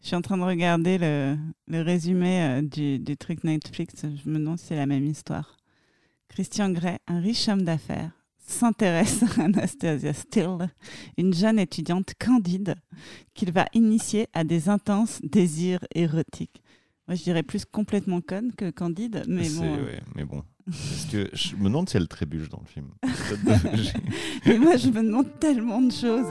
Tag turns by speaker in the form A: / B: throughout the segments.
A: Je suis en train de regarder le, le résumé euh, du, du truc Netflix. Je me demande si c'est la même histoire. Christian Grey, un riche homme d'affaires, s'intéresse à Anastasia Steele, une jeune étudiante candide qu'il va initier à des intenses désirs érotiques. Moi, je dirais plus complètement conne que candide, mais
B: C'est-
A: bon. euh,
B: ouais, mais bon. Parce que je me demande si elle trébuche dans le film. Peut-être- j'ai-
A: Mais moi, je me demande tellement de choses.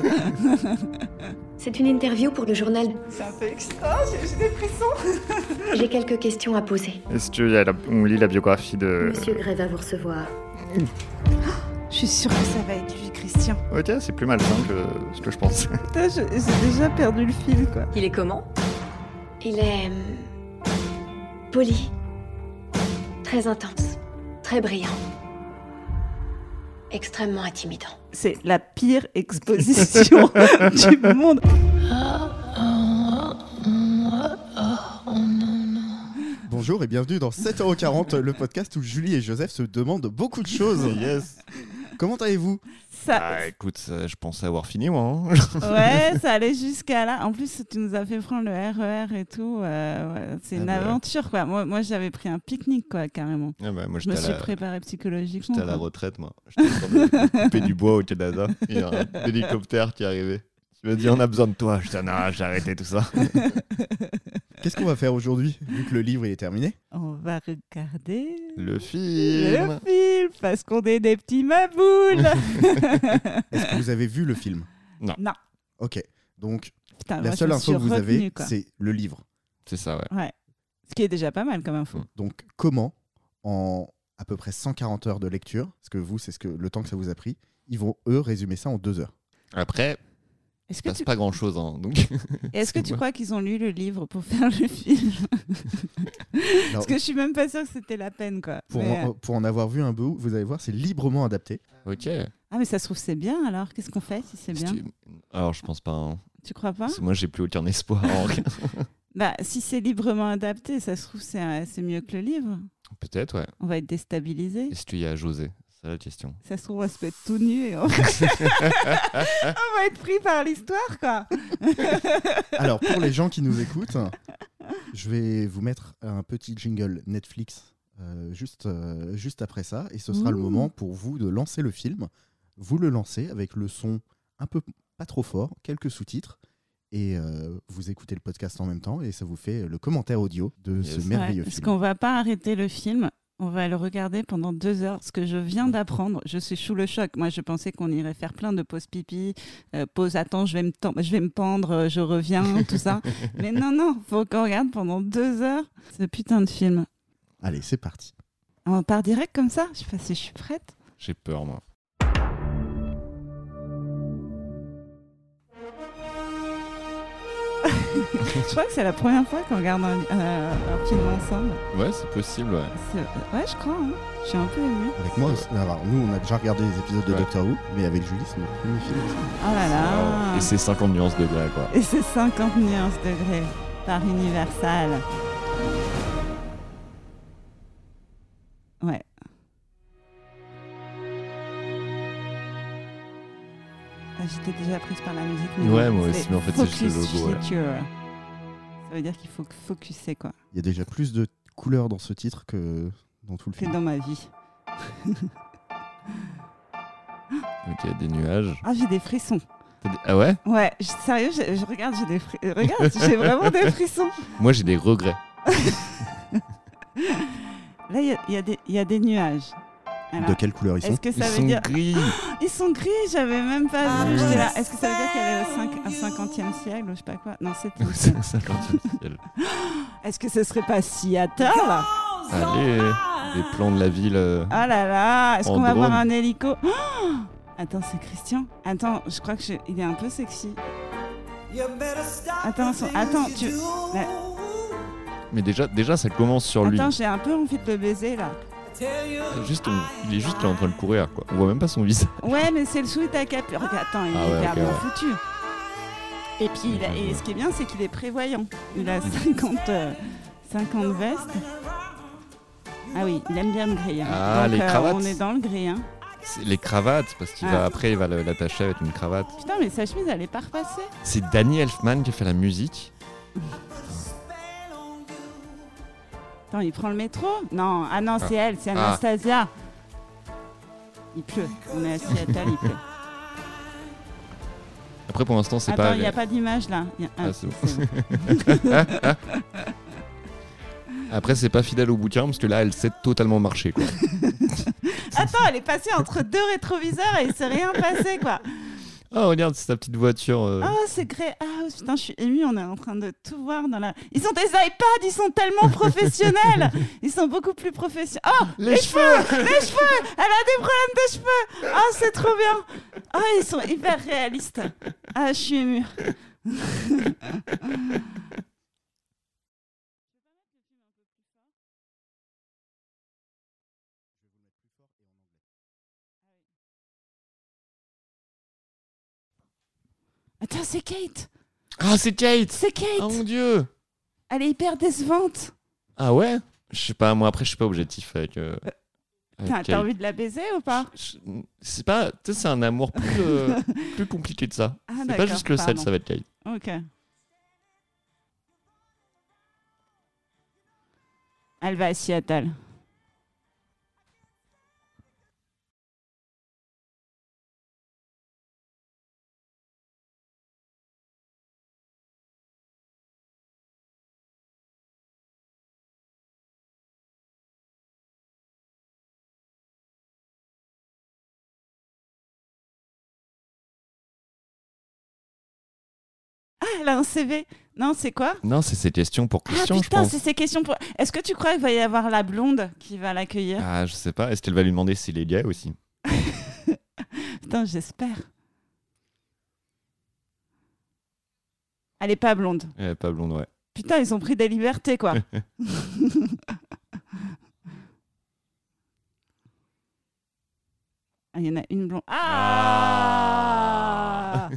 C: C'est une interview pour le journal.
D: C'est un peu extra, j'ai j'ai des frissons.
C: J'ai quelques questions à poser.
E: Est-ce qu'on lit la biographie de.
C: Euh. Monsieur Gray va vous recevoir.
A: Je suis sûre que ça va être lui, Christian.
E: Ok, c'est plus malsain que ce que je pensais.
A: Putain, je- j'ai déjà perdu le fil, quoi.
F: Il est comment
C: Il est. hum, poli. Très intense. Très brillant. Extrêmement intimidant.
A: C'est la pire exposition du monde.
G: Bonjour et bienvenue dans 7h40, le podcast où Julie et Joseph se demandent beaucoup de choses.
B: yes.
G: Comment allez-vous
A: Ça,
B: Ah, écoute, ça, je pensais avoir fini, moi. hein.
A: ouais, ça allait jusqu'à là. En plus, tu nous as fait prendre le RER et tout. euh, ouais, c'est
B: Ah
A: une
B: bah ouais.
A: aventure, quoi. Moi, moi j'avais pris un pique-nique, quoi, carrément.
B: Ah bah, moi,
A: Je me
B: j'étais à
A: suis
B: la-
A: préparée psychologiquement.
B: J'étais à la
A: quoi.
B: retraite, moi. J'étais en train de couper du bois au Canada. Il y a un hélicoptère qui est arrivé. Il m'a dit On a besoin de toi. Je dis Non, j'ai arrêté tout ça.
G: Qu'est-ce qu'on va faire aujourd'hui, vu que le livre il est terminé
A: On va regarder
B: Le
A: le
B: film.
A: film parce qu'on est des petits maboules.
G: Est-ce que vous avez vu le film
B: Non.
A: Non.
G: Ok, donc
A: Putain, moi,
G: la
A: je
G: seule
A: me
G: info
A: suis
G: que vous
A: retenue,
G: avez,
A: quoi.
G: c'est le livre.
B: C'est ça, ouais.
A: Ouais. Ce qui est déjà pas mal comme info.
G: Donc comment, en à peu près 140 heures de lecture, parce que vous, c'est ce que le temps que ça vous a pris, ils vont, eux, résumer ça en deux heures.
B: Après,
A: Est-ce
B: il
A: que
B: passe
A: tu,
B: pas grand chose. Hein, donc...
A: est-ce que
B: c'est
A: tu
B: moi.
A: crois qu'ils ont lu le livre pour faire le film
G: Alors,
A: Parce que je suis même pas sûre que c'était la peine, quoi.
G: pour,
A: Mais, euh,
G: en, pour en avoir vu un bout, vous allez voir, c'est librement adapté.
B: ok.
A: Ah, mais ça se trouve, c'est bien alors. Qu'est-ce qu'on fait si c'est
B: Si
A: bien tu...
B: tu- Alors, je pense pas. hein.
A: crois pas
B: Parce que moi, j'ai plus aucun espoir en rien.
A: Bah, si c'est librement adapté, ça se trouve, c'est euh, c'est mieux que le livre.
B: Peut-être, ouais.
A: On va être déstabilisé.
B: Est-ce qu'il y a José C'est la question.
A: Ça se trouve, on va se mettre tout nu et on... on va être pris par l'histoire, quoi.
G: Alors, pour les gens qui nous écoutent, je vais vous mettre un petit jingle Netflix euh, juste, euh, juste après ça. Et ce sera le
A: Ouh.
G: moment pour vous de lancer le film. Vous le lancez avec le son un peu pas trop fort, quelques sous-titres. Et euh, vous écoutez le podcast en même temps. Et ça vous fait le commentaire audio de
B: Yes.
G: ce
A: Ouais,
G: merveilleux
A: parce
G: film.
A: qu'on va pas arrêter le film. On va le regarder pendant deux heures. Ce que je viens d'apprendre, je suis sous le choc. Moi, je pensais qu'on irait faire plein de pauses pipi, euh, pauses attends, je vais me, ten- je vais me pendre, euh, je reviens, tout ça. Mais non, non, faut qu'on regarde pendant deux heures ce putain de film.
G: Allez, c'est parti.
A: On part direct comme ça Je sais pas si je suis prête.
B: J'ai peur, moi.
A: Je crois que c'est la première fois qu'on regarde un, euh, un film ensemble.
B: Ouais, c'est possible, ouais.
A: C'est- Ouais, je crois. hein. Je suis un peu émue.
G: Avec moi, aussi. Alors, nous, on a déjà regardé les épisodes de
B: Ouais.
G: Doctor Who. Mais avec Julie, c'est notre premier film.
A: Oh là là
B: Et c'est 50 nuances de grès, quoi.
A: Et c'est 50 nuances degrés par Universal. Ouais. Ah, J'étais déjà prise par la musique. mais
B: Ouais,
A: non,
B: moi aussi, mais en fait, c'est juste le
A: focus
B: logo, ouais.
A: feature. Ça veut dire qu'il faut que focuser, quoi.
G: Il y a déjà plus de couleurs dans ce titre que dans tout le
A: Que
G: film.
A: dans ma vie.
B: Ok, des nuages.
A: Ah, j'ai des frissons.
B: T'as des- Ah ouais
A: Ouais, je- sérieux, je, je regarde, j'ai des frissons. Regarde, j'ai vraiment des frissons.
B: Moi, j'ai des regrets.
A: Là, il y a- il y, a des- il y a des nuages. Alors,
G: De quelle couleur ils sont
A: est-ce que
B: Ils
A: ça veut
B: sont
A: dire
B: gris.
A: Ils sont gris, j'avais même pas vu. J'étais là. Est-ce que ça veut dire qu'elle est au cinq- un 50e siècle ou je sais pas quoi Non, c'est
B: C'est un 50e ciel.
A: Est-ce que ce serait pas Seattle
B: Allez, les plans de la ville. euh,
A: Ah là là Est-ce
B: En
A: qu'on va
B: drone.
A: voir un hélico Oh Attends, c'est Christian Attends, je crois que je- il est un peu sexy. Attends, son- attends, tu. la-
B: Mais déjà, déjà, ça commence sur Oh, lui.
A: Attends, j'ai un peu envie de le baiser là.
B: Juste, on- Il est juste là en train de courir, quoi. On voit même pas son visage.
A: Ouais, mais c'est le sweat à capure. Regarde, Attends, il
B: Ah
A: est
B: ouais,
A: hyper
B: ok,
A: bien
B: ouais.
A: foutu. Et puis, il a- et ce qui est bien, c'est qu'il est prévoyant. Il a 50, euh, 50 vestes. Ah oui, il aime bien le gris. hein.
B: Ah,
A: Donc,
B: les cravates.
A: On est dans le gris. hein.
B: C'est Les cravates, parce qu'il va
A: Ah.
B: après, il va le- l'attacher avec une cravate.
A: Putain, mais sa chemise, elle est pas repassée.
B: C'est Danny Elfman qui a fait la musique.
A: Attends, il prend le métro Non, ah non, c'est elle, c'est
B: Ah.
A: Anastasia. Il pleut. On est à Seattle, il pleut.
B: Après, pour l'instant, c'est
A: Attends,
B: pas.
A: il n'y a pas d'image là. Il y a- ah,
B: Ah, c'est bon. Après, c'est pas fidèle au bouquin parce que là, elle sait totalement marcher. Quoi.
A: Attends, elle est passée entre deux rétroviseurs et il s'est rien passé quoi.
B: Ah, regarde, c'est ta petite voiture. euh.
A: Ah, c'est gré. Ah, putain, je suis émue. On est en train de tout voir dans la. Ils ont des iPads, ils sont tellement professionnels. Ils sont beaucoup plus professionnels. Oh, les, cheveux Les cheveux Elle a des problèmes de cheveux Ah, c'est trop bien Ah, ils sont hyper réalistes. Ah, je suis émue. Attends, c'est Kate
B: Ah, c'est Kate
A: C'est Kate
B: Oh mon dieu
A: Elle est hyper décevante.
B: Ah ouais Je sais pas, moi après, je suis pas objectif avec. euh, avec
A: T'as-
B: Kate.
A: T'as envie de la baiser ou pas
B: Je- je- C'est pas. Tu sais, c'est un amour plus, euh, plus compliqué que ça.
A: Ah,
B: c'est pas
A: d'accord,
B: juste le sel,
A: pardon.
B: ça va être Kate.
A: Ok. Elle va à Seattle. Ah, elle a un CV. Non, c'est quoi
B: Non, c'est ces questions pour
A: Ah
B: questions, je
A: putain,
B: pense.
A: c'est ces questions pour. Est-ce que tu crois qu'il va y avoir la blonde qui va l'accueillir
B: Ah, je sais pas. Est-ce qu'elle va lui demander s'il est gay aussi Ah.
A: Putain, j'espère. Elle est pas blonde.
B: Eh, Pas blonde, ouais.
A: Putain, ils ont pris des libertés, quoi. Ah, Il y en a une blonde. Ah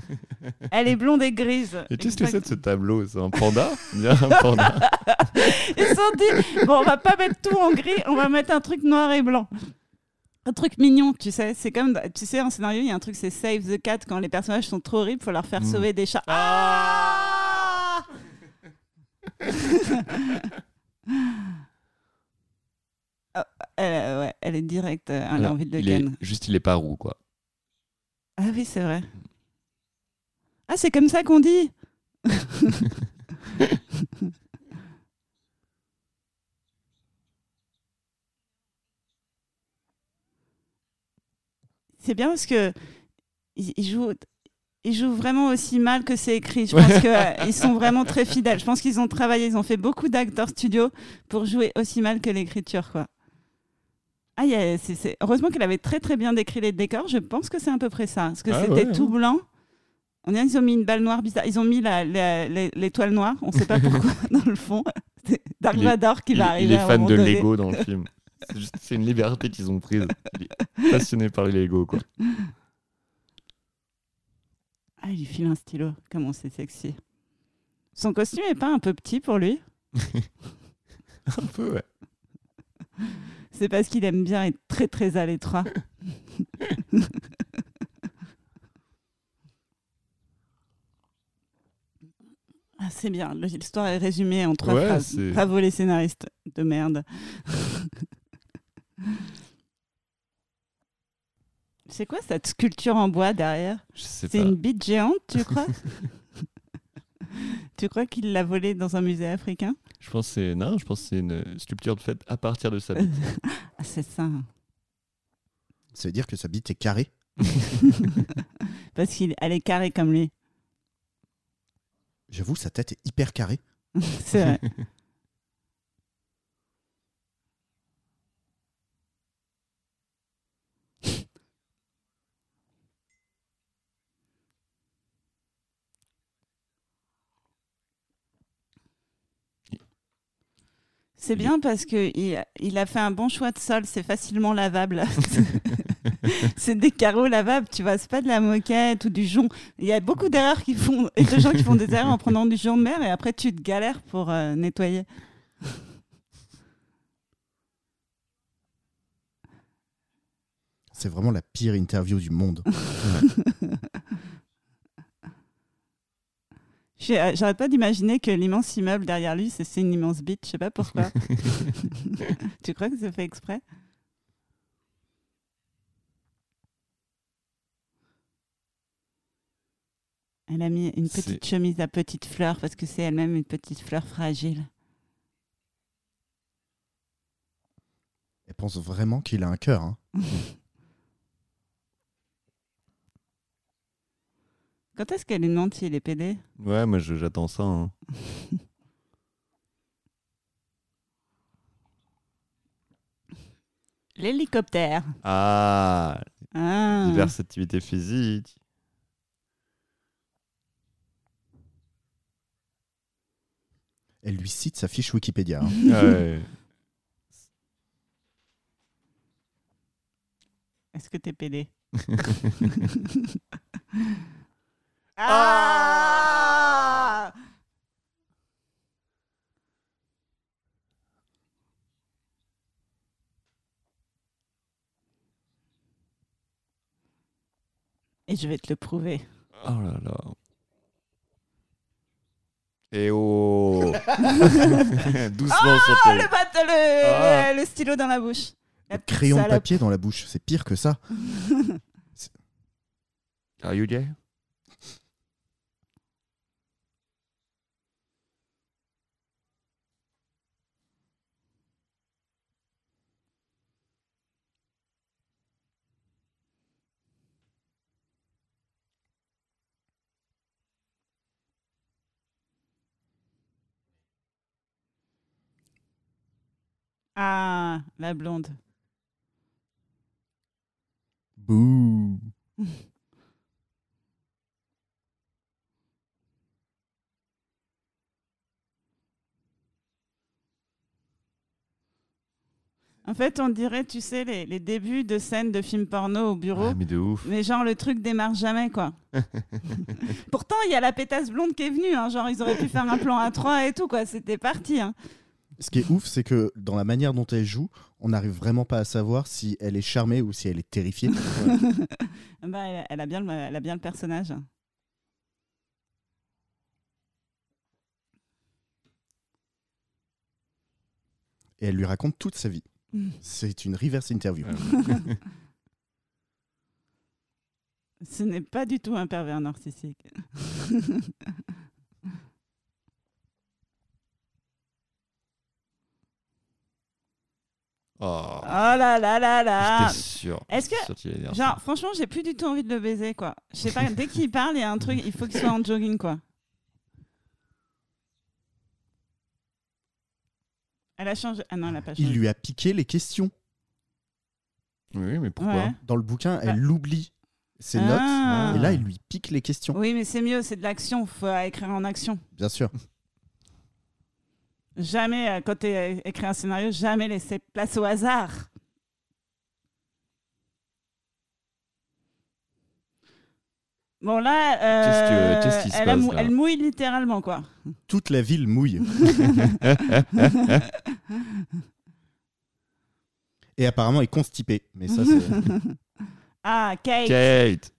A: Elle est blonde et grise.
B: Et qu'est-ce que c'est de
A: Exact.
B: ce tableau C'est un panda Bien, un panda.
A: Ils se sont dit, bon, on va pas mettre tout en gris, on va mettre un truc noir et blanc. Un truc mignon, tu sais. C'est comme, tu sais, en scénario, il y a un truc, c'est Save the Cat. Quand les personnages sont trop horribles, faut leur faire
B: Mm.
A: sauver des chats. Ah Ah, elle, ouais, elle est directe, euh, elle a
B: Alors,
A: envie de le
B: il est-
A: ken.
B: Juste, il est pas roux, quoi.
A: Ah oui, c'est vrai. Ah, c'est comme ça qu'on dit C'est bien parce que ils ils jouent, ils jouent vraiment aussi mal que c'est écrit. Je pense qu'ils sont vraiment très fidèles. Je pense qu'ils ont travaillé, ils ont fait beaucoup d'acteurs studio pour jouer aussi mal que l'écriture, quoi. Ah, il y a- c'est- c'est- Heureusement qu'elle avait très très bien décrit les décors. Je pense que c'est à peu près ça. Parce que
B: Ah
A: c'était
B: ouais,
A: tout blanc. On dirait qu'ils ont mis une balle noire bizarre. Ils ont mis la- la- les- l'étoile noire. On ne sait pas pourquoi dans le fond. C'est Dark
B: Il est-
A: Vador qui
B: il,
A: va arriver.
B: il
A: à un
B: est fan
A: moment
B: de
A: donné.
B: Lego dans le film. C'est juste- C'est une liberté qu'ils ont prise. Il est passionné par les Lego, quoi.
A: Ah, il lui file un stylo. Comment c'est sexy. Son costume est pas un peu petit pour lui
B: Un peu, ouais.
A: C'est parce qu'il aime bien être très très à l'étroit. ah, c'est bien, le- l'histoire est résumée en trois
B: Ouais,
A: phrases.
B: c'est-
A: Bravo les scénaristes de merde. c'est quoi cette sculpture en bois derrière
B: Je sais
A: C'est
B: pas.
A: une bite géante, tu crois Tu crois qu'il l'a volée dans un musée africain
B: Je pense que c'est non, je pense que c'est une sculpture de fête à partir de sa bite.
A: Ah, C'est ça.
G: Ça veut dire que sa bite est carrée.
A: Parce qu'elle est carrée comme lui.
G: J'avoue, sa tête est hyper carrée.
A: C'est vrai. C'est bien parce que il, il a fait un bon choix de sol, c'est facilement lavable. c'est des carreaux lavables, tu vois, c'est pas de la moquette ou du jonc. Il y a beaucoup d'erreurs qui font et de gens qui font des erreurs en prenant du jonc de mer et après tu te galères pour euh, nettoyer.
G: C'est vraiment la pire interview du monde.
A: Je suis- euh, J'arrête pas d'imaginer que l'immense immeuble derrière lui, c'est c'est une immense bite. Je sais pas pourquoi. tu crois que c'est fait exprès Elle a mis une petite chemise à petites fleurs parce que c'est elle-même une petite fleur fragile.
G: Elle pense vraiment qu'il a un cœur. hein.
A: Quand est-ce qu'elle lui demande s'il est pédé
B: Ouais, moi je- j'attends ça. hein.
A: L'hélicoptère.
B: Ah,
A: Ah.
B: diverses activités physiques.
G: Elle lui cite sa fiche Wikipédia. hein.
B: Ouais.
A: Est-ce que t'es pédé Ah Et je vais te le prouver.
B: Oh là là. Et oh Doucement sur tes-
A: Ah, Le, bat- le,
B: Ah.
A: le stylo dans la bouche. La
G: Le
A: petite
G: crayon de
A: salope.
G: papier dans la bouche, c'est pire que ça.
B: Are you there?
A: Ah, la blonde.
G: Bouh.
A: En fait, on dirait, tu sais, les, les débuts de scènes de films porno au bureau.
B: Ah, mais de ouf.
A: Mais genre, le truc démarre jamais, quoi. Pourtant, il y a la pétasse blonde qui est venue. hein. Genre, ils auraient pu faire un plan à 3 et tout, quoi. C'était parti. hein.
G: Ce qui est ouf, c'est que dans la manière dont elle joue, on n'arrive vraiment pas à savoir si elle est charmée ou si elle est terrifiée.
A: Bah, elle, elle a bien le, elle a bien le personnage.
G: Et elle lui raconte toute sa vie.
A: Mm.
G: C'est une reverse interview.
A: Ce n'est pas du tout un pervers narcissique. Oh
B: Oh,
A: là là là là
B: j'étais sûr.
A: Est-ce que-
B: J'étais sûr qu'il allait dire hein, ça.
A: Genre, franchement, j'ai plus du tout envie de le baiser, quoi. Je sais pas, dès qu'il parle, il y a un truc, il faut qu'il soit en jogging, quoi. Elle a changé. Ah non, elle a pas changé.
G: Il lui a piqué les questions.
B: Oui, mais pourquoi
A: Ouais.
G: Dans le bouquin, elle oublie ses
A: Bah. Ah.
G: notes. Et là, il lui pique les questions.
A: Oui, mais c'est mieux, c'est de l'action, faut euh, écrire en action.
G: Bien sûr.
A: Jamais, euh, quand tu écris un scénario, jamais laisser place au hasard. Bon, là, euh,
B: Qu'est-ce que- qu'est-ce qui se
A: elle, a
B: passe,
A: mou-
B: là
A: elle mouille littéralement, quoi.
G: Toute la ville mouille. Et apparemment, est constipée. Mais ça, c'est.
A: Ah, Kate.
B: Kate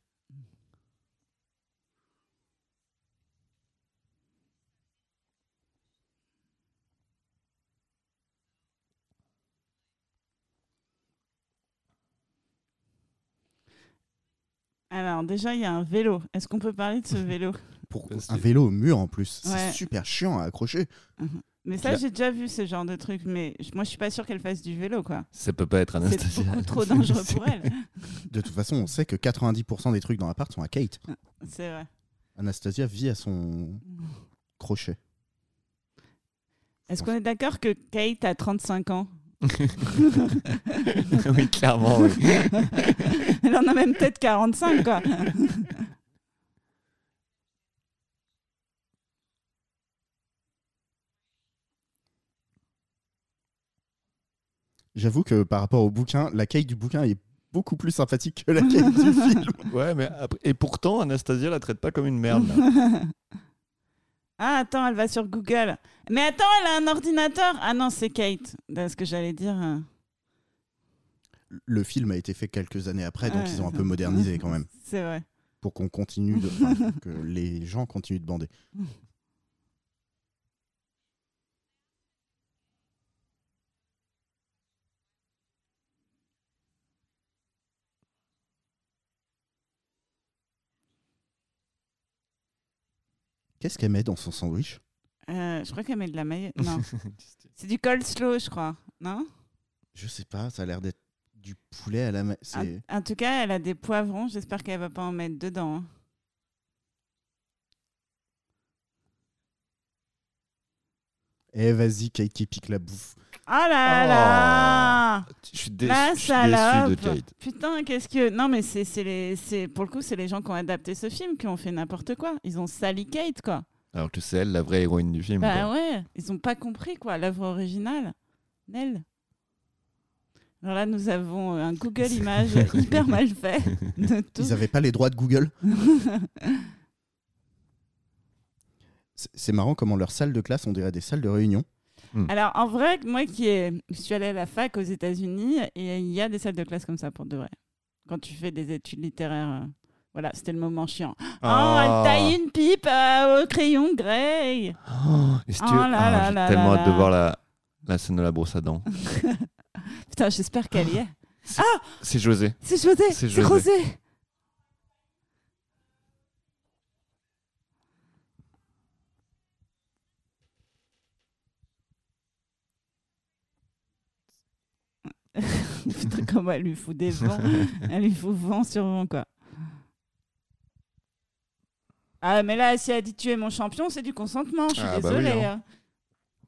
A: Alors, déjà, il y a un vélo. Est-ce qu'on peut parler de ce vélo
G: Pour
B: Parce que-
G: un vélo au mur en plus,
A: Ouais.
G: c'est super chiant à accrocher.
A: Mais ça,
B: Là.
A: j'ai déjà vu ce genre de truc, mais je- moi, je suis pas sûre qu'elle fasse du vélo, quoi.
B: Ça peut pas être
A: C'est
B: Anastasia.
A: beaucoup trop dangereux pour elle.
G: De toute façon, on sait que 90% des trucs dans l'appart sont à Kate.
A: C'est vrai.
G: Anastasia vit à son crochet.
A: Est-ce qu'on est d'accord que Kate a 35 ans
B: oui, clairement, Oh oui.
A: Elle en a même peut-être 45, quoi.
G: J'avoue que par rapport au bouquin, la Kate du bouquin est beaucoup plus sympathique que la Kate du film.
B: Ouais, mais après- Et pourtant, Anastasia la traite pas comme une merde. là.
A: Ah, attends, elle va sur Google. Mais attends, elle a un ordinateur. Ah non, c'est Kate. C'est ce que j'allais dire. euh,
G: Le film a été fait quelques années après, donc
A: Ouais.
G: ils ont un peu modernisé quand même,
A: C'est vrai.
G: pour qu'on continue de... enfin, pour que les gens continuent de bander. Qu'est-ce qu'elle met dans son sandwich
A: Euh, je crois qu'elle met de la maille. Non. c'est du coleslaw, je crois. Non
G: Je sais pas, ça a l'air d'être du poulet à la main.
A: en, en tout cas, elle a des poivrons. J'espère qu'elle va pas en mettre dedans. hein.
G: Eh, vas-y, Kate qui pique la bouffe.
A: Ah là
B: Oh.
A: là
B: Je suis
A: La
B: déçu de
A: salope.
B: Kate.
A: Putain, qu'est-ce que. Non, mais c'est, c'est les, c'est, pour le coup, c'est les gens qui ont adapté ce film qui ont fait n'importe quoi. Ils ont sali Kate, quoi.
B: Alors que c'est elle la vraie héroïne du film.
A: Bah
B: quoi.
A: ouais, ils ont pas compris, quoi, l'œuvre originale. Nel. Alors là, nous avons un Google Images hyper mal fait de tout.
G: Ils avaient pas les droits de Google. C'est- C'est marrant comment leurs salles de classe, on dirait des salles de réunion.
A: Alors, en vrai, moi qui ai- je suis allée à la fac aux États-Unis, et il y a des salles de classe comme ça pour de vrai. Quand tu fais des études littéraires, euh, voilà, c'était le moment chiant.
B: Ah.
A: Oh, elle taille une pipe euh, au crayon Grey.
B: Oh, est-ce que-
A: Oh là
B: Ah,
A: là
B: j'ai
A: là
B: tellement
A: là
B: hâte de
A: là.
B: voir la, la scène de la brosse à dents.
A: Putain, j'espère qu'elle y est.
B: C'est José.
A: C'est José, c'est
B: C'est José.
A: José. Putain, comment elle lui fout des vents. Elle lui fout vent sur vent, quoi. Ah, mais là, si elle dit tu es mon champion, c'est du consentement. Je suis
B: Ah, bah oui,
A: désolée.
B: hein.
A: hein.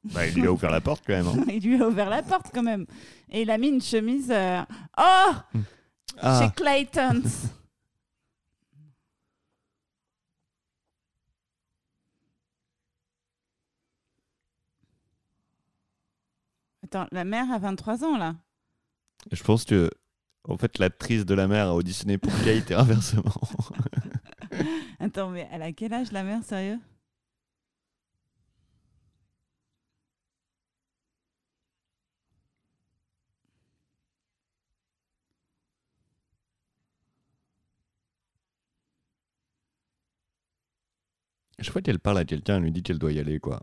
B: Bah, il lui a ouvert la porte quand même. hein.
A: Il lui a ouvert la porte quand même. Et il a mis une chemise. euh, Oh
B: Ah.
A: Chez Clayton. Attends, la mère a 23 ans là.
B: Je pense que, en fait, l'actrice de la mère a auditionné pour Kate et inversement.
A: Attends, mais elle a quel âge la mère, sérieux
B: Je crois qu'elle parle à quelqu'un, elle lui dit qu'elle doit y aller, quoi.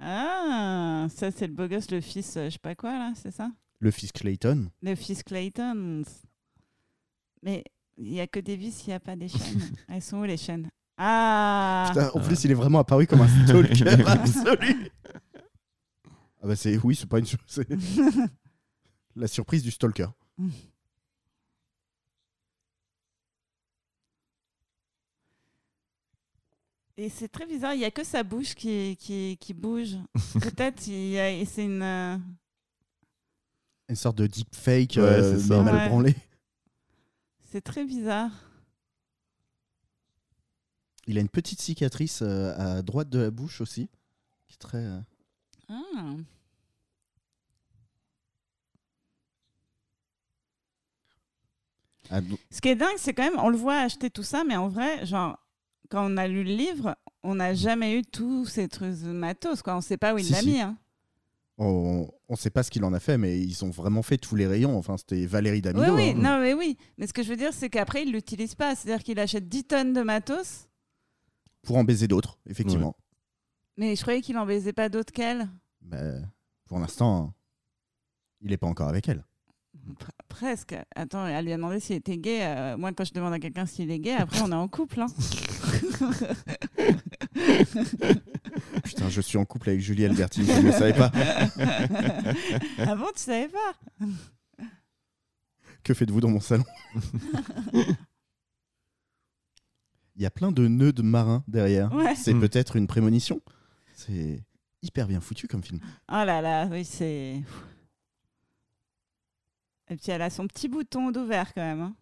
A: Ah, ça c'est le beau gosse, le fils, euh, je sais pas quoi là, c'est ça
G: Le fils Clayton,
A: Le fils Clayton. Mais il n'y a que des vis, il n'y a pas des chaînes. Elles sont où les chaînes Ah
G: Putain, en plus, il est vraiment apparu comme un stalker absolu. Ah bah c'est oui, c'est pas une chose. c'est La surprise du stalker.
A: Et c'est très bizarre, il n'y a que sa bouche qui, qui, qui bouge. Peut-être, il y a- et c'est une. euh,
G: Une sorte de deepfake
B: Ouais,
G: euh,
B: c'est ça.
G: mais mal
A: Ouais.
G: branlé.
A: C'est très bizarre.
G: Il a une petite cicatrice euh, à droite de la bouche aussi, qui est très. euh,
A: Ah.
G: à do-
A: Ce qui est dingue, c'est quand même, on le voit acheter tout ça, mais en vrai, genre, quand on a lu le livre, on n'a jamais eu tous ces trucs de matos, quoi. On ne sait pas où il
G: Si,
A: l'a
G: si.
A: mis. hein.
G: On ne sait pas ce qu'il en a fait, mais ils ont vraiment fait tous les rayons. Enfin, c'était Valérie Damido.
A: Oui, oui,
G: hein.
A: non, mais oui. Mais ce que je veux dire, c'est qu'après, il ne l'utilise pas. C'est-à-dire qu'il achète 10 tonnes de matos,
G: Pour en baiser d'autres, effectivement.
A: mais je croyais qu'il en baisait pas d'autres qu'elle.
G: Mais pour l'instant, il n'est pas encore avec elle.
A: Pre- presque. Attends, elle lui a demandé s'il était gay. euh, moi, quand je demande à quelqu'un s'il est gay, après, on est en couple. hein.
G: Putain, je suis en couple avec Julie Albertini, je ne le savais pas.
A: ah bon, tu savais pas
G: Que faites-vous dans mon salon Il y a plein de nœuds de marins derrière.
A: Ouais.
G: C'est
B: Mm.
G: peut-être une prémonition. C'est hyper bien foutu comme film.
A: Oh là là, oui, c'est. Et puis elle a son petit bouton d'ouvert quand même. hein.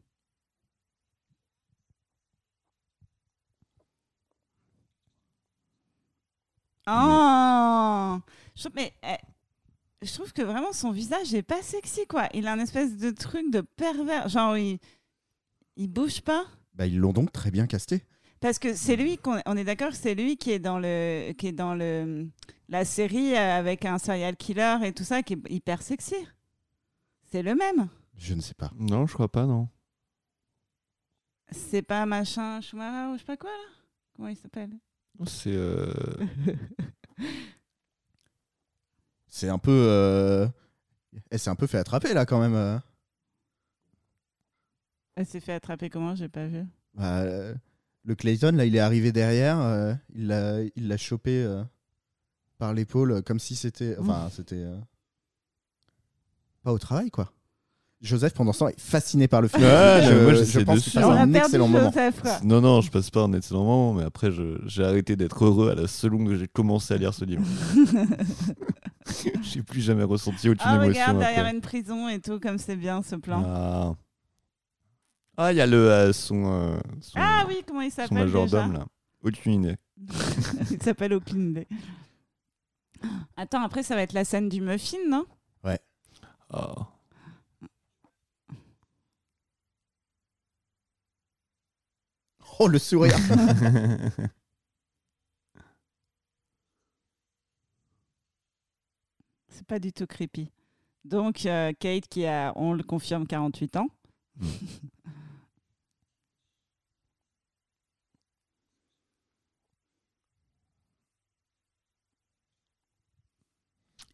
A: Oh je trouve, mais, eh, je trouve que vraiment son visage est pas sexy quoi. Il a un espèce de truc de pervers. Genre il, il bouge pas.
G: Bah, ils l'ont donc très bien casté.
A: Parce que c'est lui qu'on on est d'accord, que c'est lui qui est dans le qui est dans le la série euh, avec un serial killer et tout ça qui est hyper sexy. C'est le même.
G: Je ne sais pas.
B: Non, je crois pas, non.
A: C'est pas machin Schumacher ou je sais pas quoi là Comment il s'appelle
B: C'est. euh,
G: C'est un peu. euh, Elle s'est un peu fait attraper là quand même. euh.
A: Elle s'est fait attraper comment J'ai pas vu.
G: Bah, euh, Le Clayton, là, il est arrivé derrière, euh, il l'a il l'a chopé euh, par l'épaule euh, comme si c'était. Enfin, c'était. euh, pas au travail, quoi. Joseph, pendant ce temps, est fasciné par le film.
H: Ouais,
G: je,
H: mais moi, j'essaie
G: je pense
H: de
G: que c'est
H: suivre.
A: On a
G: un
A: perdu
G: excellent moment.
A: Joseph, quoi.
H: Non, non, je passe pas un excellent moment, mais après, je- j'ai arrêté d'être heureux à la seconde que j'ai commencé à lire ce livre. j'ai plus jamais ressenti aucune
A: Ah,
H: émotion.
A: regarde,
H: après.
A: derrière une prison et tout, comme c'est bien ce plan.
H: Ah, Ah, il y a le, euh, son, euh, son,
A: Ah oui, comment il
H: son
A: s'appelle déjà
H: majordome, là. Aucune idée.
A: Il s'appelle Aucune idée. Attends, après, ça va être la scène du muffin, non
H: Ah.
G: Oh, le sourire
A: C'est pas du tout creepy. Donc, euh, Kate, qui a, on le confirme, 48 ans.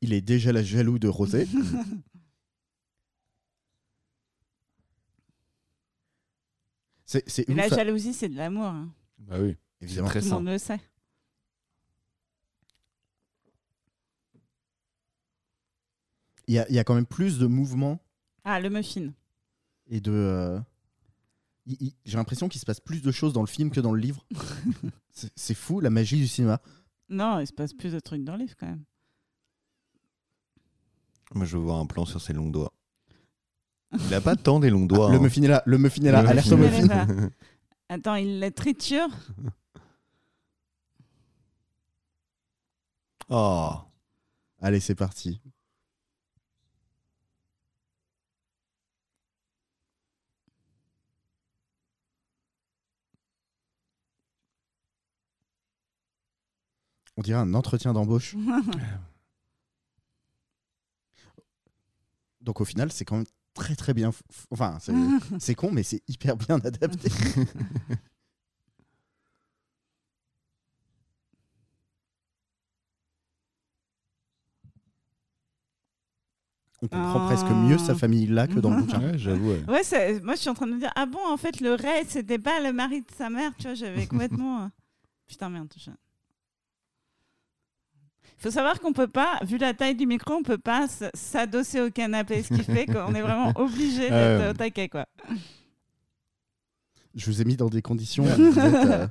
G: Il est déjà la jaloux de Rosé. c'est c'est
A: Mais
G: ouf,
A: la
G: ça-
A: jalousie, c'est de l'amour. hein.
H: Bah oui,
G: évidemment.
H: très
A: Tout le
H: simple.
A: monde le sait.
G: Il y, a- il y a quand même plus de mouvement
A: Ah, le muffin.
G: et de. euh, il- il- J'ai l'impression qu'il se passe plus de choses dans le film que dans le livre. C'est- c'est fou la magie du cinéma.
A: Non, il se passe plus de trucs dans le livre, quand même.
H: Moi, je veux voir un plan sur ses longs doigts. Il a pas tant des longs doigts.
G: le
H: hein.
G: muffin est là, le muffin est là,
H: Le
G: alerte au
H: muffin
A: Mais
H: est
G: muffin.
H: film.
A: voilà. Attends, il la triture
H: Oh.
G: Allez, c'est parti. On dirait un entretien d'embauche. Donc au final, c'est quand même très très bien. f- f- Enfin, c'est- c'est con, mais c'est hyper bien adapté. On
A: Oh.
G: comprend presque mieux sa famille là que dans le bouquin.
H: Ah, Ouais, j'avoue. ouais.
A: Ouais, c'est- moi je suis en train de me dire ah bon en fait le Ray c'était pas le mari de sa mère, tu vois, j'avais complètement euh, putain merde. je- Faut savoir qu'on peut pas, vu la taille du micro, on peut pas s- s'adosser au canapé, ce qui fait qu'on est vraiment obligé d'être
H: Ah Ouais.
A: au taquet quoi.
G: Je vous ai mis dans des conditions. où vous êtes, euh,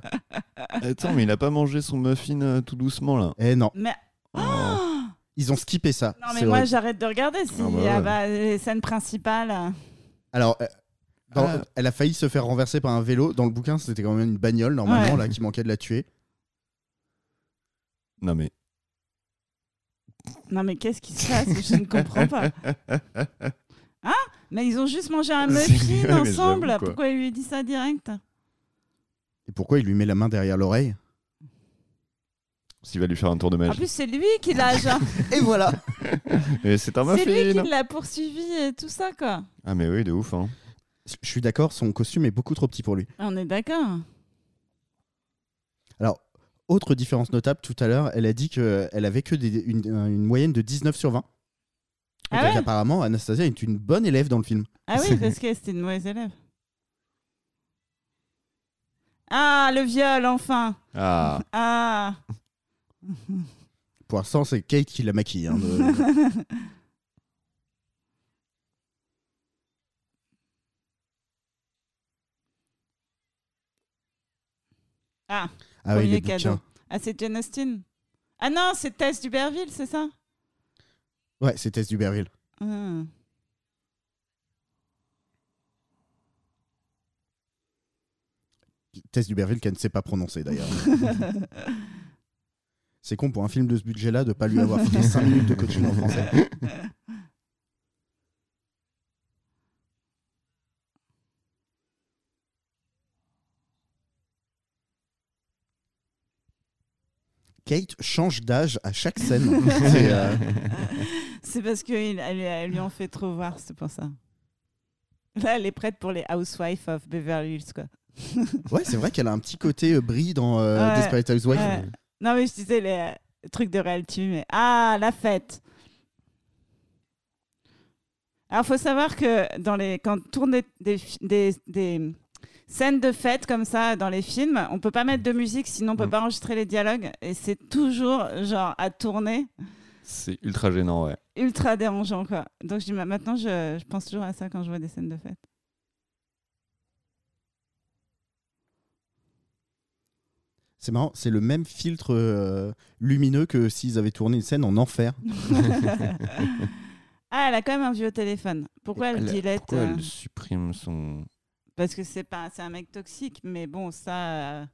H: Attends, mais il a pas mangé son muffin euh, tout doucement, là.
G: Eh non,
A: Mais
H: Oh.
G: ils ont skippé ça.
A: non mais
G: c'est
A: moi
G: horrible.
A: j'arrête de regarder si
H: Ah bah
A: ah
H: ouais.
A: bah, les scènes principales. euh,
G: Alors, euh, dans-
H: Ah.
G: elle a failli se faire renverser par un vélo. Dans le bouquin, c'était quand même une bagnole normalement
A: Ouais.
G: là qui manquait de la tuer.
H: Non, mais.
A: Non mais qu'est-ce qui se passe Je ne comprends pas. Hein Mais ils ont juste mangé un
H: C'est-
A: muffin
H: ouais, mais
A: ensemble.
H: j'avoue, quoi.
A: Pourquoi il lui dit ça direct
G: Et pourquoi il lui met la main derrière l'oreille
H: S'il va lui faire un tour de
A: En
H: magie.
A: plus c'est lui qui l'a genre.
G: Et voilà.
H: Mais c'est un
A: Ah, C'est lui
H: muffin
A: qui l'a poursuivi et tout ça, quoi.
H: Ah, mais oui, de ouf, hein.
G: Je suis d'accord, son costume est beaucoup trop petit pour lui.
A: On est d'accord.
G: Alors, autre différence notable, tout à l'heure, elle a dit qu'elle avait que des- une, une moyenne de 19 sur 20. Donc
A: Ah
H: bah,
A: ouais
G: apparemment, Anastasia est une bonne élève dans le film.
A: Ah oui, parce que c'était une mauvaise élève. Ah, le viol, enfin.
H: Ah.
A: Ah.
G: Pour l'instant, c'est Kate qui la maquille. hein, de-
A: Ah,
G: ah oui,
A: premier
G: les
A: cadeau.
G: bouquins.
A: Ah, c'est Jane Austen. Ah non, c'est Tess Duberville, c'est ça
G: Ouais, c'est Tess Duberville.
A: Ah.
G: Tess Duberville qu'elle ne sait pas prononcer d'ailleurs. C'est con pour un film de ce budget-là de pas lui avoir fait 5 minutes de coaching en français. Kate change d'âge à chaque scène. C'est, euh,
A: C'est parce qu'elle lui en fait trop voir, c'est pour ça. Là, elle est prête pour les Housewives of Beverly Hills, quoi.
G: Ouais, c'est vrai qu'elle a un petit côté euh, brie dans euh,
A: Ouais.
G: Desperate Housewives.
A: Ouais. Non, mais je disais les euh, trucs de reality, mais ah, la fête. Alors, faut savoir que dans les quand tourner des, fi- des, des Scène de fête comme ça dans les films, on peut pas mettre de musique sinon on peut
B: Mm.
A: pas enregistrer les dialogues et c'est toujours genre à tourner,
B: C'est ultra gênant, ouais.
A: ultra dérangeant quoi. Donc je dis ma- maintenant je, je pense toujours à ça quand je vois des scènes de fête.
G: C'est marrant, c'est le même filtre euh, lumineux que s'ils avaient tourné une scène en enfer.
A: ah, elle a quand même un vieux téléphone. Pourquoi elle,
B: Elle-
A: dilette
B: Pourquoi
A: euh,
B: elle supprime son.
A: Parce que c'est pas c'est un mec toxique, mais bon ça. euh,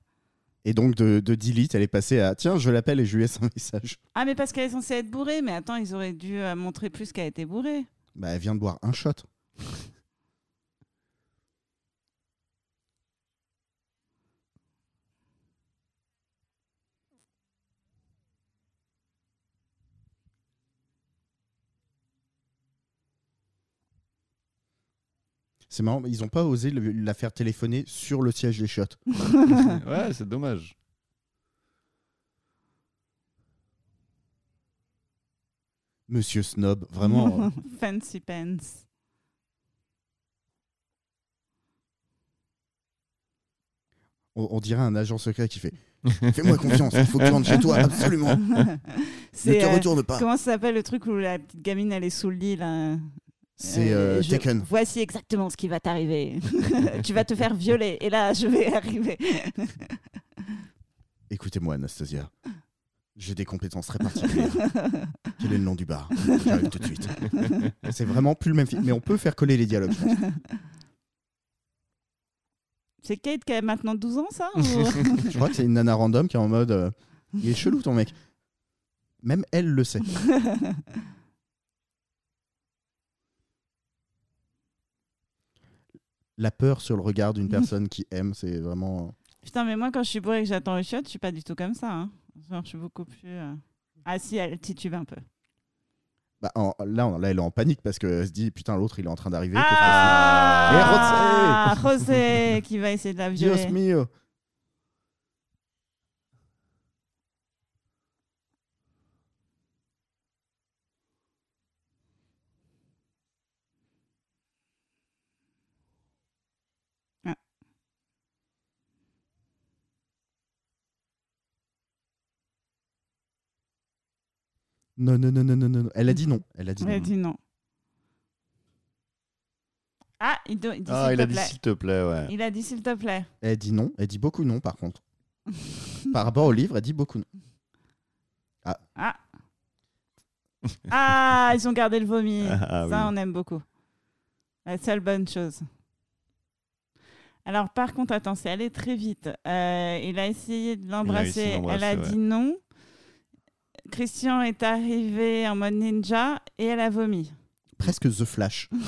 G: Et donc de, de delete, elle est passée à tiens, je l'appelle et je lui laisse un message.
A: Ah mais parce qu'elle est censée être bourrée, mais attends ils auraient dû euh, montrer plus qu'elle était bourrée.
G: Bah, elle vient de boire un shot. C'est marrant, mais ils n'ont pas osé le- la faire téléphoner sur le siège des shots.
B: ouais, c'est dommage.
G: Monsieur Snob, vraiment. euh,
A: Fancy pants.
G: on, on dirait un agent secret qui fait Fais-moi confiance, il faut que tu rentres chez toi, absolument. Ne
A: C'est
G: te
A: euh,
G: retourne pas.
A: comment ça s'appelle le truc où la petite gamine elle est sous le lit là
G: C'est
A: Euh,
G: euh,
A: je-
G: Taken.
A: Voici exactement ce qui va t'arriver. tu vas te faire violer et là je vais arriver.
G: Écoutez-moi, Anastasia. J'ai des compétences très particulières. Quel est le nom du bar J'arrive tout de suite. C'est vraiment plus le même film. Mais on peut faire coller les dialogues. je pense.
A: C'est Kate qui a maintenant 12 ans ça ou-
G: Je crois que c'est une nana random qui est en mode euh, Il est chelou ton mec. Même elle le sait. La peur sur le regard d'une personne qui aime, c'est vraiment.
A: Putain mais moi quand je suis bourrée et que j'attends le shot, je suis pas du tout comme ça. hein. Genre je suis beaucoup plus... euh, Ah si elle titube un peu.
G: Bah, en- là, on- là, elle est en panique parce qu'elle se dit Putain, l'autre, il est en train d'arriver. qu'est-ce que
H: Ah.
A: Ah José qui va essayer de la
G: Dios
A: violer.
G: mio.
A: Ah.
G: Non, non, non, non, non, non. non. Elle a dit non. Elle a dit
A: Elle
G: non.
A: dit non. Ah, il, do- il dit
H: Ah,
A: s'il
H: il a
A: te
H: dit
A: plaît.
H: s'il te plaît, ouais.
A: Il a dit s'il te plaît.
G: Elle dit non. Elle dit beaucoup non, par contre. par rapport au livre, elle dit beaucoup non.
A: Ah. Ah, ils ont gardé le vomi.
H: Ah,
A: Ça,
H: oui.
A: on aime beaucoup. La seule bonne chose. Alors, par contre, attends, c'est allé très vite. Euh, il a essayé de l'embrasser. Elle
H: l'embrasser,
A: a
H: ouais.
A: dit non. Christian est arrivé en mode ninja et elle a vomi.
G: Presque The Flash.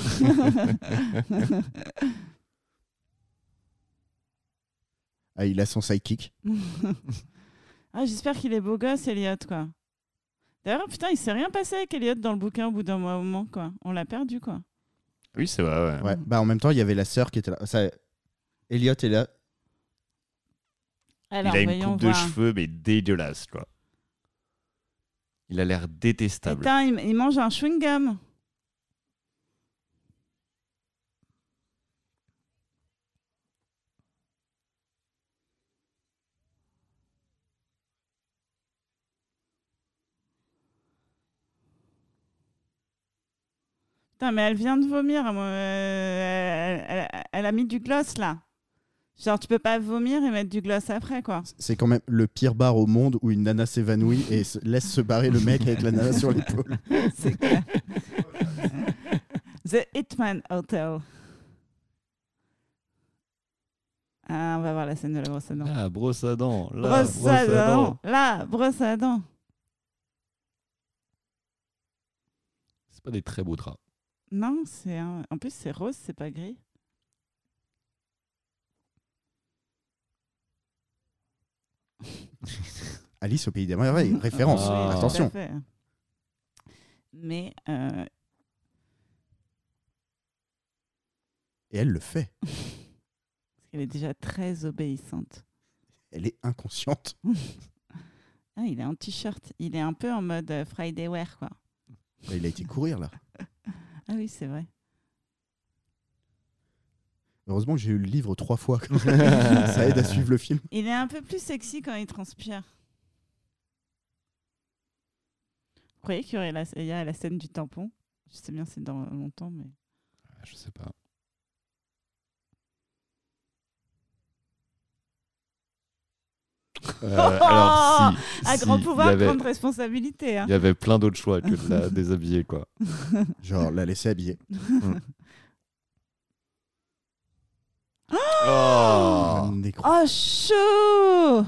G: Ah, il a son sidekick.
A: Ah, j'espère qu'il est beau gosse, Elliot, quoi. D'ailleurs, putain, il s'est rien passé avec Elliot dans le bouquin au bout d'un moment, quoi. On l'a perdu, quoi.
B: Oui, c'est vrai, ouais.
G: Ouais. Bah, en même temps, il y avait la sœur qui était là. Ça, Elliot est là.
A: Alors,
H: il a une
A: voyons
H: coupe de
A: voir.
H: cheveux, mais dégueulasse, quoi.
B: Il a l'air détestable.
A: Putain, il, il mange un chewing-gum. Putain, mais elle vient de vomir. euh, elle, elle- elle a mis du gloss là. Genre, tu peux pas vomir et mettre du gloss après, quoi.
G: C'est quand même le pire bar au monde où une nana s'évanouit et se- laisse se barrer le mec avec la nana sur l'épaule.
A: C'est clair. The Hitman Hotel. Ah, on va voir la scène de la brosse à dents.
B: Ah, brosse à dents. Là,
A: brosse, à dents. Là, brosse à dents.
B: C'est pas des très beaux draps.
A: Non, c'est un- en plus c'est rose, c'est pas gris.
G: Alice au pays des merveilles, référence.
A: Oui,
B: Ah.
A: tout à
G: Attention.
A: fait. Mais euh,
G: Et elle le fait.
A: elle est déjà très obéissante.
G: Elle est inconsciente.
A: Ah, il est en t-shirt. Il est un peu en mode euh, Friday wear, quoi.
G: Bah, il a été courir là.
A: Ah oui, c'est vrai.
G: Heureusement que j'ai eu le livre trois fois. quoi. ça aide à suivre le film.
A: Il est un peu plus sexy quand il transpire. Vous croyez qu'il y aurait la, il y a la scène du tampon Je sais bien, c'est dans longtemps, mais.
B: Ah, Je sais pas. Euh, alors, si,
A: à
B: si,
A: grand
B: il y
A: pouvoir,
B: avait-
A: grande responsabilité. hein.
B: Il y avait plein d'autres choix que de la déshabiller, quoi.
G: Genre, la laisser habiller.
B: Oh
G: Un nécro.
A: Oh, chaud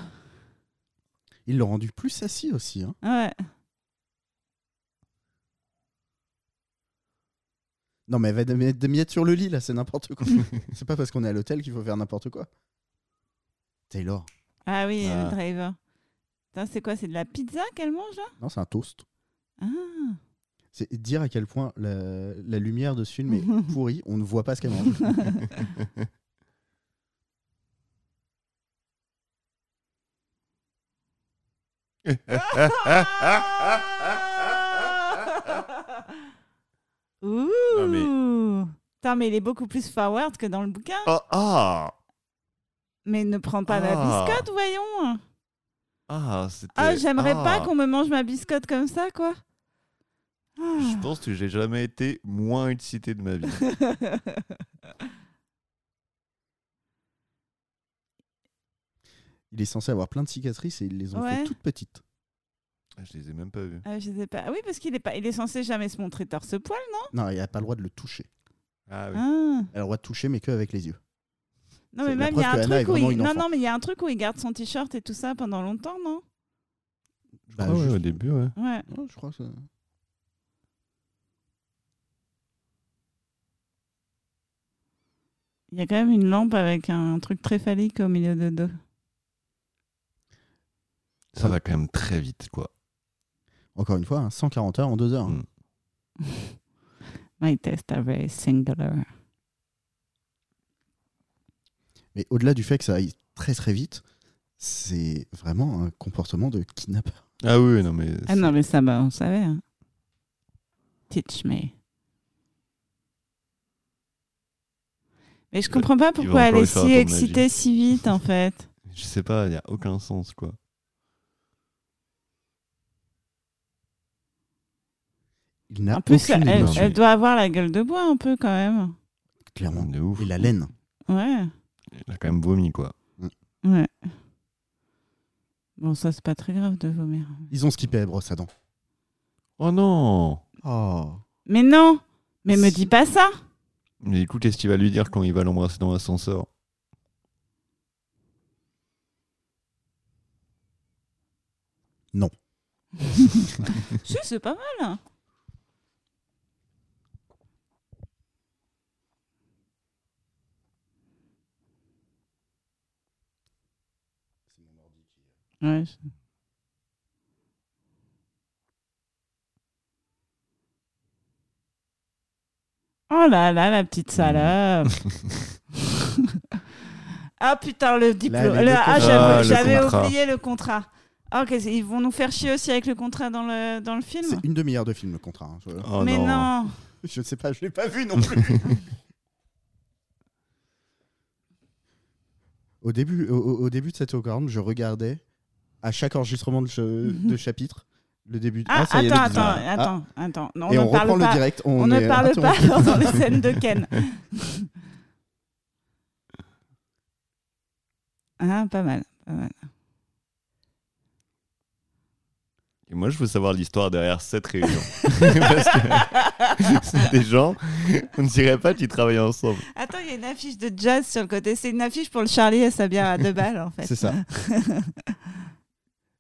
G: Ils l'ont rendu plus assis aussi. hein.
A: Ouais.
G: Non, mais elle va mettre des miettes sur le lit, là, c'est n'importe quoi. c'est pas parce qu'on est à l'hôtel qu'il faut faire n'importe quoi. Taylor.
A: Ah oui,
B: Ah.
A: le driver. Putain, C'est quoi C'est de la pizza qu'elle mange là
G: Non, c'est un toast.
A: Ah.
G: C'est dire à quel point la, la lumière de ce film est pourrie, on ne voit pas ce qu'elle mange.
A: Ouh
B: Non,
A: Putain, mais il est beaucoup plus forward que dans le bouquin.
B: Oh, Ah
A: Mais ne prends pas
B: Ah.
A: ma biscotte, voyons
B: Ah, c'était-
A: Ah, j'aimerais pas
B: Ah.
A: qu'on me mange ma biscotte comme ça, quoi Ah.
B: Je pense que j'ai jamais été moins excité de ma vie.
G: Il est censé avoir plein de cicatrices et ils les ont
A: Ouais.
G: fait toutes petites.
B: Je les ai même pas vus.
A: Ah, je sais pas. Oui, parce qu'il est, pas... il est censé jamais se montrer torse-poil, non
G: Non, il n'a pas le droit de le toucher.
B: Ah
A: Ah.
G: Elle a le droit de toucher, mais que avec les yeux.
A: Non,
G: C'est
A: mais
G: la
A: même, il y a
G: preuve
A: un
G: que Anna
A: truc
G: est
A: où
G: vraiment
A: il...
G: une
A: Non,
G: enfant.
A: non, mais il y a un truc où il garde son t-shirt et tout ça pendant longtemps, non
B: Je
G: Bah,
B: crois, ouais,
G: juste-
B: au début, ouais.
A: Ouais.
G: Ouais, je crois que ça-
A: Il y a quand même une lampe avec un truc très phallique au milieu de dos.
B: Ça va quand même très vite, quoi.
G: Encore une fois, hein, 140 heures en deux heures.
B: Mm.
A: My tests are very singular.
G: Mais au-delà du fait que ça aille très très vite, c'est vraiment un comportement de kidnappeur.
B: Ah oui, non, mais.
A: Ah non, mais ça, bah, on savait. hein. Teach me. Mais
G: Bah,
A: je comprends pas pourquoi
B: encore
A: elle est
B: lui faire
A: si
B: attendre la
A: excitée si vite, en fait.
B: Je sais pas, il n'y a aucun sens, quoi.
G: Il n'a
A: En plus,
G: aucune
A: elle, elle
G: émotion.
A: doit avoir la gueule de bois un peu, quand même.
G: Clairement.
B: De ouf.
G: Et la laine.
A: Ouais.
B: Il a quand même vomi, quoi.
A: Ouais. Bon, ça, c'est pas très grave de vomir.
G: Ils ont skippé la brosse à dents.
B: Oh non
G: Oh.
A: Mais non Mais me
G: Si.
A: dis pas ça
B: Mais écoute, qu'est-ce qu'il va lui dire quand il va l'embrasser dans l'ascenseur
A: Si, c'est pas mal. Ouais, je- Oh là là, la petite salope. ah putain, le diplôme.
G: les deux
A: Le- ah,
G: contrats.
A: j'avoue,
B: Ah, le
A: j'avais
B: contrat.
A: oublié le contrat. Ah, ok, ils vont nous faire chier aussi avec le contrat dans le, dans le film
G: C'est une demi-heure de film le contrat. hein. Je...
B: Oh
A: mais non.
G: je ne sais pas, je l'ai pas vu non plus. au, début, au, au- au début de cette Ocarne, je regardais à chaque enregistrement de, che-
A: Mhm.
G: de chapitre le début.
A: Ah,
G: ça y est,
A: attends,
G: le
A: attends,
G: début.
A: attends, attends. Non,
G: Ah,
A: on
G: et
A: ne
G: on
A: parle
G: reprend
A: pas.
G: le direct. On,
A: on ne
G: est
A: parle pas
G: interrompu.
A: dans les scènes de Ken. ah, pas mal. pas mal.
B: Et moi, je veux savoir l'histoire derrière cette réunion. Parce que c'est des gens, on ne dirait pas qu'ils travaillent ensemble.
A: Attends, il y a une affiche de jazz sur le côté. C'est une affiche pour le Charlie et Sabia à deux balles, en fait.
G: C'est ça.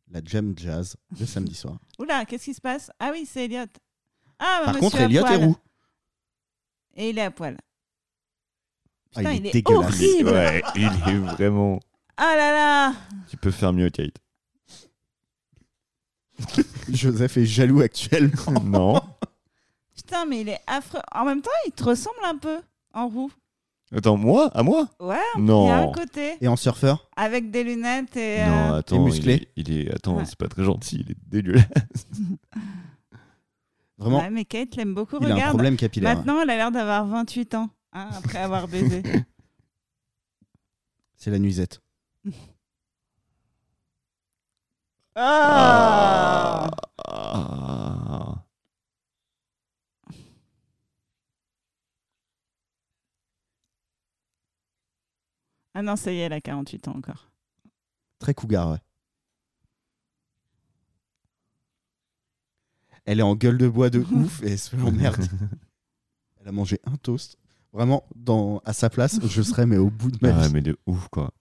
G: La jam jazz le samedi soir.
A: Oula, qu'est-ce qui se passe Ah oui, c'est Elliot. Ah, bah, Ah,
G: Par
A: monsieur
G: contre,
A: à
G: Elliot est
A: poil.
G: roux.
A: Et il est à poil.
G: Ah,
A: Putain,
G: il est
A: il, est
G: dégueulasse.
A: horrible.
B: Ouais, il est vraiment.
A: Ah là là.
B: Tu peux faire mieux, Kate.
G: Joseph est jaloux actuellement.
B: non.
A: Putain, mais il est affreux. En même temps, il te ressemble un peu en roux.
B: Attends, moi À moi
A: Ouais, il y a un
B: Non.
A: côté
G: Et en surfeur,
A: avec des lunettes et.
B: Non,
A: euh,
B: attends,
G: T'es
B: il
G: musclé
B: est- Il, est, attends,
A: Ouais.
B: c'est pas très gentil, il est dégueulasse.
G: vraiment,
A: ouais, mais Kate l'aime beaucoup.
G: il a un
A: Regarde,
G: problème capillaire.
A: maintenant, elle a l'air d'avoir 28 ans hein, après avoir baisé.
G: C'est la nuisette.
A: Oh Ah
B: Ah.
A: Ah non, ça y est, elle a 48 ans encore.
G: Très cougar, ouais. Elle est en gueule de bois de ouf et elle se fait emmerder. Elle a mangé un toast. Vraiment, dans, à sa place, je serais mais au bout de ma
B: Ah,
G: vie.
B: mais de ouf, quoi.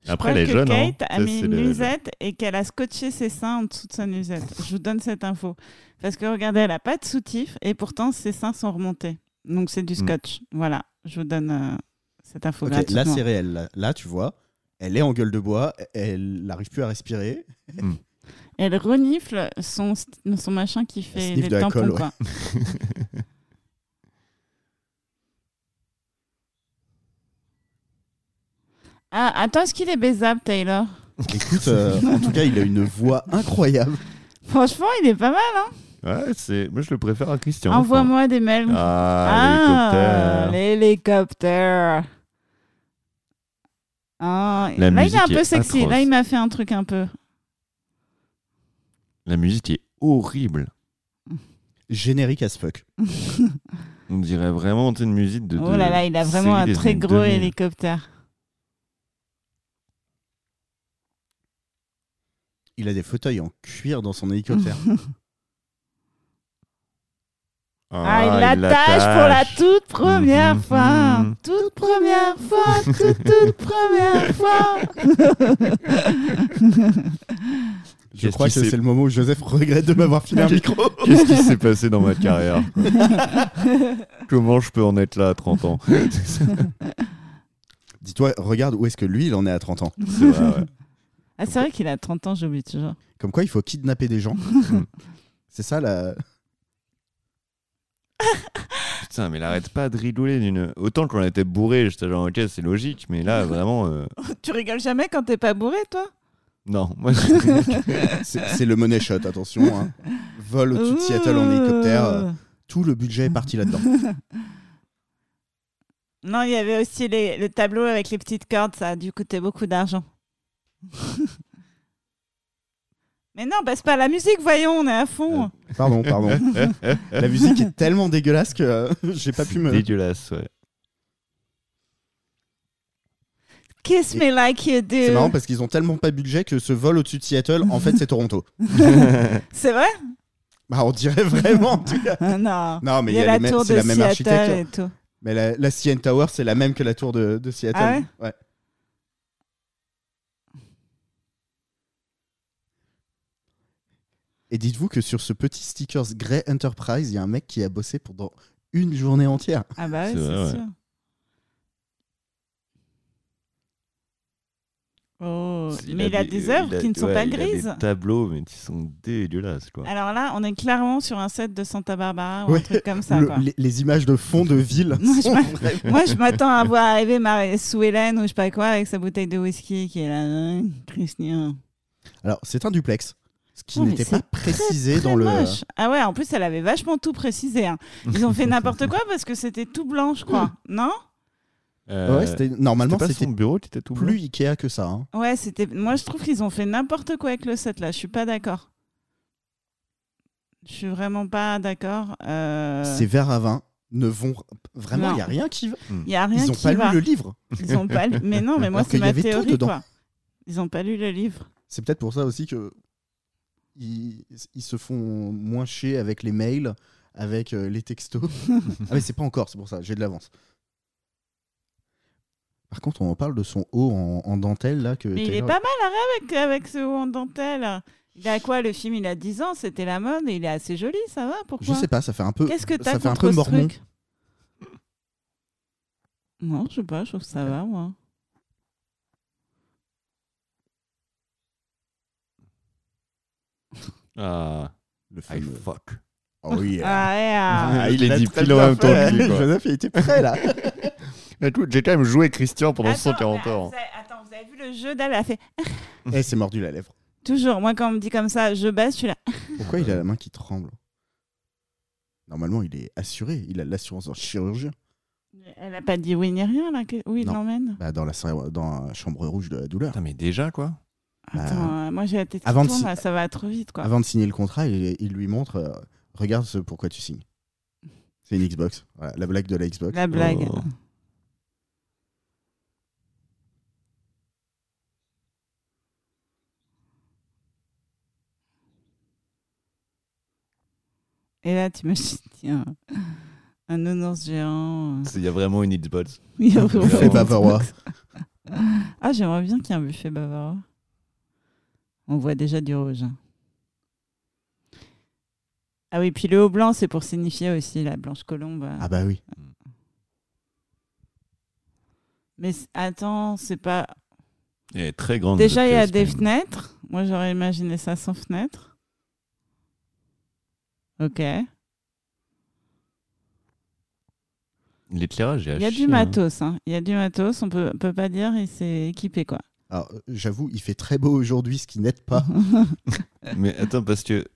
A: Je
B: Après,
A: crois
B: elle est
A: que
B: jeune, hein.
A: Kate a
B: Ça,
A: mis
B: c'est
A: une
B: le-
A: nuisette et qu'elle a scotché ses seins en dessous de sa nuisette. Je vous donne cette info. Parce que regardez, elle a pas de soutif et pourtant ses seins sont remontés. Donc c'est du
B: Hmm.
A: scotch. Voilà, je vous donne euh, cette info
G: Ok, là,
A: gratuitement.
G: c'est réel. Là, Là, tu vois, elle est en gueule de bois, elle n'arrive plus à respirer.
A: Elle renifle son, st- son machin qui fait
G: sniffe
A: des
G: de la
A: tampons.
G: colle, ouais.
A: quoi. ah, attends, est-ce qu'il est baisable, Taylor
G: Écoute, euh, en tout cas, il a une voix incroyable.
A: Franchement, il est pas mal. hein.
B: Ouais, c'est... Moi, je le préfère à Christian. enfin.
A: Envoie-moi des mails.
B: Ah, l'hélicoptère.
A: l'hélicoptère. Ah,
B: La
A: là, il est un
B: musique
A: peu
B: est
A: sexy.
B: atroce.
A: Là, il m'a fait un truc un peu.
B: La musique est horrible.
G: Générique as fuck.
B: On dirait vraiment tu sais, une musique de.
A: Oh
B: de
A: là là, il a vraiment
B: série
A: un
B: des
A: très
B: années
A: gros
B: 2000.
A: hélicoptère.
G: Il a des fauteuils en cuir dans son hélicoptère.
A: Ah, il l'attache Mm-hmm. pour la
B: l'attache.
A: toute première
B: Mhm.
A: fois. Toute première fois, toute, toute première fois.
G: Je
B: Qu'est-ce
G: crois que
B: qui s'est-
G: c'est le moment où Joseph regrette de m'avoir filé un micro.
B: Qu'est-ce qui s'est passé dans ma carrière quoi Comment je peux en être là à 30 ans
G: Dis-toi, regarde où est-ce que lui, il en est à 30 ans.
B: C'est vrai, ouais.
A: ah, c'est vrai qu'il a 30 ans, j'oublie toujours.
G: Comme quoi, il faut kidnapper des gens. Hmm. c'est ça, la...
B: Putain, mais il arrête pas de rigoler d'une. Autant qu'on était bourré, j'étais genre, ok, c'est logique, mais là, vraiment. euh,
A: Tu rigoles jamais quand t'es pas bourré, toi
B: Non, moi,
G: c'est c'est le money shot, attention. hein. Vol au-dessus de Seattle en hélicoptère. euh, Tout le budget est parti là-dedans.
A: Non, il y avait aussi les- le tableau avec les petites cordes, ça a dû coûter beaucoup d'argent. Mais non, baisse pas la musique, voyons, on est à
G: Euh,
A: fond.
G: Pardon, pardon. La musique est tellement dégueulasse que euh, j'ai pas pu
B: c'est
G: me.
B: dégueulasse, ouais.
A: Kiss me like you
G: C'est marrant
A: do.
G: parce qu'ils ont tellement pas de budget que ce vol au-dessus de Seattle, en fait, c'est Toronto.
A: C'est vrai
G: Bah, on dirait vraiment, en tout cas.
A: Ah, Non.
G: Non, mais
A: il y a
G: les
A: la
G: mêmes-
A: tour
G: c'est
A: de
G: la même
A: Seattle
G: architecture.
A: et tout.
G: Mais la, la CN Tower, c'est la même que la tour de, de Seattle.
A: Ah
G: ouais Et dites-vous que sur ce petit stickers Grey Enterprise, il y a un mec qui a bossé pendant une journée entière.
A: Ah bah oui,
B: C'est
A: c'est
B: vrai, ouais.
A: sûr. Oh, mais il a des œuvres
B: il a-
A: qui ne sont
B: ouais,
A: pas
B: il a des
A: grises.
B: tableaux, mais qui sont dégueulasses, quoi.
A: Alors là, on est clairement sur un set de Santa Barbara ou un
G: Ouais,
A: truc comme ça.
G: Le-
A: quoi.
G: les, les images de fond de ville
A: Moi, je
G: sont
A: m'a-
G: vraiment-
A: Moi, je m'attends à voir arriver Marie- sous Hélène ou je sais pas quoi avec sa bouteille de whisky qui est là. hein, Christian.
G: Alors, c'est un duplex, ce qui
A: Non, Oh, mais
G: n'était
A: c'est
G: pas précisé
A: Très
G: dans le.
A: moche. Ah ouais, en plus, elle avait vachement tout précisé. hein. Ils ont fait n'importe quoi parce que c'était tout blanc, je crois. Non
B: Euh,
G: Ouais, c'était- normalement,
B: pas
G: c'était
B: son bureau qui était tout blanc
G: plus Ikea que ça. hein.
A: Ouais, c'était. Moi, je trouve qu'ils ont fait n'importe quoi avec le set là. Je suis pas d'accord. Je suis vraiment pas d'accord. Euh,
G: Ces verres à vin ne vont vraiment,
A: Non.
G: il y a rien qui va.
A: Il y a rien
G: Ils ont
A: qui
G: pas
A: va.
G: lu le livre.
A: Ils ont pas. lu- Mais non, mais moi,
G: Alors
A: c'est
G: qu'il y
A: ma
G: avait tout
A: théorie
G: dedans.
A: quoi. Ils ont pas lu le livre.
G: C'est peut-être pour ça aussi que ils, ils se font moins chier avec les mails, avec euh, les textos. ah mais c'est pas encore, c'est pour ça, j'ai de l'avance. Par contre, on en parle de son haut en, en dentelle là que
A: Mais il est
G: Taylor-
A: pas mal, arrête avec, avec ce haut en dentelle. Il a quoi le film Il a 10 ans, c'était la mode, et il est assez joli, ça va
G: Je
A: Pourquoi
G: sais pas, ça fait un peu
A: Qu'est-ce que t'as
G: ça fait un
A: contre
G: peu
A: ce
G: mormon.
A: truc Non, je sais pas, je trouve que ça va, moi.
B: Ah,
G: le
B: I
G: fameux.
B: fuck.
G: Ah oui.
A: Ah ouais, ah.
B: Ah, il est
G: l'a
B: dit
G: très
B: pile en
G: bien
B: même temps que
G: fait.
B: lui, quoi.
G: Joseph, il était prêt là.
B: Écoute, j'ai quand même joué Christian pendant
A: Attends,
B: 140
A: mais
B: heures.
A: vous avez- Attends, vous avez vu le jeu d'elle Elle a fait
G: Et Eh, c'est mordu la lèvre.
A: toujours. Moi, quand on me dit comme ça, je baisse, je suis là.
G: Pourquoi il a la main qui tremble Normalement, il est assuré, il a l'assurance d'un chirurgien.
A: Elle a pas dit oui ni rien, là. que- Où il
G: Non.
A: l'emmène
G: Bah, dans, la, sa- dans la chambre rouge de la douleur.
B: Putain, mais déjà, quoi.
G: Bah,
A: Attends, euh, moi j'ai la tête qui
G: avant de
A: tourne,
G: si-
A: là, ça va trop vite, quoi.
G: Avant de signer le contrat, il, il lui montre euh, Regarde ce pourquoi tu signes. C'est une Xbox. Voilà, la blague de la Xbox.
A: La blague.
B: Oh.
A: Et là, tu imagines, tiens, un nounours
G: Ah,
A: géant. euh,
B: C'est- Il y a vraiment une Xbox.
A: il y a vraiment
B: Buffet
A: une
G: bavarois.
A: Xbox. ah, j'aimerais bien qu'il y ait un buffet bavarois. On voit déjà du rouge. hein. Ah oui, puis le haut blanc, c'est pour signifier aussi la blanche colombe. euh.
G: Ah bah oui.
A: Mais c- attends, c'est pas.
B: Elle est très grande.
A: Déjà, il y a
B: cette
A: des
B: pièce, mais-
A: fenêtres. Moi, j'aurais imaginé ça sans fenêtre. Ok.
B: L'éclairage,
A: Il y a du matos. hein. Il y a du matos. On peut, peut pas dire il s'est équipé, quoi.
G: Alors, euh, j'avoue, il fait très beau aujourd'hui, ce qui n'aide pas.
A: Mhm.
B: Mais attends, parce que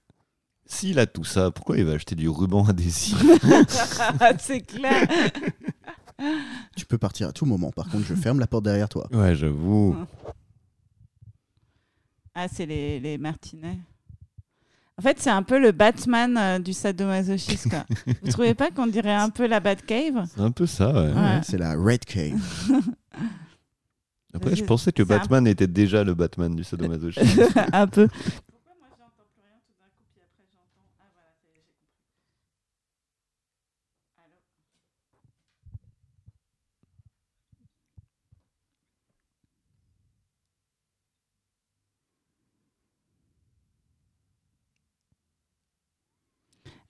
B: s'il a tout ça, pourquoi il va acheter du ruban adhésif
A: c'est clair.
G: tu peux partir à tout moment. Par contre, je ferme la porte derrière toi.
B: Ouais, j'avoue.
A: Mmh. Ah, c'est les, les Martinets. En fait, c'est un peu le Batman euh, du sadomasochisme. quoi. Vous trouvez pas qu'on dirait un peu la Batcave
B: C'est un peu ça, ouais.
A: Ouais.
G: Ouais, C'est la Red Cave.
B: Après, je pensais que
A: C'est un-
B: Batman était déjà le Batman du sadomasochisme.
A: Un peu.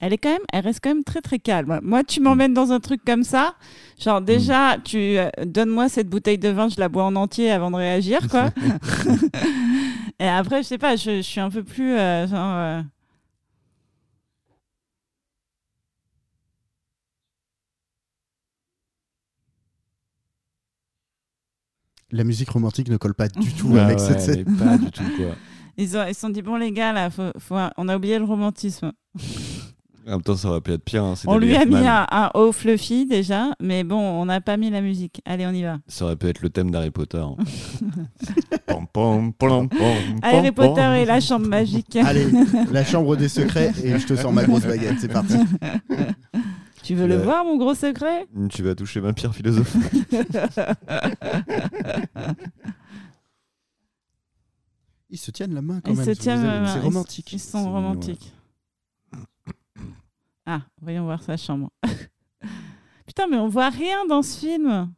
A: Elle est quand même, elle reste quand même très très calme. Moi, tu m'emmènes dans un truc comme ça, genre déjà, tu euh, donne-moi cette bouteille de vin, je la bois en entier avant de réagir, quoi. Et après, je sais pas, je, je suis un peu plus euh, genre. euh,
G: La musique romantique ne colle pas du tout
B: Ah
G: avec
B: ouais,
G: cette scène.
B: mais pas du tout, quoi.
A: Ils ont, ils se sont dit bon les gars là, faut- faut un- on a oublié le romantisme.
B: En même temps, ça aurait pu être pire. hein, c'est
A: On
B: Danny
A: lui a mis
B: Elfman.
A: un, un haut fluffy déjà, mais bon, on n'a pas mis la musique. Allez, on y va.
B: Ça aurait pu être le thème d'Harry Potter. hein. Pom, pom, pom, pom,
A: Harry
B: pom, pom.
A: Potter et la chambre magique.
G: Allez, la chambre des secrets et je te sors ma grosse baguette. C'est parti.
A: tu veux le
B: Euh.
A: voir mon gros secret
B: Mmh, Tu vas toucher ma pierre philosophe.
G: Ils se tiennent la main quand
A: Ils
G: même.
A: se
G: si vous
A: tiennent
G: avez-
A: la main.
G: C'est
A: Ils-
G: romantique.
A: Ils
B: C'est
A: sont
B: mignon,
A: romantiques. Ah, voyons voir sa chambre. Putain, mais on voit rien dans ce film.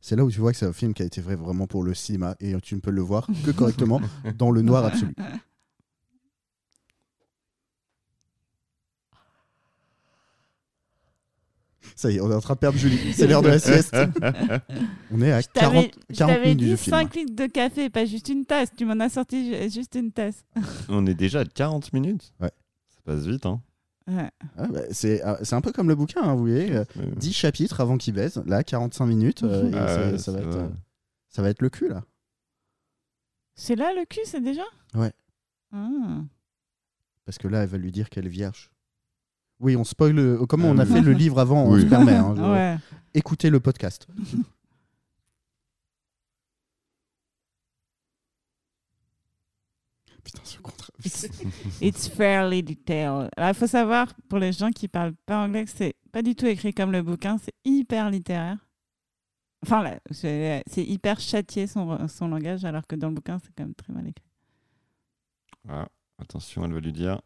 G: C'est là où tu vois que c'est un film qui a été vrai vraiment pour le cinéma et tu ne peux le voir que correctement dans le noir absolu. Ça y est, on est en train de perdre Julie. C'est l'heure de la sieste. On est à
A: Je t'avais
G: 40,
A: je
G: 40
A: t'avais
G: minutes
A: dit
G: du film.
A: 5 litres de café, pas juste une tasse. Tu m'en as sorti ju- juste une tasse.
B: On est déjà à 40 minutes
G: Ouais.
B: Ça passe vite, hein.
A: Ouais.
G: Ah bah, c'est ah, c'est un peu comme le bouquin, hein, vous voyez. euh,
B: Euh,
G: 10 chapitres avant qu'il baise. Là, 45 minutes. euh, et
B: Ah
G: ça-
B: ouais,
G: ça, va
B: ça
G: être,
B: va.
G: euh, ça va être le cul, là.
A: C'est là le cul, c'est déjà
G: Ouais.
A: Ah.
G: Parce que là, elle va lui dire qu'elle est vierge. Oui, on spoil. le- Comment
B: Ah
G: on a
B: oui.
G: fait le livre avant, on
B: Oui.
G: se permet. hein, je-
A: Ah Ouais.
G: Écoutez le podcast. Putain, ce contrat.
A: It's, it's fairly detailed. Alors, il faut savoir, pour les gens qui parlent pas anglais, que c'est pas du tout écrit comme le bouquin, c'est hyper littéraire. Enfin, là, c'est c'est hyper châtié son, son langage, alors que dans le bouquin, c'est quand même très mal écrit.
B: ah, attention, elle va lui dire.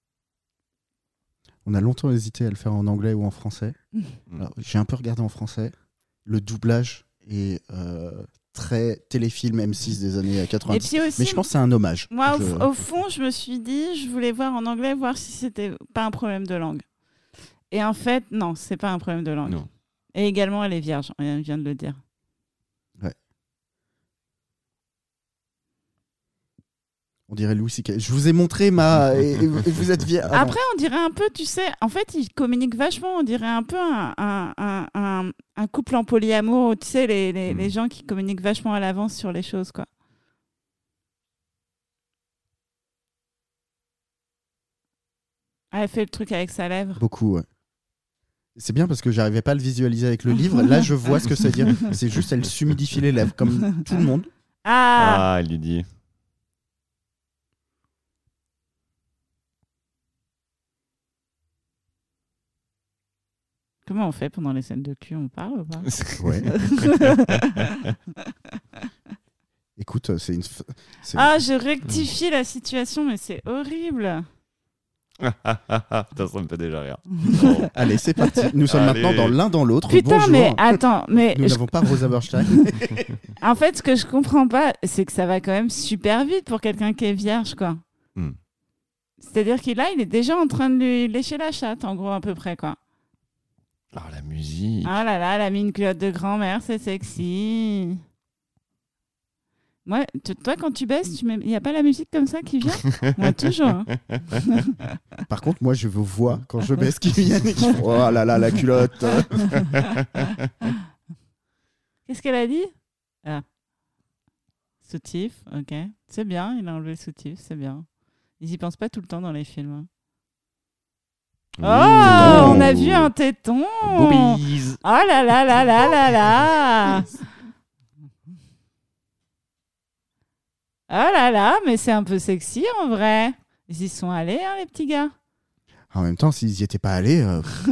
G: On a longtemps hésité à le faire en anglais ou en français. Alors, J'ai un peu regardé en français. Le doublage est euh, très téléfilm M6 des années
A: Et
G: 90.
A: puis aussi,
G: Mais je pense que c'est un hommage.
A: moi, oh, au,
G: Je-
A: f- au fond, je me suis dit, je voulais voir en anglais, voir si c'était pas un problème de langue. Et en fait, non, c'est pas un problème de langue.
B: Non.
A: Et également, elle est vierge, on vient de le dire.
G: On dirait Louis C.K. Je vous ai montré ma. et- et vous- et vous êtes vieux. Ah non.
A: Après, on dirait un peu, tu sais, en fait, ils communiquent vachement, on dirait un peu un, un- un- un- un couple en polyamour, tu sais, les, les-
G: Hmm.
B: Mm.
A: les gens qui communiquent vachement à l'avance sur les choses, quoi. Ah, elle fait le truc avec sa lèvre.
G: Beaucoup, ouais. C'est bien parce que j'arrivais pas à le visualiser avec le livre. Là, je vois ce que ça veut dire. C'est juste, elle s'humidifie les lèvres, comme tout le monde.
A: Ah,
B: Ah, elle lui dit.
A: Comment on fait pendant les scènes de cul On parle ou pas
G: Ouais. Écoute, euh, c'est une. f- c'est-
A: Ah, je rectifie la situation, mais c'est horrible.
B: Ah, Putain, ça me fait déjà rire.
G: Allez, c'est parti. Nous sommes
B: Allez.
G: maintenant dans l'un dans l'autre.
A: Putain,
G: Bonjour.
A: mais attends, mais
G: Nous
A: je-
G: n'avons pas Rosa Bernstein.
A: en fait, ce que je comprends pas, c'est que ça va quand même super vite pour quelqu'un qui est vierge, quoi.
B: Hmm.
A: C'est-à-dire qu'il là, il est déjà en train de lui lécher la chatte, en gros, à peu près, quoi.
B: Oh, la musique.
A: Ah là là, elle a mis une culotte de grand-mère, c'est sexy. Moi, tu- toi, quand tu baisses, il n'y a pas la musique comme ça qui vient Moi, toujours. hein.
G: Par contre, moi, je vous vois quand je baisse qui viennent et qui font, Oh là là, la culotte
A: Qu'est-ce qu'elle a dit ah. Soutif, ok. C'est bien, il a enlevé le soutif, c'est bien. Ils y pensent pas tout le temps dans les films. hein.
B: Mmh.
A: Oh, on a vu un téton Oh
B: Boobies.
A: là là là là là là Oh là là, mais c'est un peu sexy en vrai. Ils y sont allés, hein, les petits gars.
G: En même temps, s'ils y étaient pas allés, euh, pff,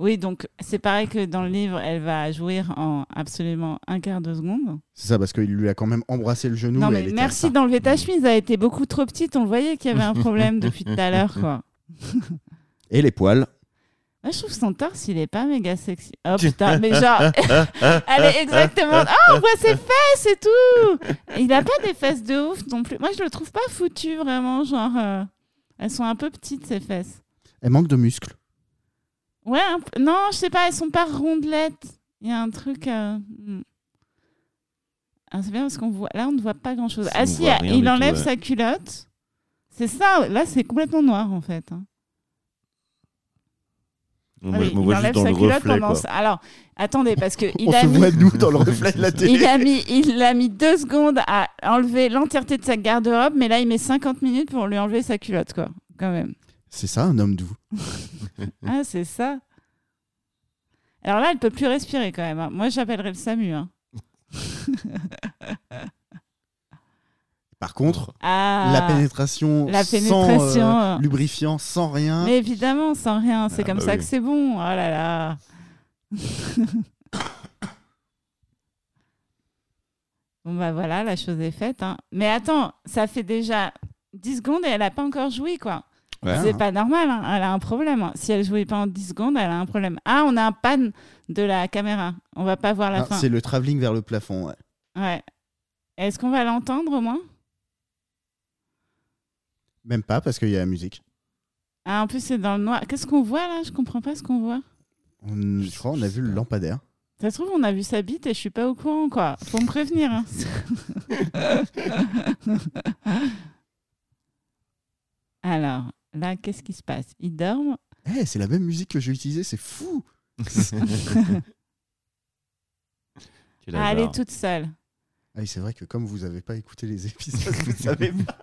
A: Oui, donc c'est pareil que dans le livre, elle va jouir en absolument un quart de seconde.
G: c'est ça parce qu'il lui a quand même embrassé le genou.
A: Non,
G: et
A: mais
G: elle était à
A: merci
G: ça.
A: d'enlever ta chemise. Elle était beaucoup trop petite. On le voyait qu'il y avait un problème depuis tout à l'heure. Quoi.
G: Et les poils.
A: Moi, je trouve son torse, il est pas méga sexy. Oh putain, mais genre, elle est exactement. Ah, on voit ses fesses et tout. Il a pas des fesses de ouf non plus. Moi, je le trouve pas foutu vraiment. Genre, euh, elles sont un peu petites ses fesses.
G: Elle manque de muscles.
A: Ouais, un peu- non, je sais pas. Elles sont pas rondelettes. Il y a un truc. euh, hmm. Ah, c'est bien parce qu'on voit. Là, on ne voit pas grand chose.
B: Ça, on
A: Ah si,
B: voit rien du
A: il
B: tout,
A: enlève
B: ouais.
A: sa culotte. C'est ça. Là, c'est complètement noir en fait. hein.
B: Moi,
A: Ah
B: je
A: oui,
B: me
A: il
B: vois juste
A: enlève
B: dans
A: sa
B: le
A: culotte
B: reflet.
A: pendant
B: Quoi.
A: ce- Alors, attendez, parce que
G: On
A: il
G: se
A: a, mis,
G: voit, nous, dans le reflet de la télé.
A: il, a mis, il a mis deux secondes à enlever l'entièreté de sa garde-robe, mais là, il met 50 minutes pour lui enlever sa culotte, quoi, quand même.
G: C'est ça, un homme doux.
B: Mmh.
A: Ah, c'est ça. Alors là, elle peut plus respirer, quand même. hein. Moi, j'appellerai le SAMU. hein.
G: Par contre,
A: Ah,
G: la pénétration,
A: la
G: sans
A: pénétration,
G: euh,
A: euh.
G: lubrifiant, sans rien.
A: Mais évidemment, sans rien, c'est
B: Ah,
A: comme
B: bah
A: ça
B: oui.
A: que c'est bon. Oh là là. bon bah voilà, la chose est faite. hein. Mais attends, ça fait déjà 10 secondes et elle n'a pas encore joui quoi.
G: Ouais.
A: C'est pas normal, hein. elle a un problème. hein. Si elle jouait pas en 10 secondes, elle a un problème. Ah, on a un panne de la caméra. On va pas voir la
G: Ah,
A: fin.
G: c'est le travelling vers le plafond. ouais.
A: Ouais. Est-ce qu'on va l'entendre au moins
G: Même pas parce qu'il y a la musique.
A: ah, En plus, c'est dans le noir. Qu'est-ce qu'on voit là Je comprends pas ce qu'on voit.
G: On- je crois on a vu le lampadaire.
A: Ça se trouve, on a vu sa bite et je suis pas au courant, quoi. Faut me prévenir. hein. Alors, là, qu'est-ce qui se passe Ils dorment
G: Eh, c'est la même musique que j'ai utilisée, c'est fou.
B: Tu
A: Ah,
B: la
A: Elle
B: verras.
A: est toute seule.
G: Ah, et c'est vrai que comme vous avez pas écouté les épisodes, vous savez pas.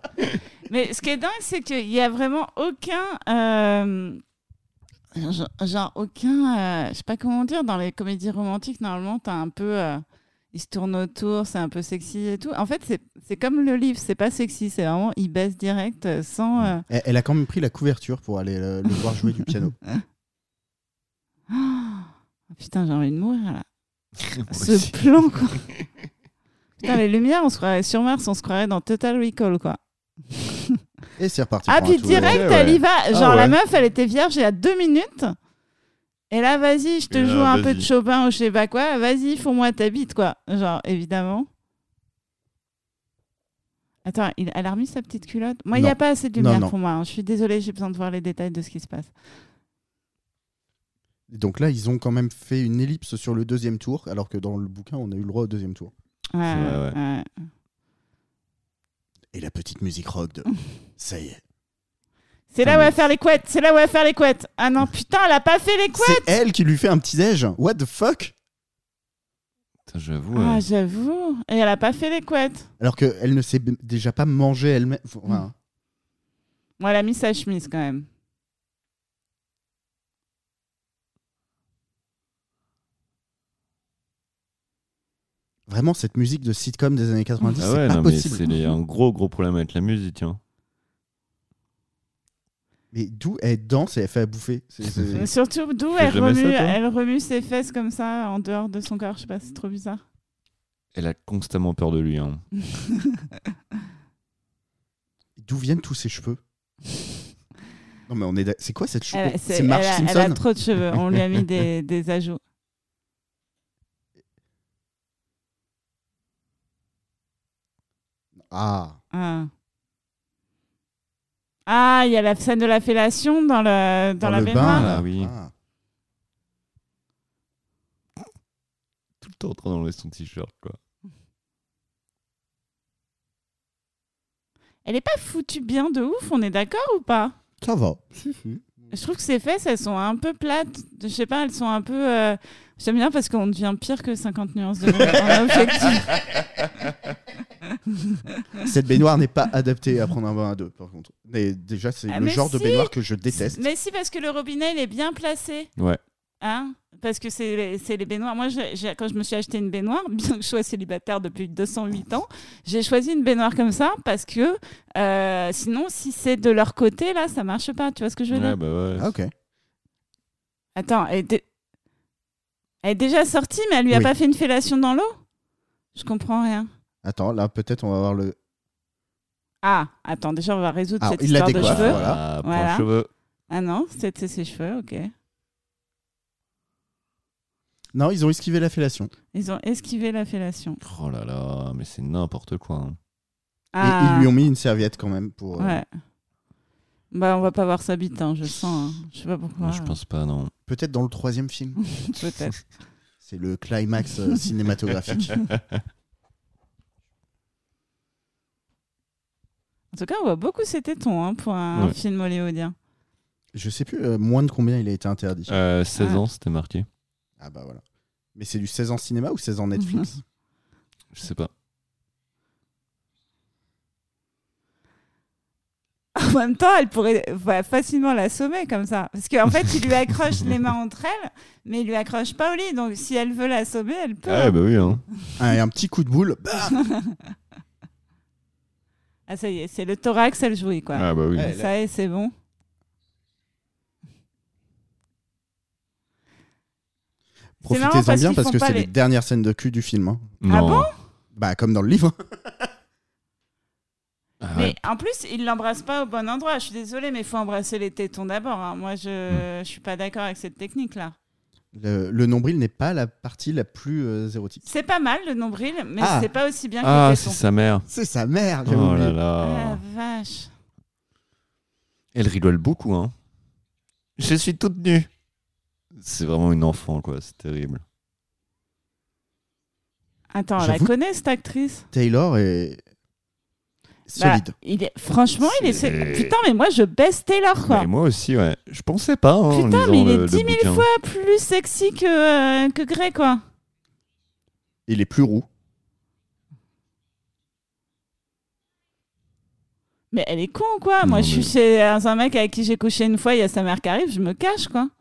A: Mais ce qui est dingue, c'est qu'il n'y a vraiment aucun. euh, genre, genre aucun. euh, je sais pas comment dire, dans les comédies romantiques, normalement, t'as un peu. euh, ils se tournent autour, c'est un peu sexy et tout. En fait, c'est- c'est comme le livre, c'est pas sexy, c'est vraiment. Ils baissent direct euh, sans. euh,
G: Elle, elle a quand même pris la couverture pour aller euh, le voir jouer du piano.
A: Oh, putain, j'ai envie de mourir là.
B: Moi
A: Ce
B: aussi.
A: plan, quoi. Putain, les lumières, on se croirait sur Mars, on se croirait dans Total Recall, quoi.
G: Et c'est reparti.
A: Ah,
G: pour un
A: puis
G: tour.
A: direct,
B: Ouais, ouais.
A: elle y va. Genre, la
B: ouais.
A: meuf, elle était vierge il y a deux minutes. Et là, vas-y, je te
B: Et là,
A: joue un peu de
B: vas-y.
A: Chopin ou je sais pas quoi. Vas-y, fous-moi ta bite, quoi. Genre, évidemment. Attends, il- elle a remis sa petite culotte. Moi, il n'y a
G: Non.
A: pas assez de
G: Non,
A: lumière
G: non.
A: pour moi. hein. Je suis désolée, j'ai besoin de voir les détails de ce qui se passe.
G: Donc là, ils ont quand même fait une ellipse sur le deuxième tour, alors que dans le bouquin, on a eu le droit au deuxième tour.
A: Ouais,
B: vrai,
A: ouais.
G: Et la petite musique rock de. Ça y est.
A: C'est là où elle va faire les couettes. C'est là où elle va faire les couettes. Ah non, putain, elle a pas fait les couettes.
G: C'est elle qui lui fait un petit déj. What the fuck
B: Putain, J'avoue.
A: Ah,
B: ouais.
A: j'avoue. Et elle a pas fait les couettes. Mm.
G: Alors qu'elle ne sait b- déjà pas manger elle-même. Enfin,
A: Bon, elle a mis sa chemise quand même.
G: Vraiment, cette musique de sitcom des années 90,
A: Mm.
B: Ah
G: c'est
B: ouais,
G: pas
B: non, mais
G: possible.
B: c'est les- un gros, gros problème avec la musique. Hein.
G: Mais d'où elle danse et elle fait à bouffer C'est- c'est-
A: Mais surtout, d'où
B: fais
A: elle
B: jamais ça,
A: remue,
B: toi
A: elle remue ses fesses comme ça en dehors de son corps. Je sais pas, c'est trop bizarre.
B: Elle a constamment peur de lui. Hein.
G: D'où viennent tous ces cheveux Non, mais on est. d'ac- C'est quoi cette cheveux
A: Elle-
G: C'est Marge
A: Euh, elle a-
G: Simpson
A: Elle a trop de cheveux. On lui a mis des, des ajouts.
G: Ah
A: Ah. Ah, il y a la scène de la fellation dans, le, dans, la
G: le
A: baignoire.
G: bain, là.
B: Ah oui.
G: Ah.
B: Tout le temps en train d'enlever son t-shirt. quoi.
A: Elle est pas foutue bien de ouf, on est d'accord ou pas
G: Ça va. Si, si.
A: Je trouve que ses fesses, elles sont un peu plates. Je sais pas, elles sont un peu. euh, J'aime bien parce qu'on devient pire que 50 nuances de gris en objectif.
G: Cette baignoire n'est pas adaptée à prendre un bain à deux, par contre. Mais déjà, c'est
A: Ah,
G: le
A: mais
G: genre de
A: si
G: baignoire que je déteste.
A: Mais si, parce que le robinet, il est bien placé.
B: Ouais.
A: Hein parce que c'est les- c'est les baignoires. Moi, j'ai- j'ai- quand je me suis acheté une baignoire, bien que je sois célibataire depuis 208 ans, j'ai choisi une baignoire comme ça parce que euh, sinon, si c'est de leur côté, là, ça marche pas. Tu vois ce que je veux dire
B: Ouais, bah ouais.
G: Ah, ok.
A: Attends, elle, est dé- elle est déjà sortie, mais elle lui a
G: Oui.
A: pas fait une fellation dans l'eau Je comprends rien.
G: Attends, là, peut-être on va voir le.
A: Ah, attends, déjà, on va résoudre
G: Ah,
A: cette
G: il la
A: histoire de
G: décoiffe,
A: cheveux.
G: voilà.
B: Ah, point
A: Voilà.
B: cheveux.
A: Ah non, c'était ses cheveux, ok.
G: Non, ils ont esquivé la fellation.
A: Ils ont esquivé la fellation.
B: Oh là là, mais c'est n'importe quoi. hein.
A: Ah,
G: Et ils lui ont mis une serviette quand même pour. euh,
A: ouais. Bah, on va pas voir sa bite, hein, je le sens. hein. Je sais pas pourquoi. hein,
B: Moi, Je pense pas, non.
G: Peut-être dans le troisième film.
A: Peut-être.
G: C'est le climax euh, cinématographique.
A: En tout cas, on voit beaucoup ses tétons hein, pour un
B: Ouais.
A: film hollywoodien.
G: Je sais plus euh, moins de combien il a été interdit.
B: Euh, 16
A: Ah.
B: ans, c'était marqué.
G: Ah bah voilà. Mais c'est du 16 ans cinéma ou 16 ans
A: Mhm.
G: Netflix
B: Je sais pas.
A: En même temps, elle pourrait voilà, facilement l'assommer comme ça. Parce qu'en fait, il lui accroche les mains entre elles, mais il lui accroche pas au lit. Donc, si elle veut l'assommer, elle peut.
B: Ah, bah oui, hein.
G: Ah, et un petit coup de boule. bah,
A: Ah, ça y est, c'est le thorax, elle jouit, quoi.
B: Ah, bah oui.
G: Ouais.
A: Ça y est, c'est bon. C'est marrant
G: Profitez-en bien
A: qu'ils
G: parce
A: font
G: que
A: pas
G: c'est les...
A: les-
G: dernières scènes de cul du film. hein.
A: Ah
B: Non.
A: bon
G: Bah comme dans le livre.
B: Ah ouais.
A: Mais en plus, il l'embrasse pas au bon endroit. Je suis désolée, mais il faut embrasser les tétons d'abord. hein. Moi,
B: Hmm.
A: je ne suis pas d'accord avec cette technique-là.
G: Le, le nombril n'est pas la partie la plus euh, érotique.
A: C'est pas mal le nombril, mais
G: Ah.
A: c'est pas aussi bien que
B: Ah,
A: les
B: c'est
A: tétons.
B: sa mère.
G: C'est sa mère. j'avais
B: Oh
G: oublié.
B: là là.
A: Ah, vache.
B: Elle rigole beaucoup, hein. Je suis toute nue. C'est vraiment une enfant, quoi. C'est terrible.
A: Attends, on la
G: J'avoue-
A: connaît, cette actrice
G: Taylor est
A: Bah,
G: solide.
A: il est... Franchement, il est...
B: C'est-
A: Putain, mais moi, je baisse Taylor, quoi.
B: Mais moi aussi, ouais. Je pensais pas, hein, en
A: Putain,
B: lisant
A: mais il
B: le-
A: est
B: le
A: 10 000
B: bouquin.
A: fois plus sexy que, euh, que Grey, quoi.
G: Il est plus roux.
A: Mais elle est con, quoi. Moi,
B: Non,
A: je suis
B: mais-
A: chez euh, un mec avec qui j'ai couché une fois, il y a sa mère qui arrive, je me cache, quoi.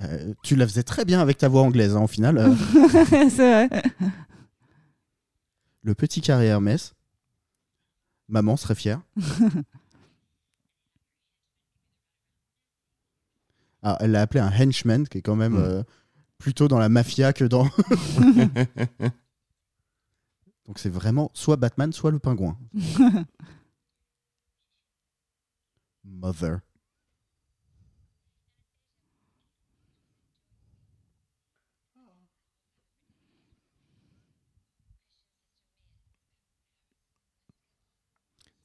G: Euh, tu la faisais très bien avec ta voix anglaise hein, au final. euh,
A: c'est vrai.
G: le petit carré Hermès. Maman serait fière. Ah, elle l'a appelé un henchman, qui est quand même
B: Mm.
G: euh, plutôt dans la mafia que dans. Donc c'est vraiment soit Batman, soit le pingouin. Mother.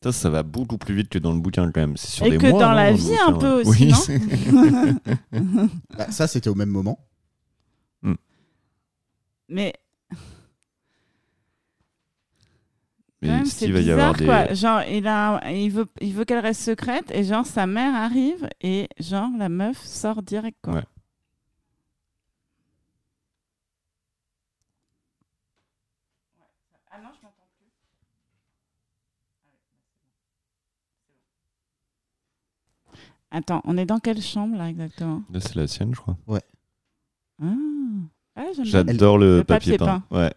B: Ça, ça va beaucoup plus vite que dans le bouquin, quand même. C'est sur
A: Et
B: des
A: que
B: mois,
A: dans
B: non,
A: la
B: le
A: vie, un
B: bouquin,
A: peu
B: ouais.
A: aussi,
B: Oui,
A: non
B: c'est-
G: Bah, ça, c'était au même moment.
A: Mais quand
B: Mais
A: même,
B: si,
A: c'est
B: il va y avoir
A: bizarre,
B: des.
A: quoi. Genre, il, a, il veut, il veut qu'elle reste secrète, et genre, sa mère arrive, et genre, la meuf sort direct, quoi.
B: Ouais.
A: Ah bah, Attends, on est dans quelle chambre là exactement
B: Là, c'est la sienne, je crois.
A: Ah, Ah, j'aime bien.
B: J'adore le,
A: Le
B: papier,
A: papier
B: peint. Ouais.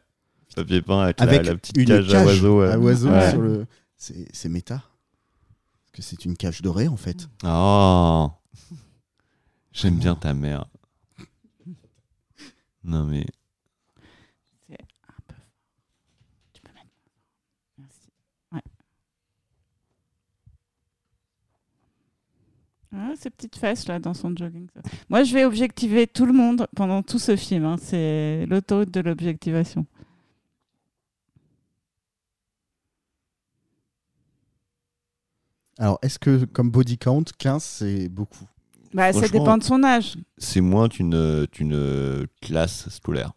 B: Papier peint avec, la-
G: Avec
B: la, petite
G: une
B: cage, à
G: cage
B: oiseaux. ouais.
G: à oiseaux
B: Ouais.
G: sur le. C'est c'est méta. Parce que c'est une cage dorée en fait.
B: Oh J'aime bien ta mère. Non, mais.
A: Un peu. Tu peux mettre. Merci. Ouais. Ah, ces petites fesses là dans son jogging. ça. Moi, je vais objectiver tout le monde pendant tout ce film. hein. C'est l'autoroute de l'objectivation.
G: Alors, est-ce que comme body count, 15 c'est beaucoup
A: Bah, ça
B: Franchement-
A: dépend de son âge.
B: C'est moins qu'une euh, qu'une, euh, classe scolaire.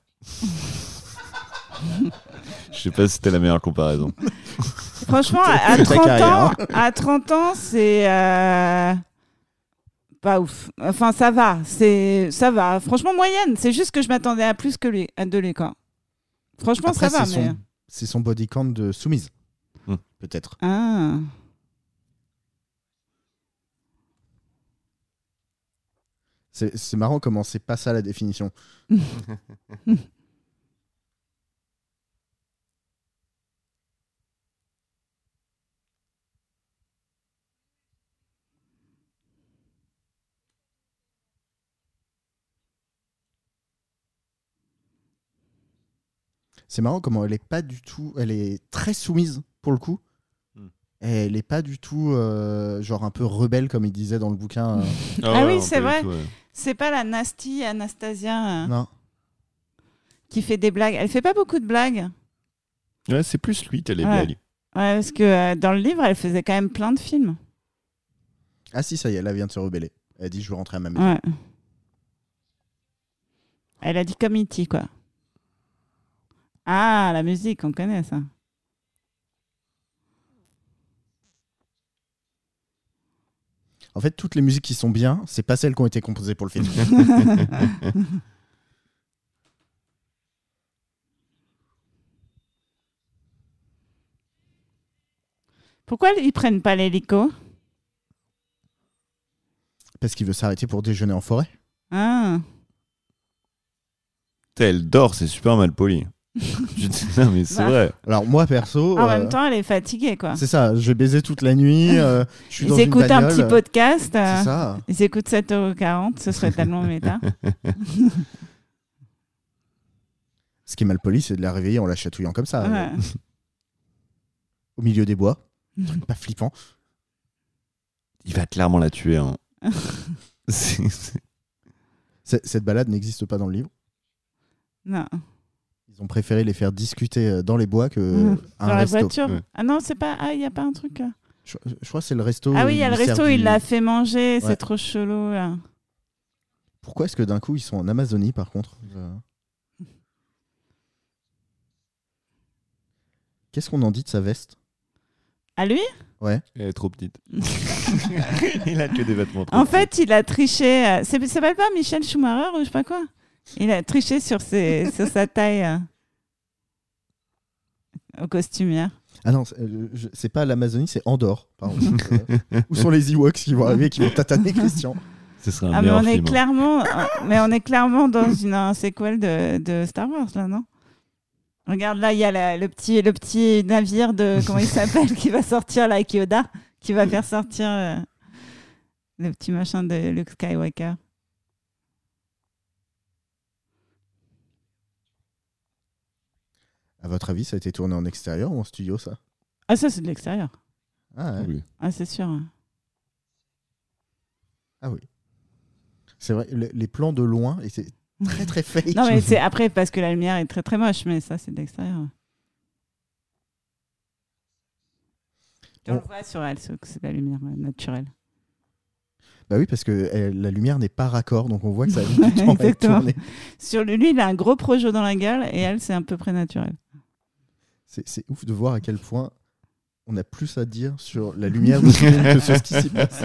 B: Je sais pas si c'était la meilleure comparaison.
A: Franchement, à
G: Ta
A: 30
G: carrière,
A: ans, à 30 ans, c'est euh, pas ouf. Enfin, ça va, c'est ça va. Franchement, moyenne. C'est juste que je m'attendais à plus que lui, à de lui, quoi. Franchement,
G: Après,
A: ça va,
G: c'est
A: mais
G: son, c'est son body count de soumise.
B: Hmm.
G: Peut-être.
A: ah.
G: C'est c'est marrant comment c'est pas ça la définition. C'est marrant comment elle est pas du tout. Elle est très soumise pour le coup.
B: Hmm.
G: Et elle est pas du tout euh, genre un peu rebelle comme il disait dans le bouquin. euh,
A: Ah oui,
B: on
A: c'est
B: peut-
A: vrai.
B: ouais.
A: c'est pas la nasty Anastasia euh,
G: non.
A: qui fait des blagues. Elle fait pas beaucoup de blagues.
B: Ouais, c'est plus lui qu'elle est
A: Ouais.
B: belle.
A: Ouais, parce que euh, dans le livre, elle faisait quand même plein de films.
G: Ah si, ça y est, elle vient de se rebeller. Elle dit je veux rentrer à ma maison.
A: Ouais. Elle a dit comme E.T., quoi. Ah, la musique, on connaît ça.
G: En fait, toutes les musiques qui sont bien, c'est pas celles qui ont été composées pour le film.
A: Pourquoi ils prennent pas l'hélico
G: Parce qu'il veut s'arrêter pour déjeuner en forêt.
A: Ah.
B: Putain, Elle dort, c'est super mal poli. Je dis, non, mais c'est
A: Bah.
B: vrai.
G: Alors moi perso,
A: En
G: euh,
A: même temps, elle est fatiguée, quoi.
G: c'est ça. Je vais baiser toute la nuit. euh, je suis dans
A: Ils
G: une
A: écoutent un
G: bagnole,
A: petit
G: euh,
A: podcast. euh,
G: C'est ça.
A: ils écoutent 7,40€, ce serait tellement méta.
G: Ce qui est mal poli, c'est de la réveiller en la chatouillant comme ça, euh,
A: Ouais.
G: au milieu des bois.
A: Mhm.
G: Truc pas flippant.
B: Il va clairement la tuer. hein. C'est- c'est-
G: C- cette balade n'existe pas dans le livre.
A: Non.
G: Ils ont préféré les faire discuter euh, dans les bois que
A: Mmh.
G: à un
A: Dans la
G: resto.
A: voiture.
B: ouais.
A: Ah non, c'est pas. Ah, il n'y a pas un truc. là.
G: Je, je crois que c'est le resto.
A: Ah
G: où
A: oui, il y a
G: ils
A: le resto,
G: servent du-
A: il l'a fait manger,
G: Ouais.
A: c'est trop chelou. là.
G: Pourquoi est-ce que d'un coup ils sont en Amazonie par contre Euh. Qu'est-ce qu'on en dit de sa veste
A: À lui
B: Elle est trop petite. Il a que des vêtements trop
A: En
B: petits.
A: fait, il a triché. euh, C'est ça s'appelle pas Michel Schumacher ou je sais pas quoi Il a triché sur, ses, sur sa taille euh, au costumière.
G: Ah non, c'est euh, je- c'est pas l'Amazonie, c'est Andorre. pardon. Euh, Où sont les Ewoks qui vont arriver et qui vont tataner Christian
B: ce serait un
A: Ah, mais
B: meilleur
A: on est
B: film. hein.
A: clairement, euh, mais on est clairement dans une un sequel de, de Star Wars là, non Regarde là, il y a la- le petit le petit navire de comment il s'appelle qui va sortir là, avec Yoda, qui va faire sortir euh, le petit machin de Luke Skywalker.
G: À votre avis, ça a été tourné en extérieur ou en studio ça
A: Ah ça c'est de l'extérieur.
G: ah, ouais.
B: Oui.
A: Ah c'est sûr.
G: Ah oui. C'est vrai, le- les plans de loin étaient très très fake.
A: Non mais c'est après parce que la lumière est très très moche, mais ça c'est de l'extérieur. Et On
G: Bon.
A: le voit sur elle, c'est que c'est de la lumière euh, naturelle.
G: Bah oui, parce que euh, la lumière n'est pas raccord, donc on voit que ça a mis du temps à être
A: Exactement.
G: tourné.
A: Sur lui, lui, il a un gros projet dans la gueule et elle, c'est un peu prénaturel.
G: C'est c'est ouf de voir à quel point on a plus à dire sur la lumière du film que sur ce qui s'y passe.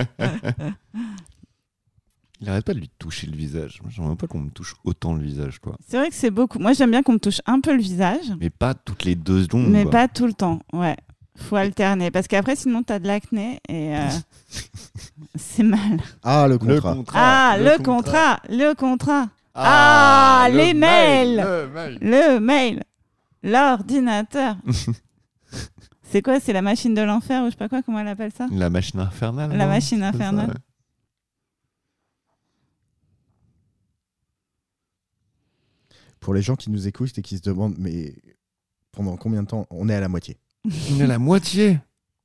B: Il arrête pas de lui toucher le visage. Moi, J'aimerais pas qu'on me touche autant le visage, quoi.
A: C'est vrai que
G: Mmh,
A: c'est beaucoup. Moi, j'aime bien qu'on me touche un peu le visage,
G: bah.
B: Mais pas toutes les deux secondes.
A: mais
B: quoi.
A: pas tout le temps. Ouais. Faut alterner. Parce qu'après, sinon, t'as de l'acné et euh, c'est mal.
G: Ah, le
B: Le
G: contrat.
B: contrat.
A: Ah, le, contrat. Le contrat. Ah,
B: le
A: les
B: mail,
A: mails.
B: le mail.
A: Le mail. L'ordinateur. c'est quoi C'est la machine de l'enfer ou je sais pas quoi, comment elle appelle ça
B: La machine infernale.
A: La
B: non
A: machine
B: C'est ça,
A: infernale.
B: ouais.
G: Pour les gens qui nous écoutent et qui se demandent, mais pendant combien de temps On est à la moitié.
B: On est à la moitié.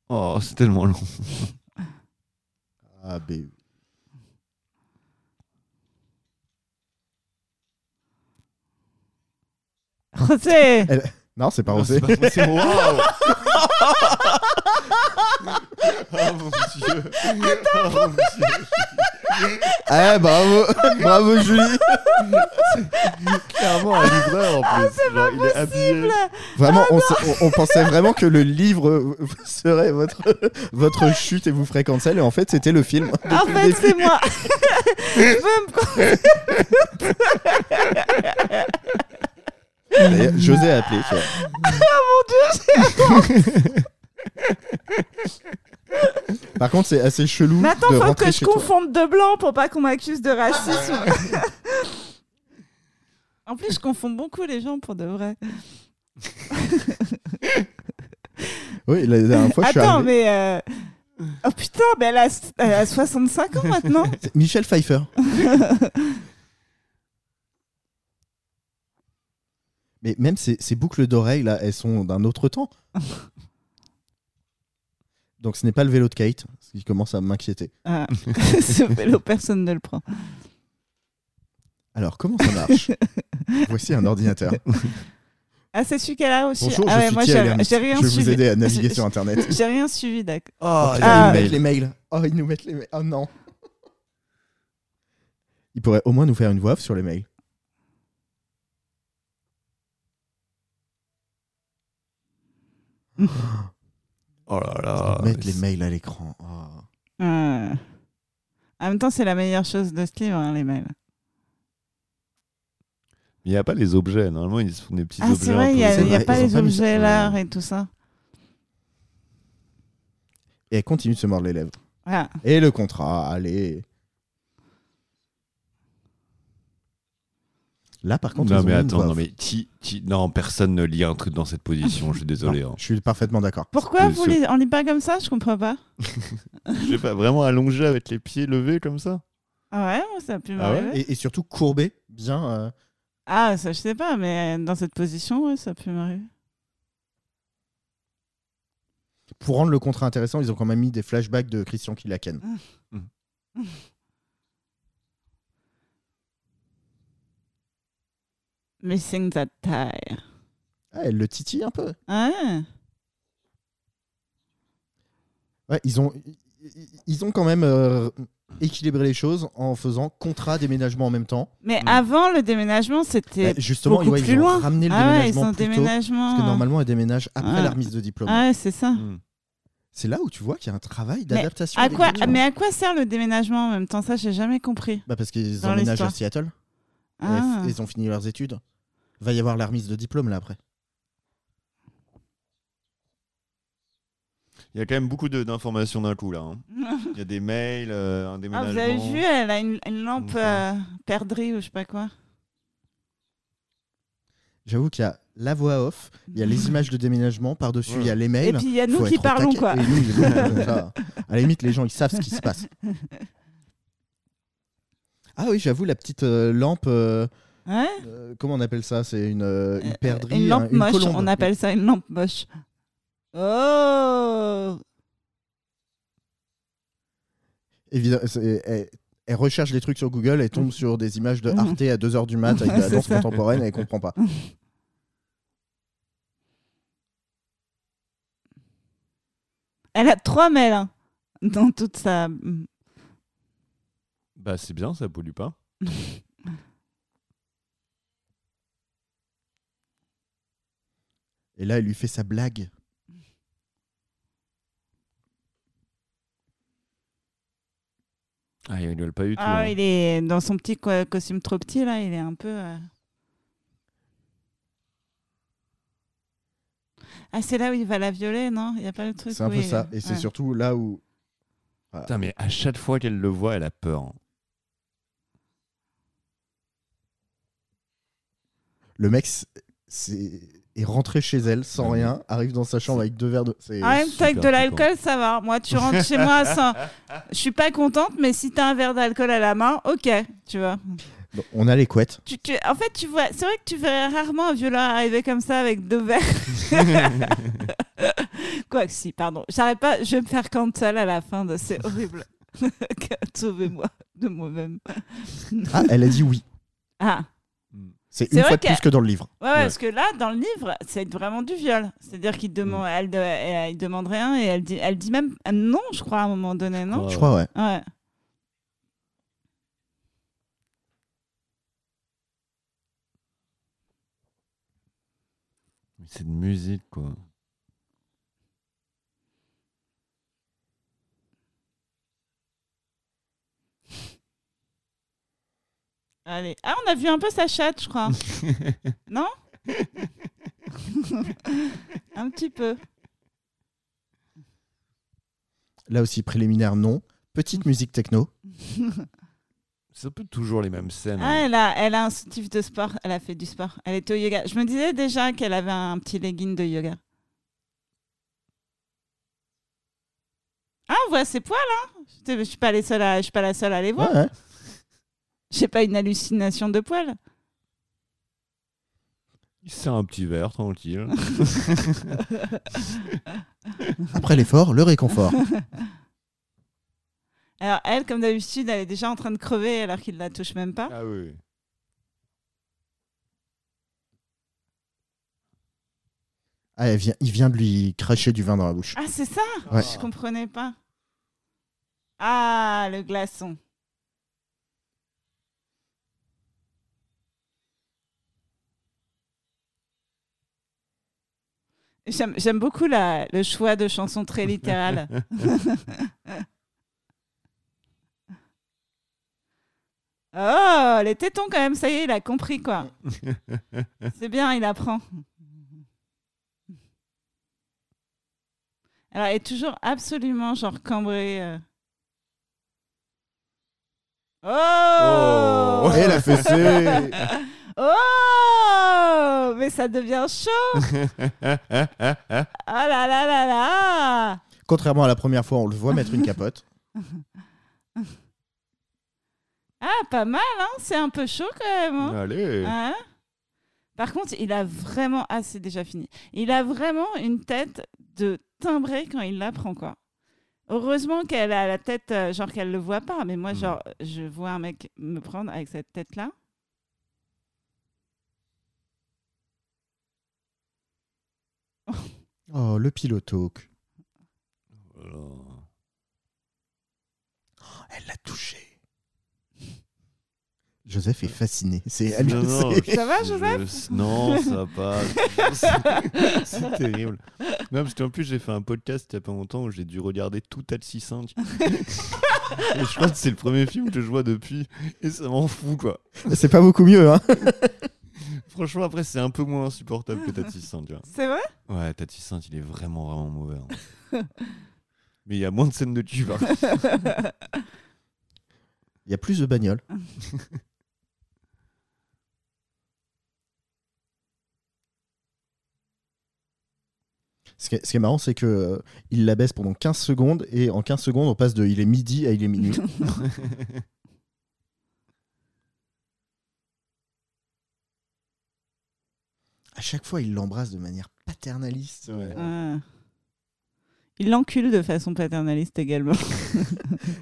B: Oh, c'est tellement long.
G: Ah, ben,
A: Oh,
G: Euh,
A: José
G: Non, c'est pas
B: Non,
G: Rosé.
B: c'est Ah, pas Rosé. Waouh Oh mon dieu. Oh, mon Dieu.
G: Eh, bravo, bravo Julie.
B: Clairement un livreur en
A: Ah,
B: plus. Genre, il est habillé.
G: Vraiment, on, s- on- on pensait vraiment que le livre euh, serait votre, votre chute et vous ferait cancel. Et en fait, c'était le film.
A: En fait, c'est moi. je veux me
G: D'ailleurs, José a appelé. tu vois. Par contre, c'est assez chelou
A: Mais attends,
G: de
A: faut
G: rentrer
A: que je
G: chez toi.
A: confonde deux blancs pour pas qu'on m'accuse de racisme. en plus, je confonds beaucoup les gens pour de vrai.
G: Oui, la dernière fois, je suis
A: attends,
G: arrivé.
A: mais. euh, Oh putain, mais elle a, elle a 65 ans maintenant.
G: C'est Michel Pfeiffer. Mais même ces, ces boucles d'oreilles, là, elles sont d'un autre temps. Donc ce n'est pas le vélo de Kate, ce qui commence à m'inquiéter.
A: Ah, ce vélo, personne ne le prend.
G: Alors, comment ça marche Voici un ordinateur.
A: Ah, c'est celui qu'elle a aussi.
G: Bonjour,
A: ah
G: je
A: ouais,
G: suis
A: moi,
G: Thierry
A: j'ai
G: Lhermitte.
A: j'ai rien
G: Je vais
A: suivi.
G: vous aider à naviguer
A: J'ai-
G: sur Internet.
A: J'ai rien suivi, d'accord.
B: Oh,
G: Ah,
B: il
A: Ah,
B: a
G: ils
B: les
G: nous mettent
B: mails.
G: les mails. Oh, ils nous mettent les mails. Oh non. Ils pourraient au moins nous faire une voix off sur les mails.
B: Oh là
G: Ils
B: là.
G: nous mettent les mails à l'écran. Oh.
A: Ah. En même temps, c'est la meilleure chose de ce livre, hein, les mails.
B: Il n'y a pas les objets. Normalement, ils font des petits
A: Ah,
B: objets.
A: c'est
B: un
A: vrai, il n'y
B: peu-
A: a,
G: C'est
A: il y a
G: vrai,
A: pas
G: ils ont
A: les
G: pas mis ça.
A: objets,
G: Euh,
A: l'art et tout ça.
G: Et elle continue de se mordre les lèvres.
A: Voilà.
G: Et le contrat, allez. Là, par contre, ils
B: Non
G: ont
B: mais
G: mis une
B: attends,
G: voix
B: non
G: off.
B: mais qui, qui- non personne ne lit un truc dans cette position. Je suis désolé.
G: Non,
B: hein.
G: Je suis parfaitement d'accord.
A: Pourquoi
B: Que
A: vous
B: ce-
A: les... on lit pas comme ça Je comprends pas.
B: Je sais pas vraiment allongé avec les pieds levés comme ça.
A: Ah ouais, moi, ça a pu
B: Ah ouais
A: m'arriver. Ah,
G: Et, et surtout courbé, bien. euh,
A: ça je sais pas, mais euh, dans cette position, ouais, ça a pu m'arriver.
G: pour rendre le contrat intéressant, ils ont quand même mis des flashbacks de Christian qui la ken.
A: Missing that tire.
G: Ah, elle le titille un peu.
A: Ah,
G: Ouais, ils ont, i- i- ils ont quand même euh, équilibré les choses en faisant contrat déménagement en même temps.
A: mais
B: Hmm.
A: avant le déménagement,
G: Bah,
A: c'était
G: justement,
A: beaucoup
G: ouais,
A: plus
G: ils ont
A: loin.
G: ramené le
A: ah ouais, ils
G: déménagement
A: sont
G: plus tôt,
A: déménagement.
G: parce que normalement, elle déménage après
A: Ah.
G: la remise de diplôme.
A: ah ouais, c'est ça.
B: Hmm.
G: C'est là où tu vois qu'il y a un travail
A: Mais
G: d'adaptation.
A: À
G: avec
A: quoi...
G: les gens.
A: Mais à quoi sert le déménagement en même temps Ça, j'ai jamais compris.
G: Bah, parce qu'ils
A: Dans
G: emménagent
A: l'histoire.
G: à Seattle. et
A: Ah.
G: f- Ils ont fini leurs études. Va y avoir la remise de diplôme là après.
B: Il y a quand même beaucoup de- d'informations d'un coup là. hein. Il y a des mails, euh, un
A: Ah,
B: déménagement.
A: vous avez vu, elle a une, une lampe
B: Enfin.
A: euh, perdrix ou je sais pas quoi.
G: J'avoue qu'il y a la voix off, il y a les images de déménagement, par-dessus il y a les
A: Et
G: mails.
A: puis il y a nous
G: Faut
A: qui
G: être au
A: parlons
G: taquet.
A: quoi.
G: Et nous, ils nous parlent comme ça. À la limite, les gens, ils savent ce qui se passe. Ah oui, j'avoue, la petite euh, lampe. euh,
A: Ouais.
G: euh, comment on appelle ça C'est une, euh, une
A: Euh,
G: perdrix.
A: Hein Une
G: un-
A: lampe moche,
G: colombe.
A: on appelle ça une lampe moche. Oh
G: Évidemment, c'est- elle, elle recherche des trucs sur Google, elle tombe sur des images de Arte à 2h du mat avec
A: Mm.
G: de la
A: C'est
G: danse
A: ça.
G: contemporaine et elle comprend pas.
A: Elle a trois mails hein, dans toute sa.
B: Bah c'est bien, ça pollue pas.
G: Et là, elle lui fait sa blague.
B: Ah, il rigole pas du tout.
A: Ah,
B: hein.
A: il est dans son petit co- costume trop petit là, il est un peu. euh. Ah, c'est là où il va la violer, non Il n'y a pas le truc
G: C'est un
A: où
G: peu
A: il-
G: ça. Et c'est
A: ouais.
G: surtout là où.
B: Putain, mais à chaque fois qu'elle le voit, elle a peur. hein.
G: le mec s- c'est- est rentré chez elle sans
B: Ah oui.
G: rien, arrive dans sa chambre avec deux verres de. c'est-
A: En Ah, même temps, avec
B: super
A: de l'alcool, ça va. Moi, tu rentres chez moi sans. Je suis pas contente, mais si t'as un verre d'alcool à la main, ok, tu vois.
G: Bon, on a les couettes.
A: Tu, tu- En fait, tu vois, c'est vrai que tu verrais rarement un violon arriver comme ça avec deux verres. Quoi que si, pardon. J'arrête pas, je vais me faire cancel à la fin de. C'est horrible. Sauvez-moi de moi-même.
G: Ah, elle a dit oui.
A: Ah.
G: C'est
A: C'est
G: une
A: vrai
G: fois de
A: que-
G: plus que dans le livre.
A: Ouais, ouais, parce que là, dans le livre, c'est vraiment du viol. C'est-à-dire qu'il
G: Mm.
A: demande, elle, de- elle- il demande rien et elle dit, elle dit même euh, non, je crois, à un moment donné,
B: Oh, Ah
A: non
G: Je crois, ouais.
A: Ouais.
B: Mais C'est de musique, quoi.
A: Allez. Ah, on a vu un peu sa chatte, je crois. non Un petit peu.
G: Là aussi, préliminaire, non. Petite musique techno.
B: C'est un peu toujours les mêmes scènes.
A: Ah,
B: hein.
A: elle a, elle a un soutif de sport. Elle a fait du sport. Elle était au yoga. Je me disais déjà qu'elle avait un petit legging de yoga. Ah, on voit ses poils, hein Je je suis pas, les seules à- je suis pas la seule à les voir.
G: Ouais, ouais.
A: J'ai pas une hallucination de poils.
B: Il se sert un petit verre, tranquille.
G: Après l'effort, le réconfort.
A: Alors, elle, comme d'habitude, elle est déjà en train de crever alors qu'il la touche même pas.
B: ah oui.
G: Ah, elle vient, il vient de lui cracher du vin dans la bouche.
A: Ah, c'est ça
G: Ouais.
A: Je comprenais pas. Ah, le glaçon. J'aime j'aime beaucoup la- le choix de chansons très littérales. oh, les tétons quand même, ça y est, il a compris quoi. C'est bien, il apprend. Alors, elle est toujours absolument genre cambrée. euh. Oh,
G: Et la fessée
A: Oh Mais ça devient chaud Ah là là là là
G: Contrairement à la première fois, on le voit mettre une capote.
A: Ah, pas mal, hein C'est un peu chaud quand même. hein
B: Allez.
A: Hein Par contre, il a vraiment... Ah, c'est déjà fini. Il a vraiment une tête de timbré quand il la prend, quoi. Heureusement qu'elle a la tête, euh, genre qu'elle le voit pas. Mais moi,
B: Mhm.
A: genre, je vois un mec me prendre avec cette tête-là.
G: Oh, le piloto.
B: Alors,
G: Elle l'a touché. Joseph est fasciné. C'est
B: Non, non, je-
G: c'est-
A: Ça va,
B: je-
A: Joseph
B: Non, ça va pas. C'est- C'est terrible. Non, parce qu'en plus, j'ai fait un podcast il y a pas longtemps où j'ai dû regarder tout Taxi 5. Et je crois que c'est le premier film que je vois depuis. Et ça m'en fout, quoi.
G: C'est pas beaucoup mieux, hein.
B: Franchement, après, c'est un peu moins insupportable que Taxi 5, tu vois.
A: C'est vrai
B: Ouais, Tati Saint, il est vraiment, vraiment mauvais. hein. Mais il y a moins de scènes de cul, par contre.
G: Il y a plus de bagnoles. ce, qui est, ce qui est marrant, c'est que euh, il la baisse pendant 15 secondes et en 15 secondes, on passe de il est midi à il est minuit. à chaque fois, il l'embrasse de manière paternaliste.
B: Ouais.
A: Ouais. Il l'encule de façon paternaliste également.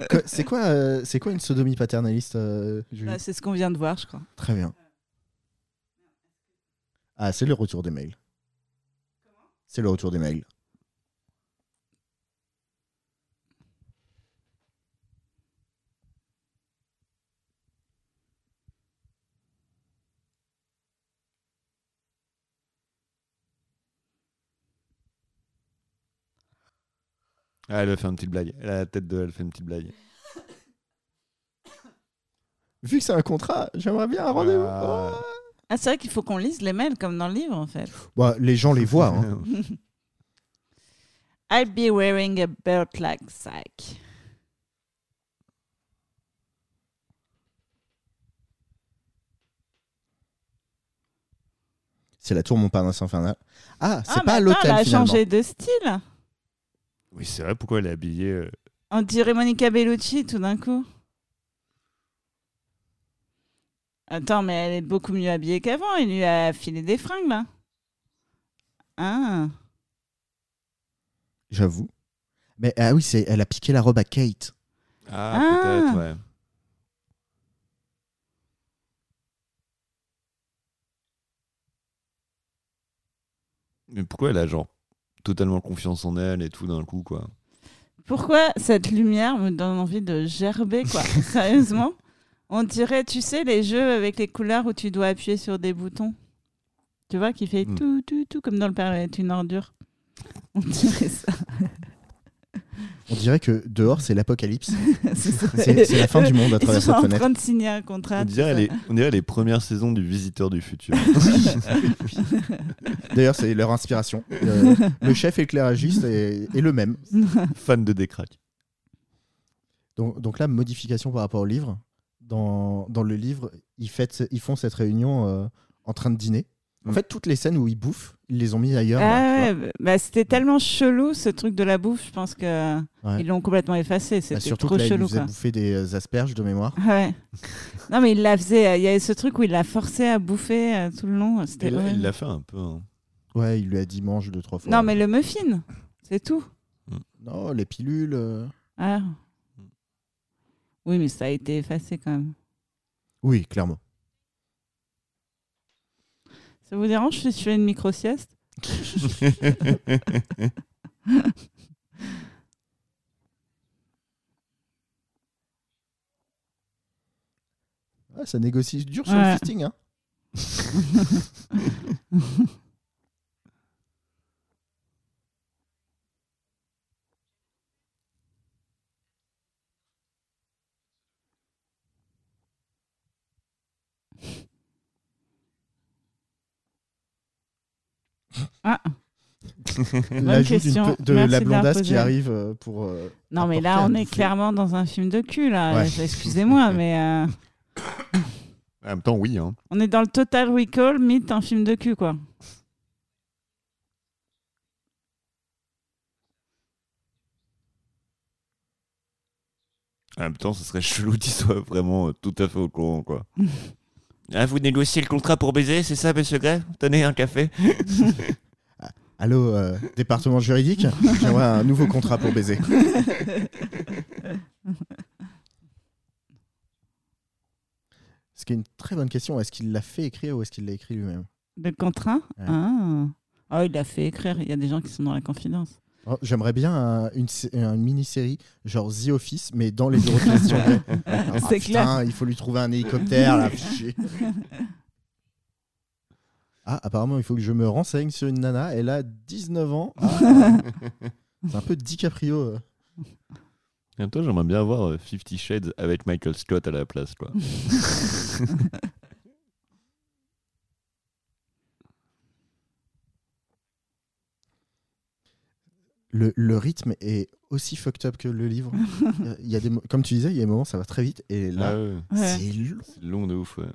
G: Que- C'est quoi, euh, c'est quoi une sodomie paternaliste euh, Julie
A: Ah, C'est ce qu'on vient de voir, je crois.
G: Très bien. Ah, c'est le retour des mails. C'est le retour des mails.
B: Ah, elle a fait une petite blague. Elle a la tête de elle fait une petite blague.
G: Vu que c'est un contrat, j'aimerais bien un rendez-vous.
B: Ah.
A: Ah, c'est vrai qu'il faut qu'on lise les mails comme dans le livre, en fait.
G: Bah, les gens les voient. hein.
A: I'll be wearing a belt-like sack.
G: C'est la tour Montparnasse infernale. Ah, c'est
A: Ah, mais
G: pas
A: attends,
G: à
A: Elle
G: l'hôtel
A: a
G: finalement.
A: changé de style.
B: Oui, c'est vrai, pourquoi elle est habillée euh,
A: On dirait Monica Bellucci tout d'un coup. Attends, mais elle est beaucoup mieux habillée qu'avant. Il lui a filé des fringues, là. Ah,
G: J'avoue. Mais ah oui, c'est elle a piqué la robe à Kate.
B: Ah,
A: Ah.
B: peut-être, ouais. Mais pourquoi elle a genre totalement confiance en elle et tout d'un coup, quoi
A: pourquoi cette lumière me donne envie de gerber, quoi Sérieusement On dirait, tu sais, les jeux avec les couleurs où tu dois appuyer sur des boutons. Tu vois, qui fait
G: Mm.
B: Hmm.
A: tout, tout, tout, comme dans le père est une ordure. On dirait ça.
G: On dirait que dehors c'est l'apocalypse. C'est
A: C'est
G: c'est la fin du monde à
A: Ils
G: travers
A: sont
G: cette
A: en
G: fenêtre.
A: train de signer un contrat.
B: on
A: Bah, tout
B: dirait,
A: ça.
B: les, on dirait les premières saisons du Visiteur du Futur.
G: D'ailleurs, c'est leur inspiration. Euh, le chef éclairagiste est, est le même.
B: Fan de Décrac.
G: Donc, donc là, modification par rapport au livre. Dans, dans le livre, ils, fêtent- ils font cette réunion euh, en train de dîner. En
B: Mm.
G: fait, toutes les scènes où ils bouffent, ils les ont mis ailleurs. là, tu
A: Ah ouais, bah, bah, c'était tellement chelou ce truc de la bouffe, je pense que
G: Ouais.
A: ils l'ont complètement effacé,
G: vois. Bah,
A: c'était
G: surtout
A: trop
G: que là, ils
A: chelou
G: nous faisaient
A: quoi.
G: bouffer des euh, asperges de mémoire.
A: Ah Ouais. Non mais il la faisait, euh, il y avait ce truc où il la forçait à bouffer euh, tout le long, euh, c'était
B: Il l'a-
A: horrible.
B: il l'a fait un peu. hein.
G: Ouais, il lui a dit mange deux, trois fois.
A: Non mais le muffin, c'est tout.
G: Non, les pilules. euh.
A: Ah. Oui mais ça a été effacé quand même.
G: Oui, clairement.
A: Ça vous dérange si je fais une micro-sieste
G: Ah, ça négocie dur sur
A: Ouais.
G: le fisting. Hein.
A: Ah.
G: L'ajout d'une
A: question.
G: pe- de
A: Merci
G: la
A: de la
G: blondasse qui
A: poser.
G: arrive euh, pour. euh,
A: Non mais
G: apporter
A: là
G: à
A: on est
G: bouffer.
A: clairement dans un film de cul là,
G: Ouais.
A: Euh, excusez-moi mais euh,
B: En même temps, oui. Hein.
A: on est dans le total recall mythe un film de cul quoi.
B: En même temps, ce serait chelou qu'il soit vraiment euh, tout à fait au courant, quoi. ah, vous négociez le contrat pour baiser, c'est ça, monsieur Gray Tenez un café.
G: Allô, euh, département juridique, j'aimerais un nouveau contrat pour baiser. Ce qui est une très bonne question. Est-ce qu'il l'a fait écrire ou est-ce qu'il l'a écrit lui-même
A: Le contrat
G: Ouais.
A: Ah. Ah, il l'a fait écrire. Il y a des gens qui sont dans la confidence.
G: Oh, J'aimerais bien un- une, sé- une mini-série genre The Office, mais dans les bureaux de Christian Grey. Ah,
A: C'est
G: putain, Il faut lui trouver un hélicoptère, là, fichier. Ah, apparemment, il faut que je me renseigne sur une nana. Elle a 19 ans. Ah. C'est un peu DiCaprio. euh.
B: En même temps, j'aimerais bien voir euh, Fifty Shades avec Michael Scott à la place, quoi.
G: le, le rythme est aussi fucked up que le livre. il y a des, mo- comme tu disais, il y a des moments, ça va très vite. Et là,
B: Ah ouais,
A: Ouais.
G: c'est long.
B: c'est long de ouf, ouais.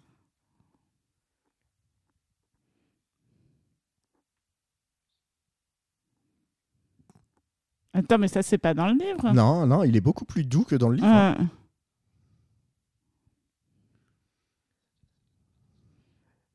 A: Attends, mais ça, c'est pas dans le livre
G: Non, non, il est beaucoup plus doux que dans le livre. hein.
A: Ah.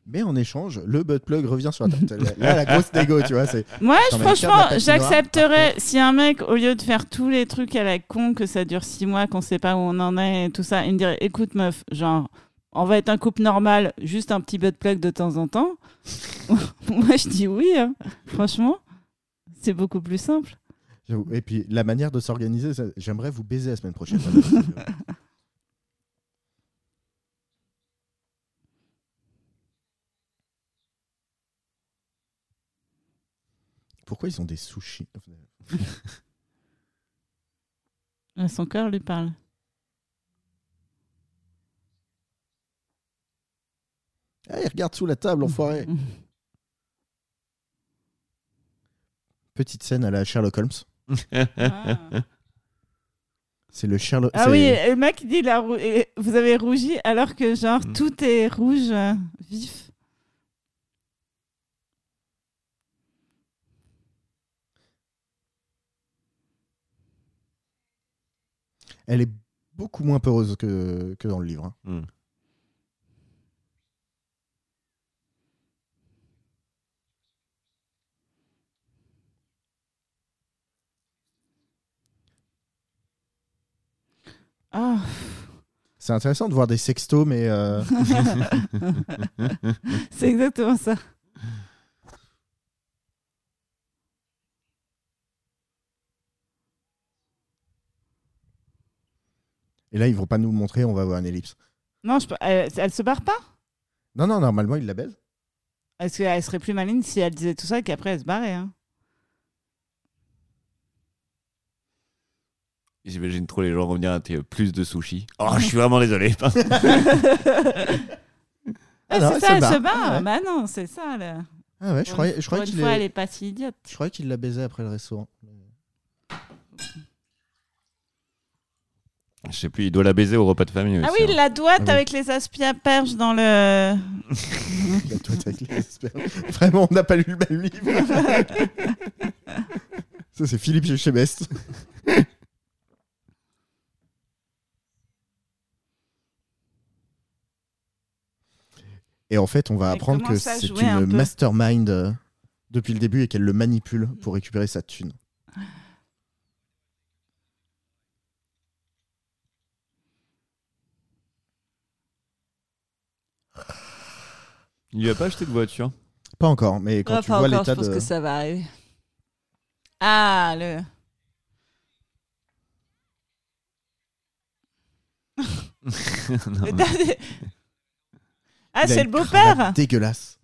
G: Mais en échange, le butt plug revient sur la table. Là, la grosse dégo, tu vois. C'est...
A: Moi,
G: Attends, mais le cadre de
A: franchement,
G: la
A: j'accepterais si un mec, au lieu de faire tous les trucs à la con, que ça dure six mois, qu'on sait pas où on en est et tout ça, il me dirait écoute, meuf, genre, on va être un couple normal, juste un petit butt plug de temps en temps. Moi, je dis oui, hein. franchement. C'est beaucoup plus simple.
G: J'avoue. Et puis, la manière de s'organiser, ça- j'aimerais vous baiser la semaine prochaine. Pourquoi ils ont des sushis
A: Là, Son cœur lui parle.
G: Hey, regarde Eh, sous la table, enfoiré. Petite scène à la Sherlock Holmes.
A: Ah.
G: C'est le Sherlock.
A: Ah
G: c'est-
A: oui, et le mec il dit la rou- et vous avez rougi alors que genre
B: Mm.
A: tout est rouge euh, vif.
G: Elle est beaucoup moins peureuse que, que dans le livre. hein.
B: Hmm.
A: Ah,
G: C'est intéressant de voir des sextos, mais euh,
A: c'est exactement ça.
G: et là ils vont pas nous le montrer. On va voir un ellipse.
A: Non, je peux- elle, elle se barre pas
G: Non, non, normalement il la baise.
A: Est-ce qu'elle serait plus maligne si elle disait tout ça et qu'après elle se barrait hein
B: J'imagine trop les gens revenir à tes- euh, plus de sushis. Oh, je suis vraiment désolé.
A: Ah,
G: non,
A: c'est ça,
G: elle se
A: elle se
G: barre.
A: barre.
G: Ah ouais.
A: Bah non, c'est ça. Là.
G: Ah ouais, je
A: Pour
G: croyais,
A: une-
G: je croyais
A: pour une
G: qu'il
A: fois,
G: est-
A: elle est pas si idiote.
G: je croyais qu'il l'a baisée après le restaurant.
B: Je sais plus, il doit la baiser au repas de famille.
A: Ah
B: aussi,
A: oui,
B: hein.
A: la douate
G: Ah oui.
A: avec les aspia-perches dans le.
G: La toilette avec les spermes. Vraiment, on n'a pas lu le même livre. Ça, c'est Philippe Chebest. Et en fait, on va
A: Elle
G: apprendre que
A: commence à
G: c'est
A: jouer un
G: une
A: peu.
G: mastermind euh, depuis le début et qu'elle le manipule pour récupérer sa thune.
B: Il lui a pas acheté de voiture.
G: Pas encore, mais quand
A: Ouais,
G: tu
A: Ah, pas
G: vois
A: encore,
G: l'état
A: je pense
G: de...
A: que ça va arriver. Ah, le.
B: Non,
A: le
B: mais-
A: dernier- ah,
G: il a
A: c'est
G: une
A: le
G: cravate
A: beau-père
G: Dégueulasse.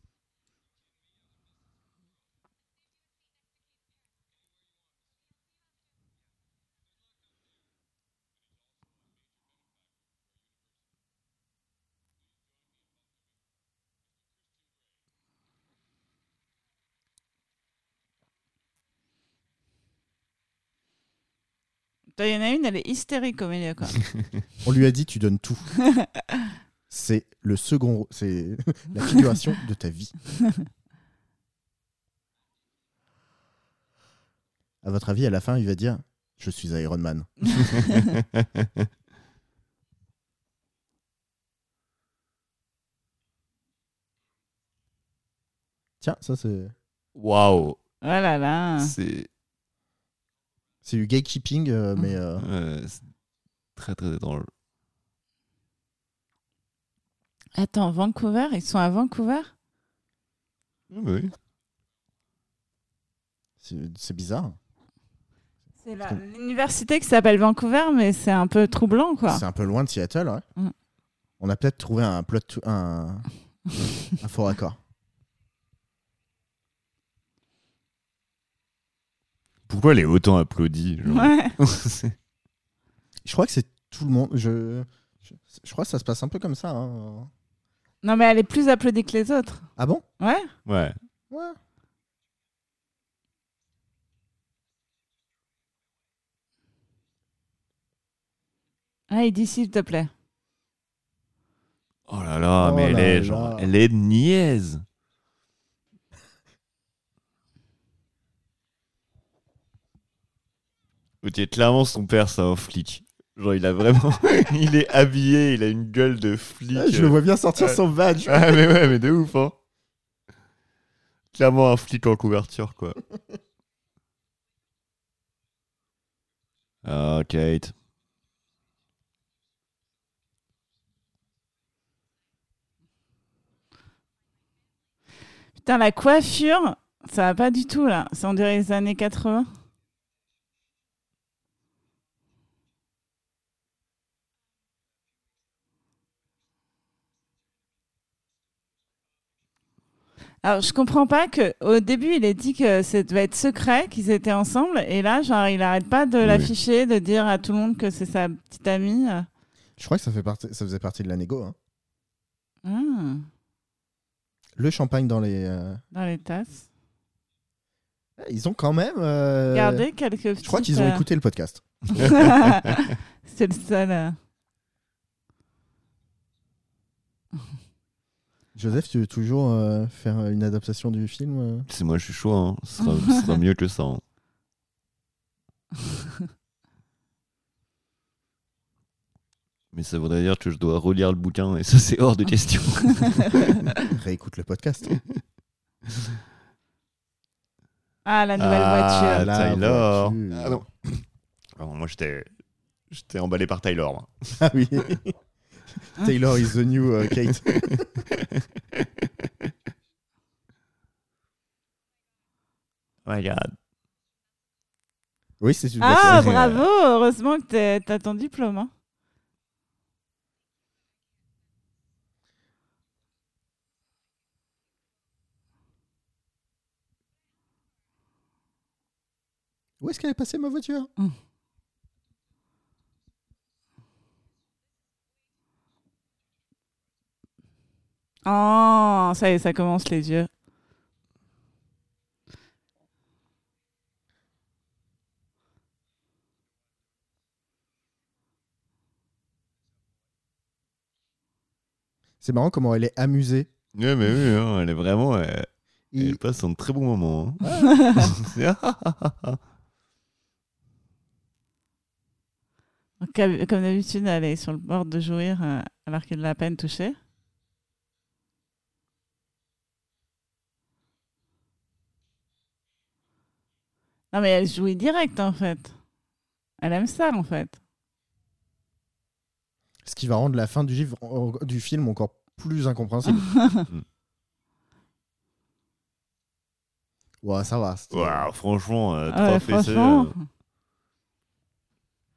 A: Toi, Il y en a une, elle est hystérique au milieu. Quoi.
G: On lui a dit, tu donnes tout. c'est le second... C'est la figuration de ta vie. À votre avis, à la fin, il va dire Je suis Iron Man. Tiens, ça c'est.
B: Waouh.
A: oh là
B: Ah.
A: là.
B: C'est
G: C'est du gatekeeping, euh, mais. euh,
B: euh, c'est très très drôle.
A: Attends, Vancouver Ils sont à Vancouver
B: Ah bah oui.
G: c'est c'est bizarre.
A: C'est la- l'université qui s'appelle Vancouver, mais c'est un peu troublant, quoi.
G: C'est un peu loin de Seattle, ouais.
A: Mm.
G: On a peut-être trouvé un plot. twi- un, un faux raccord.
B: Pourquoi elle est autant applaudie genre
A: Ouais.
B: C'est-
G: Je crois que c'est tout le monde. Je, je, je crois que ça se passe un peu comme ça. hein.
A: Non, mais elle est plus applaudie que les autres.
G: Ah bon
A: Ouais.
B: Ouais.
G: Ouais.
A: Ah, il dit s'il te plaît.
B: Oh là là,
G: Oh
B: mais
G: là
B: elle est
G: là.
B: genre, elle est niaise. Ok, clairement son père c'est un flic. Genre il a vraiment, il est habillé, il a une gueule de flic. euh.
G: Ah, je le vois bien sortir son badge.
B: Ah mais ouais, mais de ouf hein. Clairement un flic en couverture quoi. Ah Kate.
A: Putain, la coiffure, ça va pas du tout, là. Ça, on dirait les années 80. Alors, je comprends pas que au début, il est dit que ça devait être secret, qu'ils étaient ensemble, et là, genre, il arrête pas de
B: Oui.
A: l'afficher, de dire à tout le monde que c'est sa petite amie. euh.
G: Je crois que ça, fait partie, ça faisait partie de la négo. hein.
A: Ah,
G: Le champagne dans les. euh,
A: dans les tasses.
G: eh, ils ont quand même. euh,
A: Regardez quelques euh,
G: Je crois qu'ils ont écouté le podcast.
A: C'est le seul. euh,
G: Joseph, tu veux toujours euh, faire une adaptation du film euh
B: C'est moi, je suis chaud. hein. Ce, sera, ce sera mieux que ça. hein. Mais ça voudrait dire que je dois relire le bouquin et ça, c'est hors de question.
G: Réécoute le podcast.
A: Ah, la nouvelle
B: Ah,
A: voiture.
G: La
B: Taylor.
G: voiture.
B: Ah, non. Ah, bon, moi, j'étais. J'étais emballé par Tyler. moi.
G: Ah oui. Taylor is the new euh, Kate. Oui, c'est une
A: Ah,
G: voiture.
A: bravo Heureusement que t'es- t'as ton diplôme. hein.
G: Où est-ce qu'elle est passée ma voiture
A: Hum. Oh, ça y est, ça commence les yeux.
G: C'est marrant comment elle est amusée.
B: Ouais, mais oui, hein, elle est vraiment. Elle,
G: Il-
B: elle passe un très bon moment. hein. C'est-
A: Donc, Comme comme d'habitude, elle est sur le bord de jouir euh, alors qu'il l'a à peine touché. Non, mais elle jouit direct en fait. Elle aime ça en fait.
G: Ce qui va rendre la fin du, livre- du film encore plus incompréhensible. ouais, ça va. c'était-
B: Waouh, franchement, euh,
A: Ah ouais,
B: trois fessées,
A: franchement.
B: euh,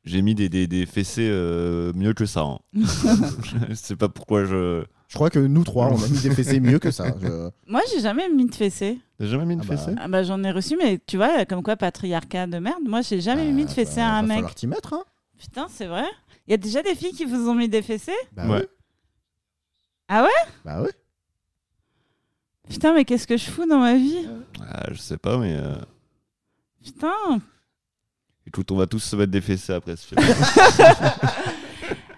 B: J'ai mis des, des, des fessées euh, mieux que ça. hein. je sais pas pourquoi je.
G: Je crois que nous trois, on a mis des fessées mieux que ça. Je-
A: Moi, j'ai jamais mis de fessée.
B: T'as jamais mis une
G: Ah bah,
B: fessée
A: Ah bah, j'en ai reçu, mais tu vois, comme quoi patriarcat de merde. Moi, j'ai jamais mis de
G: Ah,
A: fessée
G: bah,
A: à un
G: va
A: mec.
G: falloir t'y mettre, hein
A: Putain, c'est vrai. Il y a déjà des filles qui vous ont mis des fessées
G: Bah
B: Ouais.
G: oui.
A: Ah
G: Bah oui.
A: Putain, mais qu'est-ce que je fous dans ma vie
B: Ah, Je sais pas, mais. euh,
A: Putain.
B: Écoute, on va tous se mettre des fessées après ce film.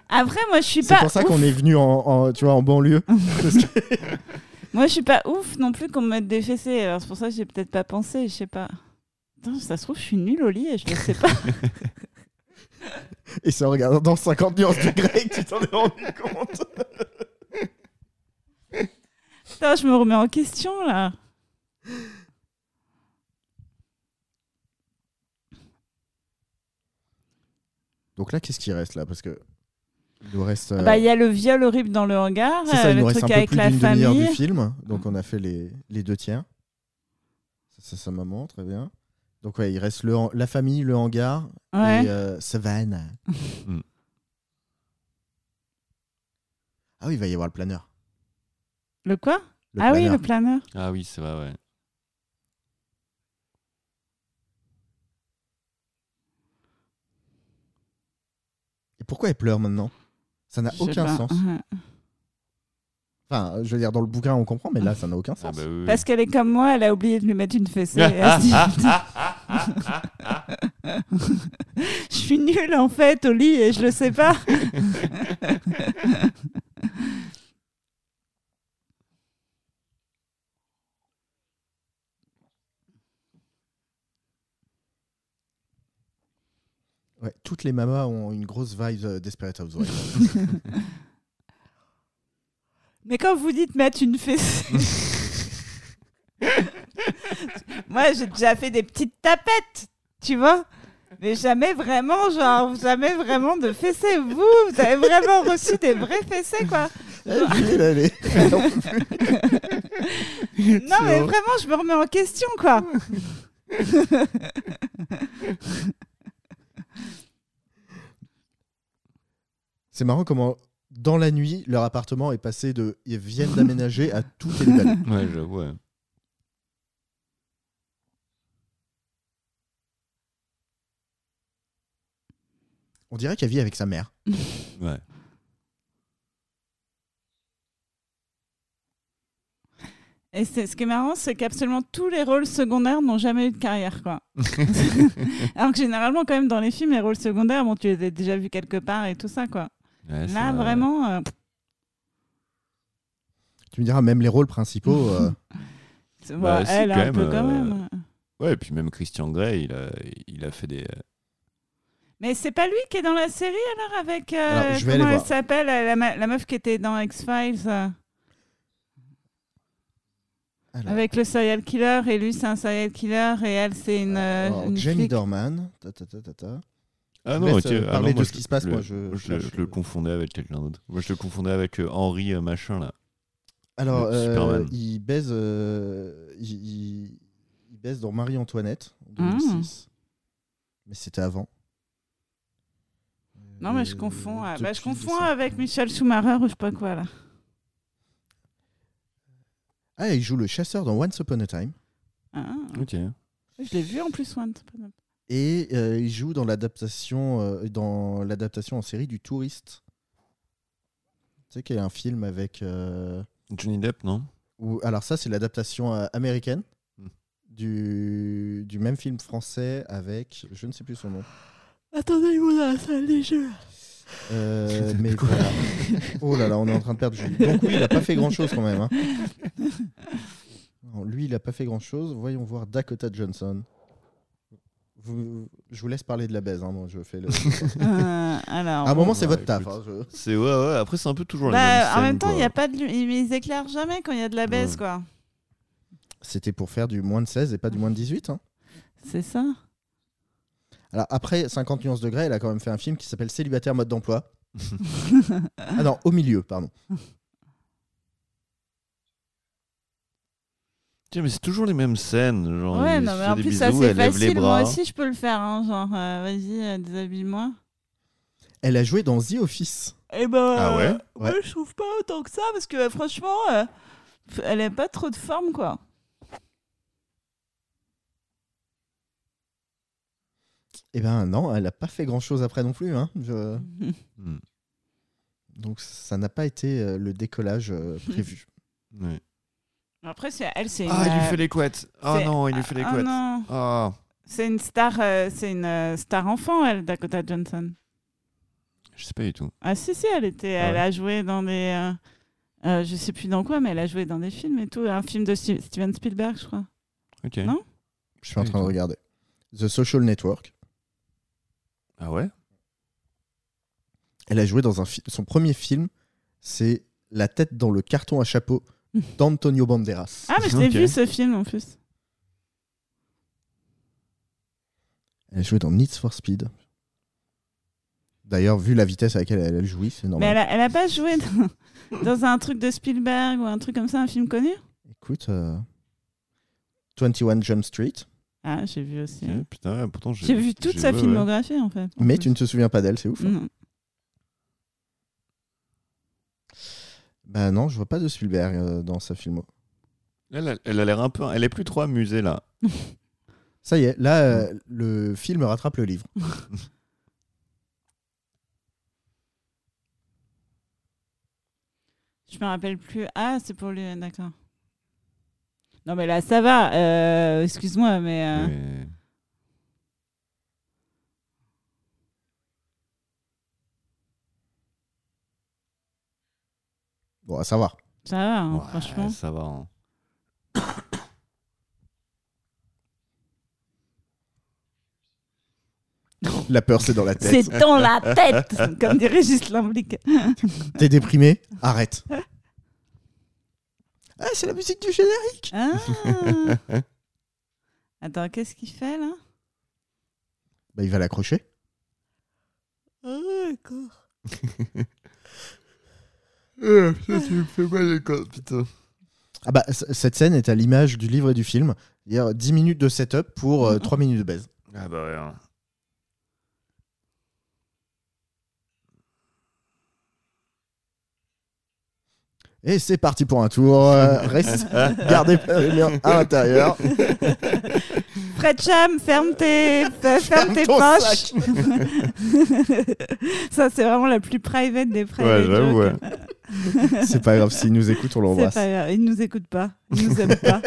A: Après, moi, je suis
G: C'est
A: pas.
G: pour ça
A: ouf.
G: qu'on est venu en, en- tu vois, en banlieue.
A: Moi, je suis pas ouf non plus qu'on me mette des fessées. Alors, c'est pour ça que j'ai peut-être pas pensé, je sais pas. Putain, ça se trouve, je suis nulle au lit et je le sais pas.
G: Et c'est en regardant dans 50 nuances de grec, tu t'en es rendu compte.
A: Putain, je me remets en question là.
G: Donc là, qu'est-ce qui reste là Parce que il nous reste. euh,
A: Bah, il y a le viol horrible dans le hangar,
G: c'est ça,
A: euh,
G: il nous
A: le
G: reste
A: truc
G: un peu
A: avec
G: plus
A: la
G: d'une demi-heure
A: famille.
G: du film. Donc on a fait les, les deux tiers. Ça, ça, ça, maman, très bien. Donc ouais, il reste le, han- la famille, le hangar
A: Ouais. Mm.
G: et euh, Savannah.
B: Hmm.
G: ah oui, il va y avoir le planeur.
A: Le quoi
G: Le
A: Ah oui,
G: planeur.
A: le planeur.
B: ah oui, c'est vrai, ouais.
G: Et pourquoi elle pleure maintenant Ça n'a
A: Je sais
G: aucun
A: pas. Uh-huh.
G: sens.
A: Ouais.
G: Enfin, je veux dire, dans le bouquin, on comprend, mais là, ça n'a aucun
B: Ah
G: sens.
B: bah oui, Ah, oui.
A: Parce qu'elle est comme moi, elle a oublié de lui mettre une fessée. Et elle se dit,
B: ah,
A: je suis nulle en fait au lit et je le sais pas.
G: Ouais, toutes les mamas ont une grosse vibe euh, Desperate Housewives.
A: Mais quand vous dites mettre une fessée. Moi, j'ai déjà fait des petites tapettes, tu vois. Mais jamais vraiment, genre, jamais vraiment de fessées. Vous, vous avez vraiment reçu des vraies fessées, quoi.
G: Elle voulait l'aller.
A: Non, mais vraiment, je me remets en question, quoi.
G: C'est marrant comment, dans la nuit, leur appartement est passé de ils viennent d'aménager à tout est nouvelle.
B: Ouais, j'avoue. ouais.
G: On dirait qu'elle vit avec sa mère.
B: Ouais.
A: Et c'est- ce qui est marrant, c'est qu'absolument tous les rôles secondaires n'ont jamais eu de carrière, quoi. Alors que généralement, quand même, dans les films, les rôles secondaires, bon, tu les as déjà vus quelque part et tout ça, quoi.
B: Ouais, c'est
A: Là,
B: vrai.
A: vraiment, euh, pff,
G: Tu me diras, même les rôles principaux, euh,
A: c'est-
B: Bah,
A: bon,
B: si,
A: elle,
B: quand
A: un peu
B: même,
A: quand
B: euh,
A: même.
B: Ouais, et puis même Christian Grey, il a, il a fait des. euh,
A: Mais c'est pas lui qui est dans la série, alors, avec... euh,
G: Alors, je vais
A: comment
G: aller
A: elle
G: voir.
A: s'appelle, euh, la, me- la meuf qui était dans X-Files euh,
G: Alors.
A: Avec le serial killer, et lui, c'est un serial killer, et elle, c'est une, euh,
B: Oh,
G: alors,
A: une
G: Jamie
A: flic.
G: Dorman. Ta, ta, ta, ta, ta.
B: Ah
G: Je
B: non,
G: laisse,
B: ok.
G: euh,
B: Ah
G: parler
B: non,
G: de
B: moi,
G: ce qui se passe, moi, je- je
B: le-
G: cherche,
B: je le
G: euh,
B: confondais avec quelqu'un d'autre. Moi, je le confondais avec euh, Henry euh, machin, là.
G: Alors,
B: Le
G: euh,
B: Superman.
G: il baise, euh, il, il- il baise dans Marie-Antoinette en
A: Ah.
G: 2006. Mais c'était avant.
A: Non, mais je
G: Euh,
A: confonds. ah, bah, je
G: depuis,
A: confonds
G: ça.
A: avec Michel Schumacher ou je sais pas quoi, là.
G: Ah, il joue le chasseur dans Once Upon a Time.
A: Ah,
B: Ok.
A: je l'ai vu en plus, One. c'est pas mal.
G: Et euh, il joue dans l'adaptation euh, dans l'adaptation en série du Touriste. Tu sais qu'il y a un film avec. euh,
B: Johnny Depp, non
G: où- alors ça, c'est l'adaptation euh, américaine
B: Hmm.
G: du, du même film français avec je ne sais plus son nom.
A: Attendez, où la salle des jeux
G: Euh, mais voilà. Oh là là, on est en train de perdre Julie. Donc oui, il a pas fait grand chose quand même. hein. Non, lui, il a pas fait grand chose. Voyons voir Dakota Johnson. Vous- je vous laisse parler de la baise. hein, moi, je fais le-
A: Euh, Alors,
G: À un
A: Ah bon.
G: moment, c'est
B: bah,
G: votre taf.
B: écoute.
G: hein, je-
B: C'est ouais, ouais. Après, c'est un peu toujours
A: Bah,
B: la même
A: en même temps, il y a pas de lu- ils ils éclairent jamais quand il y a de la baisse,
B: Ouais.
A: quoi.
G: C'était pour faire du moins de 16 et pas du moins de 18. hein.
A: C'est ça
G: Alors après 50 nuances degrés, elle a quand même fait un film qui s'appelle Célibataire mode d'emploi. ah non, au milieu, pardon.
B: Tiens, mais c'est toujours les mêmes scènes. Genre,
A: Ouais,
B: Oh, il
A: non,
B: se
A: mais
B: fait
A: en
B: des
A: plus, ça,
B: bisous,
A: c'est
B: elle lève les
A: facile. Moi
B: bras.
A: aussi, je peux le faire, hein, genre, euh, vas-y, euh, déshabille-moi.
G: Elle a joué dans The Office.
A: Eh ben,
B: Ah ouais
A: euh, moi, je trouve pas autant que ça, parce que euh, franchement, euh, pff, elle a pas trop de forme, quoi.
G: Eh ben non, elle a pas fait grand chose après non plus. hein. Je-
B: Hmm.
G: Donc ça n'a pas été euh, le décollage euh, prévu.
B: Ouais.
A: Après, c'est- elle, c'est
B: Ah,
A: une,
B: il lui
A: euh,
B: fait les couettes. Ah
A: c'est-
B: non, il lui fait les
A: ah,
B: couettes.
A: non.
B: Ah.
A: C'est une star, euh, c'est une euh, star enfant, elle, Dakota Johnson.
B: Je sais pas du tout.
A: Ah si si, elle était,
B: Ah
A: elle
B: ouais
A: a joué dans des, euh, euh, je sais plus dans quoi, mais elle a joué dans des films et tout, un film de Sti- Steven Spielberg, je crois.
B: Ok.
A: Non.
G: Je suis en train de regarder. The Social Network.
B: Ah ouais
G: Elle a joué dans un fi- son premier film, c'est La tête dans le carton à chapeau d'Antonio Banderas.
A: Ah mais je l'ai
B: Ok.
A: vu ce film en plus.
G: Elle a joué dans Need for Speed. D'ailleurs, vu la vitesse à laquelle elle elle jouit, c'est
A: Mais
G: normal.
A: elle a, elle a pas joué dans, dans un truc de Spielberg ou un truc comme ça, un film connu
G: Écoute, euh, 21 Jump Street,
A: Ah j'ai vu aussi.
B: Ok, Eh, Putain, ouais, pourtant j'ai.
A: J'ai vu toute
B: j'ai-
A: sa
B: ouais, ouais.
A: filmographie en fait. en
G: mais tu
A: plus.
G: ne te souviens pas d'elle, c'est ouf. hein.
A: Non.
G: Bah non, je vois pas de Spielberg euh, dans sa filmo.
B: Elle, a- elle a l'air un peu. Elle est plus trop amusée là.
G: Ça y est, là, euh, le film rattrape le livre.
A: Je me rappelle plus. Ah c'est pour lui, d'accord. Non mais là ça va. euh, Excuse-moi mais. euh,
B: Mais-
G: Bon, à savoir.
A: Ça va, hein,
B: Ouais,
A: franchement.
B: Ça va. hein.
G: La peur, c'est dans la
A: C'est
G: tête.
A: dans la tête, comme dirait juste l'implique.
G: T'es déprimé Arrête. Ah, c'est la musique du générique
A: Ah. Attends, qu'est-ce qu'il fait là
G: Bah, il va l'accrocher.
B: Eh,
G: Ah bah, c- cette scène est à l'image du livre et du film. Il y a 10 minutes de setup pour 3 minutes de baise.
B: Ah bah ouais. hein.
G: Et c'est parti pour un tour. Euh, reste, gardez pas les mains à l'intérieur.
A: Fred Cham, ferme tes, euh, ferme tes
G: ton
A: poches. Ça, c'est vraiment la plus private des private
B: Ouais, j'avoue,
A: jokes.
G: C'est pas grave, s'il nous écoute,
A: C'est
G: on l'embrasse.
A: pas grave, il nous écoute pas, il nous aime pas.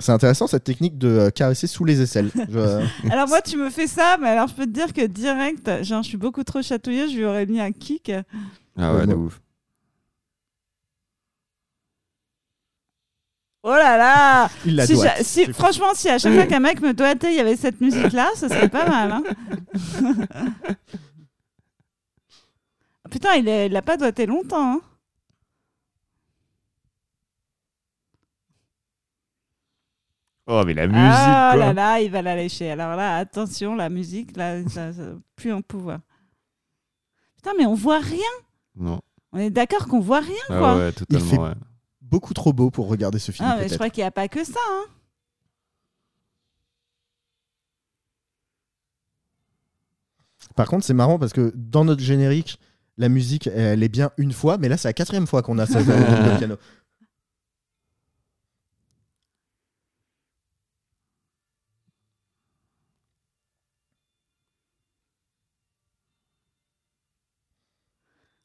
G: C'est intéressant cette technique de euh, caresser sous les aisselles. Je-
A: alors moi, tu me fais ça, mais alors je peux te dire que direct, genre, je suis beaucoup trop chatouilleuse, je lui aurais mis un kick.
B: Ah
G: ouais,
B: ouais,
G: de
B: de ouf.
A: Oh là là
G: Il la
A: Si
G: doit.
A: j'a- si- Franchement, si à chaque fois qu'un mec me doigtait, il y avait cette musique-là, ce serait pas mal. hein. Putain, il est- il l'a pas doigté longtemps. hein.
H: Oh, mais la musique,
A: ah
H: quoi.
A: là là, il va la lécher. Alors là, attention, la musique, là, ça, ça- plus en pouvoir. Putain, mais on voit rien.
B: Non.
A: On est d'accord qu'on voit rien, quoi.
B: Ah ouais, totalement,
G: fait-
B: ouais.
G: Beaucoup trop beau pour regarder ce film.
A: Ah, mais je
G: peut-être.
A: crois qu'il n'y a pas que ça. hein.
G: Par contre, c'est marrant parce que dans notre générique, la musique, elle est bien une fois, mais là, c'est la quatrième fois qu'on a ça le piano.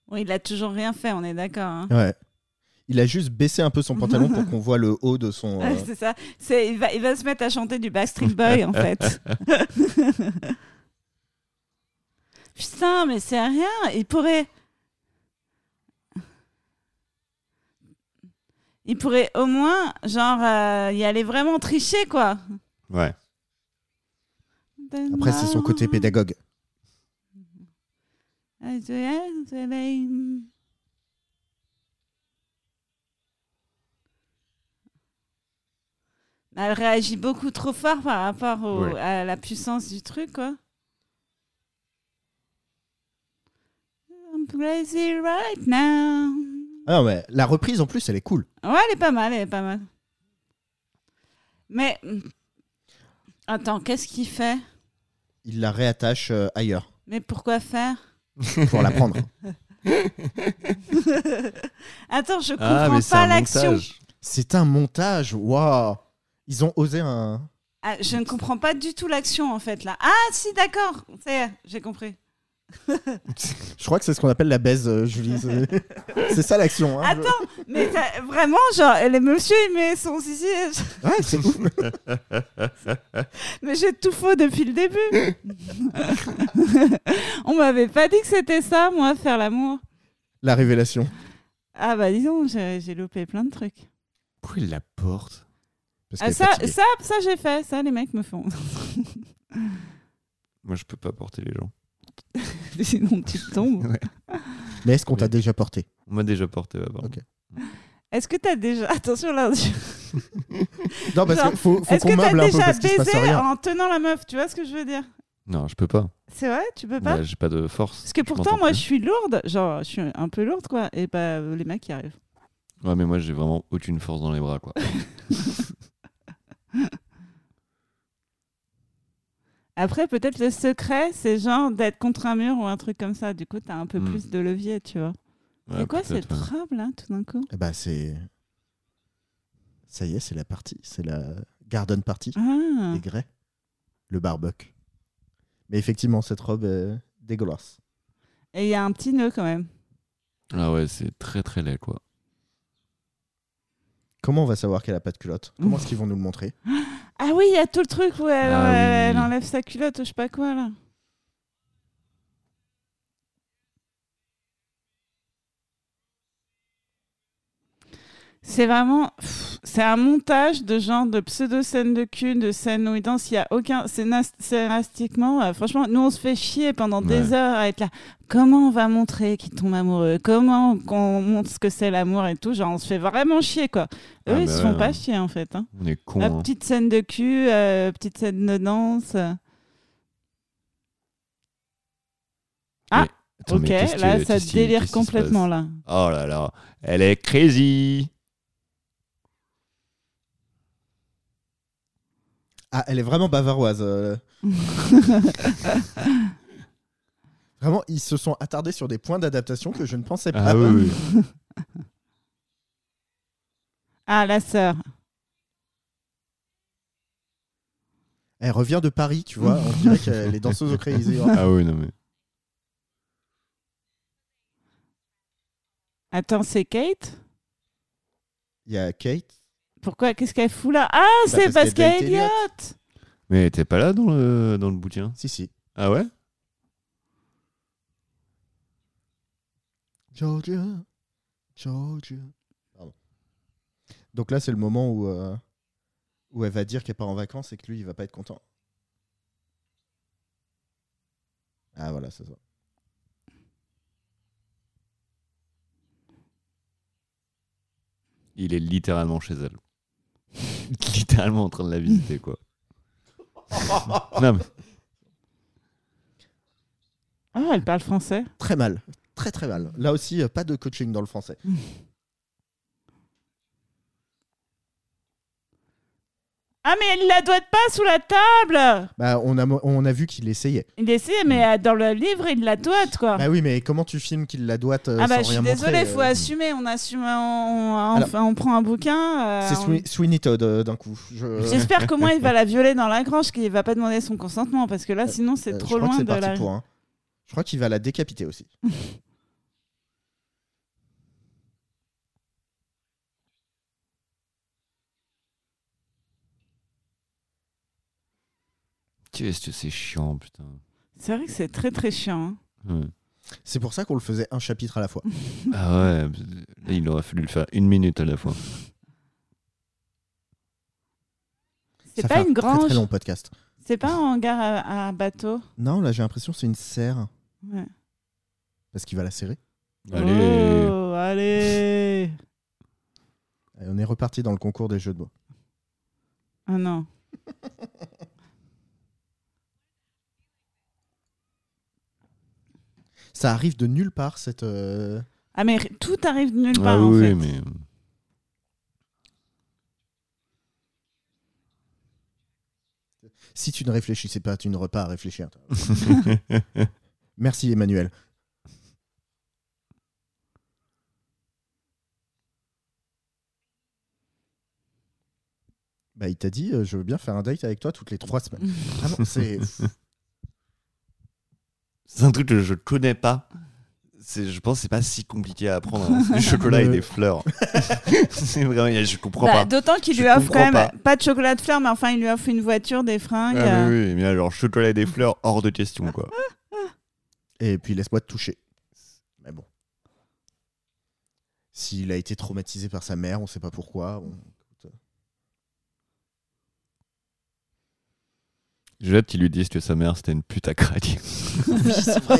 A: Bon, il a toujours rien fait, on est d'accord. hein.
G: Ouais. Il a juste baissé un peu son pantalon pour qu'on voit le haut de son. euh,
A: Ouais, Ah, c'est ça. C'est, il, va, il va se mettre à chanter du Backstreet Boy, en fait. Putain, mais c'est rien. Il pourrait. Il pourrait au moins, genre, euh, y aller vraiment tricher, quoi.
B: Ouais.
G: Après, c'est son côté pédagogue.
A: Bah, Elle réagit beaucoup trop fort par rapport au-
B: Ouais.
A: à la puissance du truc, quoi. I'm crazy right now.
G: Ah non, mais la reprise en plus, elle est cool.
A: Ouais, elle est pas mal, elle est pas mal. Mais. Attends, qu'est-ce qu'il fait
G: Il la réattache euh, ailleurs
A: Mais pourquoi faire
G: pour la prendre.
A: Attends, je comprends
B: Ah, mais c'est
A: pas
B: un
A: l'action.
B: montage.
G: C'est un montage. Waouh. Ils ont osé un.
A: Ah, je ne comprends pas du tout l'action en fait là. Ah si d'accord, ça y est, j'ai compris.
G: Je crois que c'est ce qu'on appelle la baise, euh, Julie. C'est- C'est ça l'action. hein.
A: Attends, mais ça- vraiment genre les monsieur il met son zizi.
G: Ouais, c'est ouf.
A: Mais j'ai tout faux depuis le début. On m'avait pas dit que c'était ça moi faire l'amour.
G: La révélation.
A: Ah bah disons j'ai j'ai loupé plein de trucs.
B: Pourquoi il la porte
G: Parce
A: Ah,
G: qu'elle est
A: ça
G: fatiguée.
A: ça ça j'ai fait ça les mecs me font.
B: Moi, je peux pas porter les gens.
A: Sinon tu tombes.
G: Mais est-ce qu'on t'a
B: Oui.
G: déjà porté
B: On m'a déjà porté, ouais, pardon.
G: Ok.
A: Est-ce que t'as déjà attention là
G: Non, parce
A: Genre,
G: qu'il faut, faut
A: Est-ce
G: qu'on
A: que t'as
G: meuble un peu
A: déjà
G: parce qu'il se passe
A: baisé
G: rien.
A: en tenant la meuf Tu vois ce que je veux dire
B: Non, je peux pas.
A: C'est vrai Tu peux pas
B: Bah, J'ai pas de force.
A: Parce que
B: Je
A: pourtant,
B: m'entends
A: moi,
B: plus.
A: je suis lourde. Genre, je suis un peu lourde, quoi. Et bah, euh, les mecs, ils arrivent.
B: Ouais, mais moi, j'ai vraiment aucune force dans les bras, quoi.
A: Après, peut-être le secret, c'est genre d'être contre un mur ou un truc comme ça. Du coup, t'as un peu
B: Hmm.
A: plus de levier, tu vois.
B: Ouais,
A: c'est quoi
B: peut-être,
A: cette
B: ouais.
A: trame, là, tout d'un coup
G: Eh ben, c'est. Ça y est, c'est la partie. C'est la garden party
A: Ah,
G: des Grès. Le barbuck. Mais effectivement, cette robe est dégueulasse.
A: et il y a un petit nœud, quand même.
B: Ah ouais, c'est très très laid, quoi.
G: Comment on va savoir qu'elle a pas de culotte Comment est-ce qu'ils vont nous le montrer
A: Ah oui, il y a tout le truc où elle,
B: Ah
A: elle
B: oui.
A: enlève sa culotte ou je sais pas quoi, là. C'est vraiment. pff, C'est un montage de genre de pseudo-scène de cul, de scène où il danse. Il y a aucun. C'est nas- scénaristiquement. euh, franchement, nous, on se fait chier pendant des
B: Ouais.
A: heures à être là. Comment on va montrer qu'il tombe amoureux Comment on montre ce que c'est l'amour et tout Genre, on se fait vraiment chier, quoi. Eux,
B: Ah
A: ils
B: bah
A: se
B: ouais,
A: font pas
B: ouais.
A: chier, en fait. hein.
B: On est con.
A: Ah, petite scène de cul, euh, petite scène de danse. ok, là, ça délire complètement, là.
B: Oh là là, elle est crazy.
G: Ah, elle est vraiment bavaroise. euh. vraiment, ils se sont attardés sur des points d'adaptation que je ne pensais pas.
B: Ah oui,
A: Ah, la sœur.
G: Elle revient de Paris, tu vois. On dirait qu'elle est danseuse au Crazy. Horse.
B: Ah oui, non mais.
A: Attends, c'est Kate
G: Il y a Kate.
A: Pourquoi Qu'est-ce qu'elle fout là Ah,
G: Bah,
A: c'est parce
G: qu'elle
A: qu'elle
G: date
A: est Elliot
G: Elliot.
B: Mais elle était pas là dans le, dans le bouquin
G: Si, si.
B: Ah ouais
G: Georgia. Georgia. Pardon. Donc là, c'est le moment où, euh, où elle va dire qu'elle part en vacances et que lui, il va pas être content. Ah voilà, ça se voit.
B: Il est littéralement chez elle. littéralement en train de la visiter, quoi. non, mais
A: Ah, elle parle français.
G: Très mal. Très très mal. Là aussi, euh, pas de coaching dans le français.
A: Ah, mais il la doit pas sous la table
G: Bah, on, a, mo- on a vu qu'il essayait.
A: Il essaie, mais euh, dans le livre, il la doit, quoi.
G: Hmm. Bah oui, mais comment tu filmes qu'il la doite euh,
A: ah, bah,
G: sans
A: je
G: rien
A: suis désolée,
G: montrer,
A: il faut
G: euh,
A: assumer. On assume, on, on-
G: Alors-
A: enfin, on prend un bouquin. euh,
G: C'est
A: on-
G: Sweeney- Sweeney Todd euh, d'un coup. Je-
A: J'espère qu'au moins il va la violer dans la grange, qu'il va pas demander son consentement, parce que là, sinon, c'est
G: Euh, je
A: trop
G: crois que
A: loin
G: c'est
A: de
G: parti
A: la.
G: pour un. Je crois qu'il va la décapiter aussi.
B: qu'est-ce que c'est chiant, putain.
A: C'est vrai que c'est très très chiant. hein.
B: Ouais.
G: C'est pour ça qu'on le faisait un chapitre à la fois.
B: Ah ouais, là, il aurait fallu le faire une minute à la fois.
A: C'est
G: Ça
A: pas
G: fait un
A: une
G: Très,
A: grange,
G: très long podcast.
A: c'est pas un hangar à, à bateau.
G: Non, là j'ai l'impression que c'est une serre.
A: Ouais.
G: Parce qu'il va la serrer.
B: Allez.
A: Oh, allez
G: Et on est reparti dans le concours des jeux de mots.
A: Ah non.
G: Ça arrive de nulle part cette. euh,
A: Ah mais r- tout arrive de nulle
B: Ah
A: part en
B: oui,
A: fait.
B: mais.
G: Si tu ne réfléchissais pas, tu n'aurais pas à réfléchir. Merci Emmanuel. Bah, il t'a dit, euh, je veux bien faire un date avec toi toutes les trois semaines. Vraiment, c'est.
B: C'est un truc que je connais pas. C'est, je pense que c'est pas si compliqué à apprendre. hein. C'est du chocolat et des fleurs. c'est vraiment, je comprends
A: Bah,
B: pas.
A: D'autant qu'il
B: Je
A: lui offre
B: comprends
A: quand même
B: pas.
A: pas. de chocolat de fleurs, mais enfin il lui offre une voiture, des fringues.
B: Ah,
A: euh,
B: mais oui, mais alors chocolat et des fleurs, hors de question quoi.
G: Et puis laisse-moi te toucher. Mais bon. S'il a été traumatisé par sa mère, on sait pas pourquoi. on-
B: J'ai hâte qu'ils lui disent que sa mère c'était une pute à craquer.
A: Ah,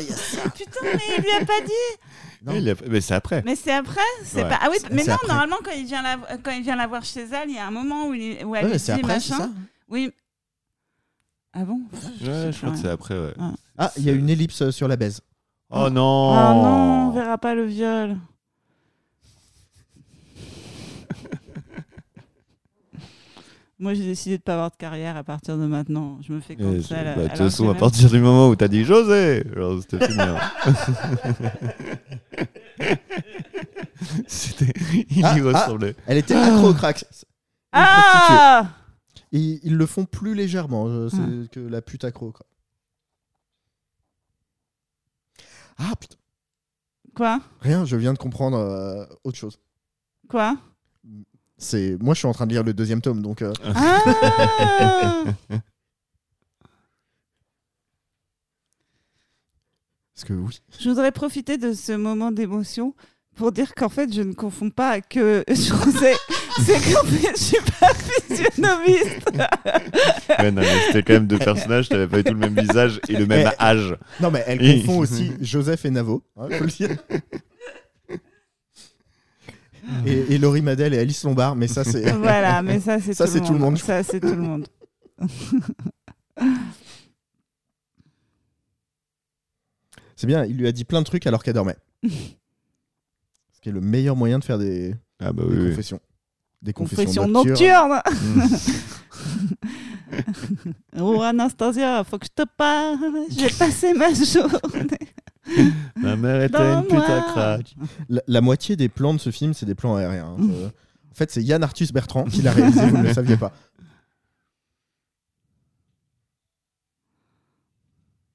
A: Putain, mais il lui a pas dit.
G: Non.
B: Il a- Mais c'est après.
A: Mais c'est après, c'est
B: Ouais.
A: pas. Ah oui, mais
G: c'est
A: non,
G: après.
A: normalement quand il vient la quand il vient la voir chez elle, il y a un moment où, il- où elle
G: Ouais,
A: lui dit
G: c'est après, c'est
A: machin.
G: ça
A: oui. Ah bon
B: Ouais, je crois que
A: Ouais.
B: c'est après, ouais.
A: Ouais.
G: Ah, il y a une ellipse euh, sur la baise.
B: Oh non
A: Ah
B: Oh.
A: non, on verra pas le viol. Moi, j'ai décidé de pas avoir de carrière à partir de maintenant. Je me fais
B: Et
A: comme
B: je-
A: ça.
B: bah, de toute façon, à partir du moment où t'as dit José, genre, c'était fini. hein. c'était... Il
G: Ah,
B: y
G: ah.
B: ressemblait.
G: Elle était accro au crack.
A: Ah
G: Ils, ils le font plus légèrement euh, c'est que la pute accro. Quoi. Ah putain,
A: Quoi
G: rien, je viens de comprendre euh, autre chose.
A: Quoi
G: C'est moi, je suis en train de lire le deuxième tome, donc euh,
A: Ah
G: parce que oui.
A: Je voudrais profiter de ce moment d'émotion pour dire qu'en fait, je ne confonds pas que je pensais- C'est qu'en fait, je suis pas physionomiste.
B: Ouais, non, mais c'était quand même deux personnages, t'avais pas eu tout le même visage et le même âge.
G: Non mais
B: Et-
G: elle confond aussi Joseph et Navo. hein, faut le dire. et, et Laurie Madel et Alice Lombard, mais ça c'est.
A: Voilà, mais ça, c'est
G: Ça,
A: tout,
G: c'est
A: le
G: tout le
A: monde.
G: monde.
A: Ça, c'est tout le monde.
G: C'est bien, il lui a dit plein de trucs alors qu'elle dormait. Ce qui est le meilleur moyen de faire des,
B: Ah bah
G: des
B: oui.
G: confessions. Des confessions,
A: Confession
G: nocturnes.
A: nocturne. oh Anastasia, faut que je te parle. J'ai passé ma journée.
B: Ma mère était
A: Dans
B: une pute à
A: moi.
B: craque.
G: La, la moitié des plans de ce film, c'est des plans aériens. hein. Euh, en fait, c'est Yann Arthus Bertrand qui l'a réalisé, vous ne le saviez pas.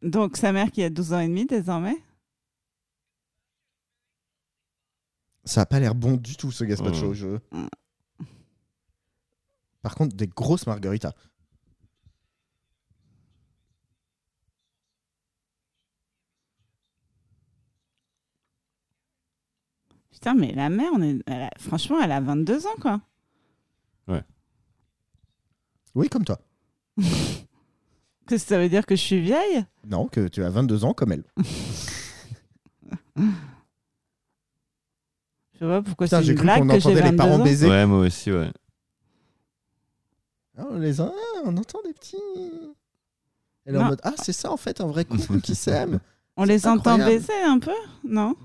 A: Donc, sa mère qui a 12 ans et demi désormais.
G: Ça a pas l'air bon du tout, ce gazpacho.
B: Mm.
G: Je...
A: Mm.
G: Par contre, des grosses margaritas.
A: Putain, mais la mère, on est... elle a- franchement, elle a 22 ans, quoi.
G: Oui, comme toi.
A: Qu'est-ce que ça veut dire que je suis vieille
G: Non, que tu as 22 ans comme elle.
A: Je sais pas pourquoi
G: Putain,
A: c'est
G: j'ai
A: une
G: cru qu'on
A: blague que j'ai
G: entendait
A: 22
G: les parents
A: ans.
G: baiser.
B: Ouais, moi aussi, ouais.
G: Ah, on les a- ah, on entend des petits. Elle est en
A: Non.
G: mode Ah, c'est ça en fait un vrai couple qui s'aime.
A: On les entend
G: incroyable.
A: baiser un peu, non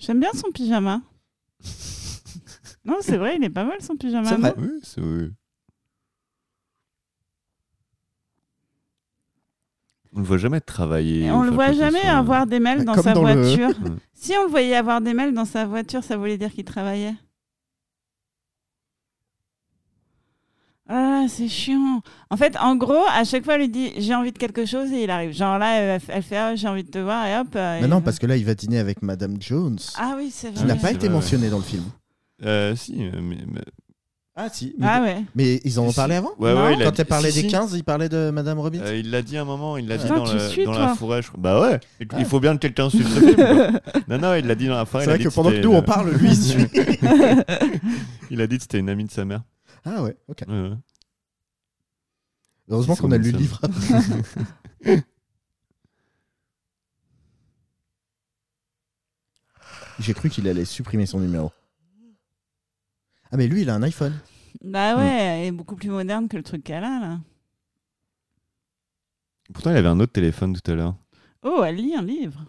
A: J'aime bien son pyjama. non, c'est vrai, il est pas mal son pyjama.
G: Ah C'est vrai.
A: non
B: Oui, c'est oui. On le voit jamais travailler.
A: Et
B: ou
A: on le
B: faire
A: voit
B: quoi que ce
A: jamais
B: soit.
A: avoir des mails
G: Bah,
A: dans
G: comme
A: sa
G: dans le-
A: voiture.
B: Mm.
A: si on le voyait avoir des mails dans sa voiture, ça voulait dire qu'il travaillait. Ah, c'est chiant. En fait, en gros, à chaque fois, elle lui dit j'ai envie de quelque chose et il arrive. Genre là, elle elle fait Ah, j'ai envie de te voir et hop.
G: Mais non, parce que là, il va dîner avec Madame Jones,
A: Ah oui, c'est
G: qui
A: vrai.
G: n'a
B: oui,
G: pas
B: c'est
G: été
B: vrai,
G: mentionnée dans le film.
B: Euh, si, mais- mais-
G: Ah, si. Mais,
A: Ah ouais.
G: mais ils en ont
B: Si,
G: parlé avant
B: Ouais,
A: Non.
B: ouais, il a
G: Quand elle parlait
B: si,
G: des
B: si.
G: 15, il parlait de Madame Robbins
B: Euh, il l'a dit à un moment, il l'a dit
A: Putain,
B: dans,
A: tu
B: le-
A: suis,
B: dans
A: toi.
B: la forêt. je crois. Bah ouais,
G: Ah.
B: il faut bien que quelqu'un suive ce film. quoi. Non, non, il l'a dit dans la forêt.
G: C'est
B: il a
G: vrai
B: dit
G: que pendant que
B: c'était
G: nous, on
B: une-
G: parle, lui, il suit.
B: Il a dit que c'était une amie de sa mère.
G: Ah ouais, ok.
B: Ouais, ouais.
G: Heureusement
B: Ils
G: qu'on
B: sont
G: a lu le
B: comme
G: livre. J'ai cru qu'il allait supprimer son numéro. Ah mais lui il a un iPhone. Mm.
A: Bah ouais, elle est beaucoup plus moderne que le truc qu'elle a là.
B: Pourtant, il avait un autre téléphone tout à l'heure.
A: Oh, elle lit un livre.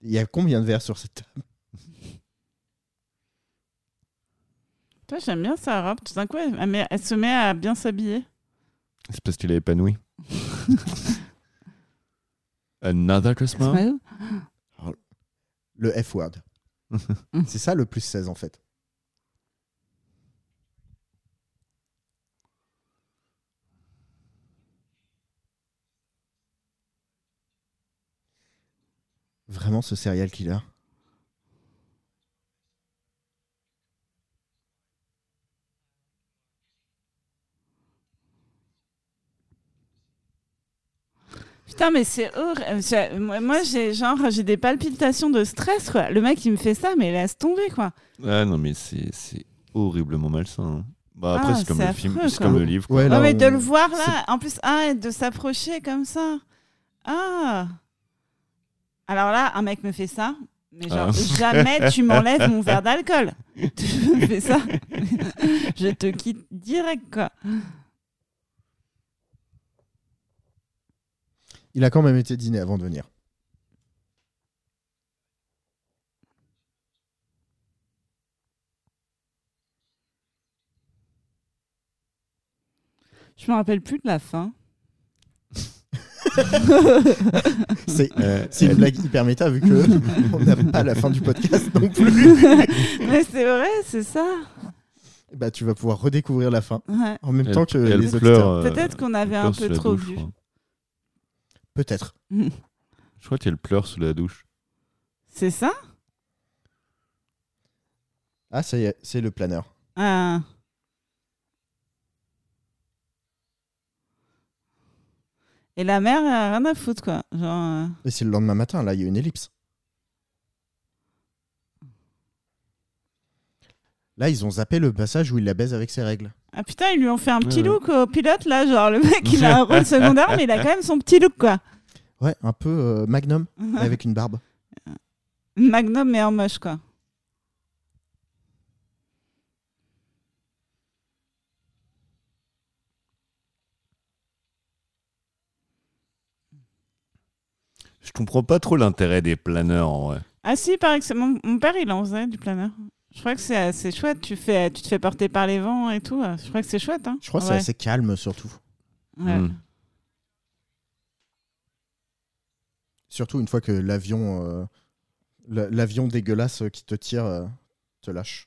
G: Il y a combien de verres sur cette table
A: Toi, j'aime bien sa robe. Tout d'un coup, elle, elle met- elle se met à bien s'habiller.
B: C'est parce qu'il a épanoui. Another
G: Hein
B: Christmas
G: Le F-word. C'est ça le plus 16 en fait. Vraiment ce serial killer.
A: Putain, mais c'est horrible. Je- Moi, moi, j'ai genre, j'ai des palpitations de stress, quoi. Le mec, il me fait ça, mais laisse tomber, quoi.
B: Ah non, mais c'est c'est horriblement malsain. hein. Bah, après,
A: Ah,
B: c'est comme
A: c'est
B: le film,
A: affreux,
B: c'est
A: quoi.
B: comme le livre. quoi.
G: Ouais,
A: Non,
G: là,
A: mais
G: on-
A: de le voir là, en plus, ah, et de s'approcher comme ça. Ah. Alors là, un mec me fait ça. Mais genre,
B: Ah.
A: jamais tu m'enlèves mon verre d'alcool. Tu me fais ça. Je te quitte direct, quoi.
G: Il a quand même été dîner avant de venir.
A: Je me rappelle plus de la fin.
G: C'est
B: Euh,
G: c'est une
B: elle-
G: blague hyper méta vu que on n'a pas la fin du podcast non plus.
A: Mais c'est vrai, c'est ça.
G: Bah tu vas pouvoir redécouvrir la fin
A: Ouais.
G: en même
B: elle-
G: temps que
B: elle
G: les
B: pleure,
G: auditeurs.
B: euh,
A: Peut-être qu'on
B: elle
A: avait
B: pleure
A: un
B: sous
A: peu
B: la
A: trop
B: douche,
A: vu.
B: Je crois,
G: Peut-être.
B: Je crois qu'elle pleure sous la douche.
A: C'est ça
G: Ah ça y est, c'est le planeur.
A: Ah. Et la mère, elle a rien à foutre, quoi. Genre, euh,
G: Et c'est le lendemain matin, là il y a une ellipse. Là, ils ont zappé le passage où il la baise avec ses règles.
A: Ah putain, ils lui ont fait un petit
B: Ouais, ouais.
A: look au pilote, là. Genre, le mec, il a un rôle secondaire, mais il a quand même son petit look, quoi.
G: Ouais, un peu euh, magnum, mais avec une barbe.
A: Magnum, mais en moche, quoi.
B: Je comprends pas trop l'intérêt des planeurs en vrai.
A: Ah si, pareil que c'est- mon, mon père, il en faisait du planeur. Je crois que c'est assez chouette. Tu, fais, tu te fais porter par les vents et tout. Je crois que c'est chouette. Hein.
G: Je crois que
A: Ouais.
G: c'est assez Hmm. calme, surtout.
A: Ouais.
B: Mm.
G: Surtout une fois que l'avion euh, Le- L'avion dégueulasse euh, qui te tire euh, te lâche.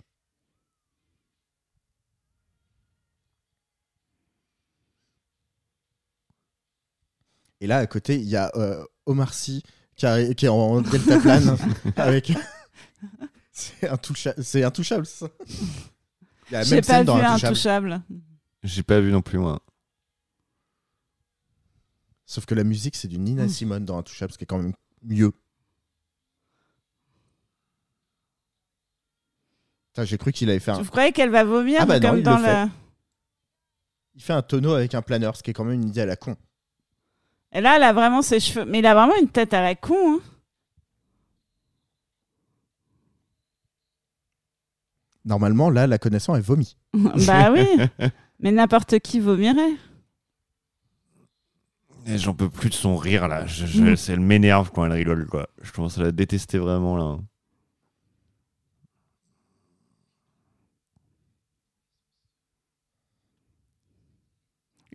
G: Et là, à côté, il y a euh, Omar Sy qui, arri- qui est en deltaplane avec. C'est intoucha- c'est intouchable, ça. Il y a la
A: J'ai
G: Ah, même
A: pas
G: scène
A: vu
G: dans Intouchable.
A: Intouchable.
B: J'ai pas vu non plus, moi.
G: Sauf que la musique, c'est du Nina Simone dans Intouchable, ce qui est quand même mieux. Putain, J'ai cru qu'il allait faire. un-
A: Je croyais qu'elle va vomir
G: Ah bah non,
A: comme
G: il
A: dans
G: le
A: le.
G: fait. Il fait un tonneau avec un planeur, ce qui est quand même une idée à la con.
A: Et là, elle a vraiment ses cheveux. Mais il a vraiment une tête à la con. hein.
G: Normalement, là, la connaissant, elle vomit.
A: bah oui. Mais n'importe qui vomirait.
B: Et J'en peux plus de son rire, là. Je, je-
A: Mm.
B: c'est- Elle m'énerve quand elle rigole, quoi. Je commence à la détester vraiment, là.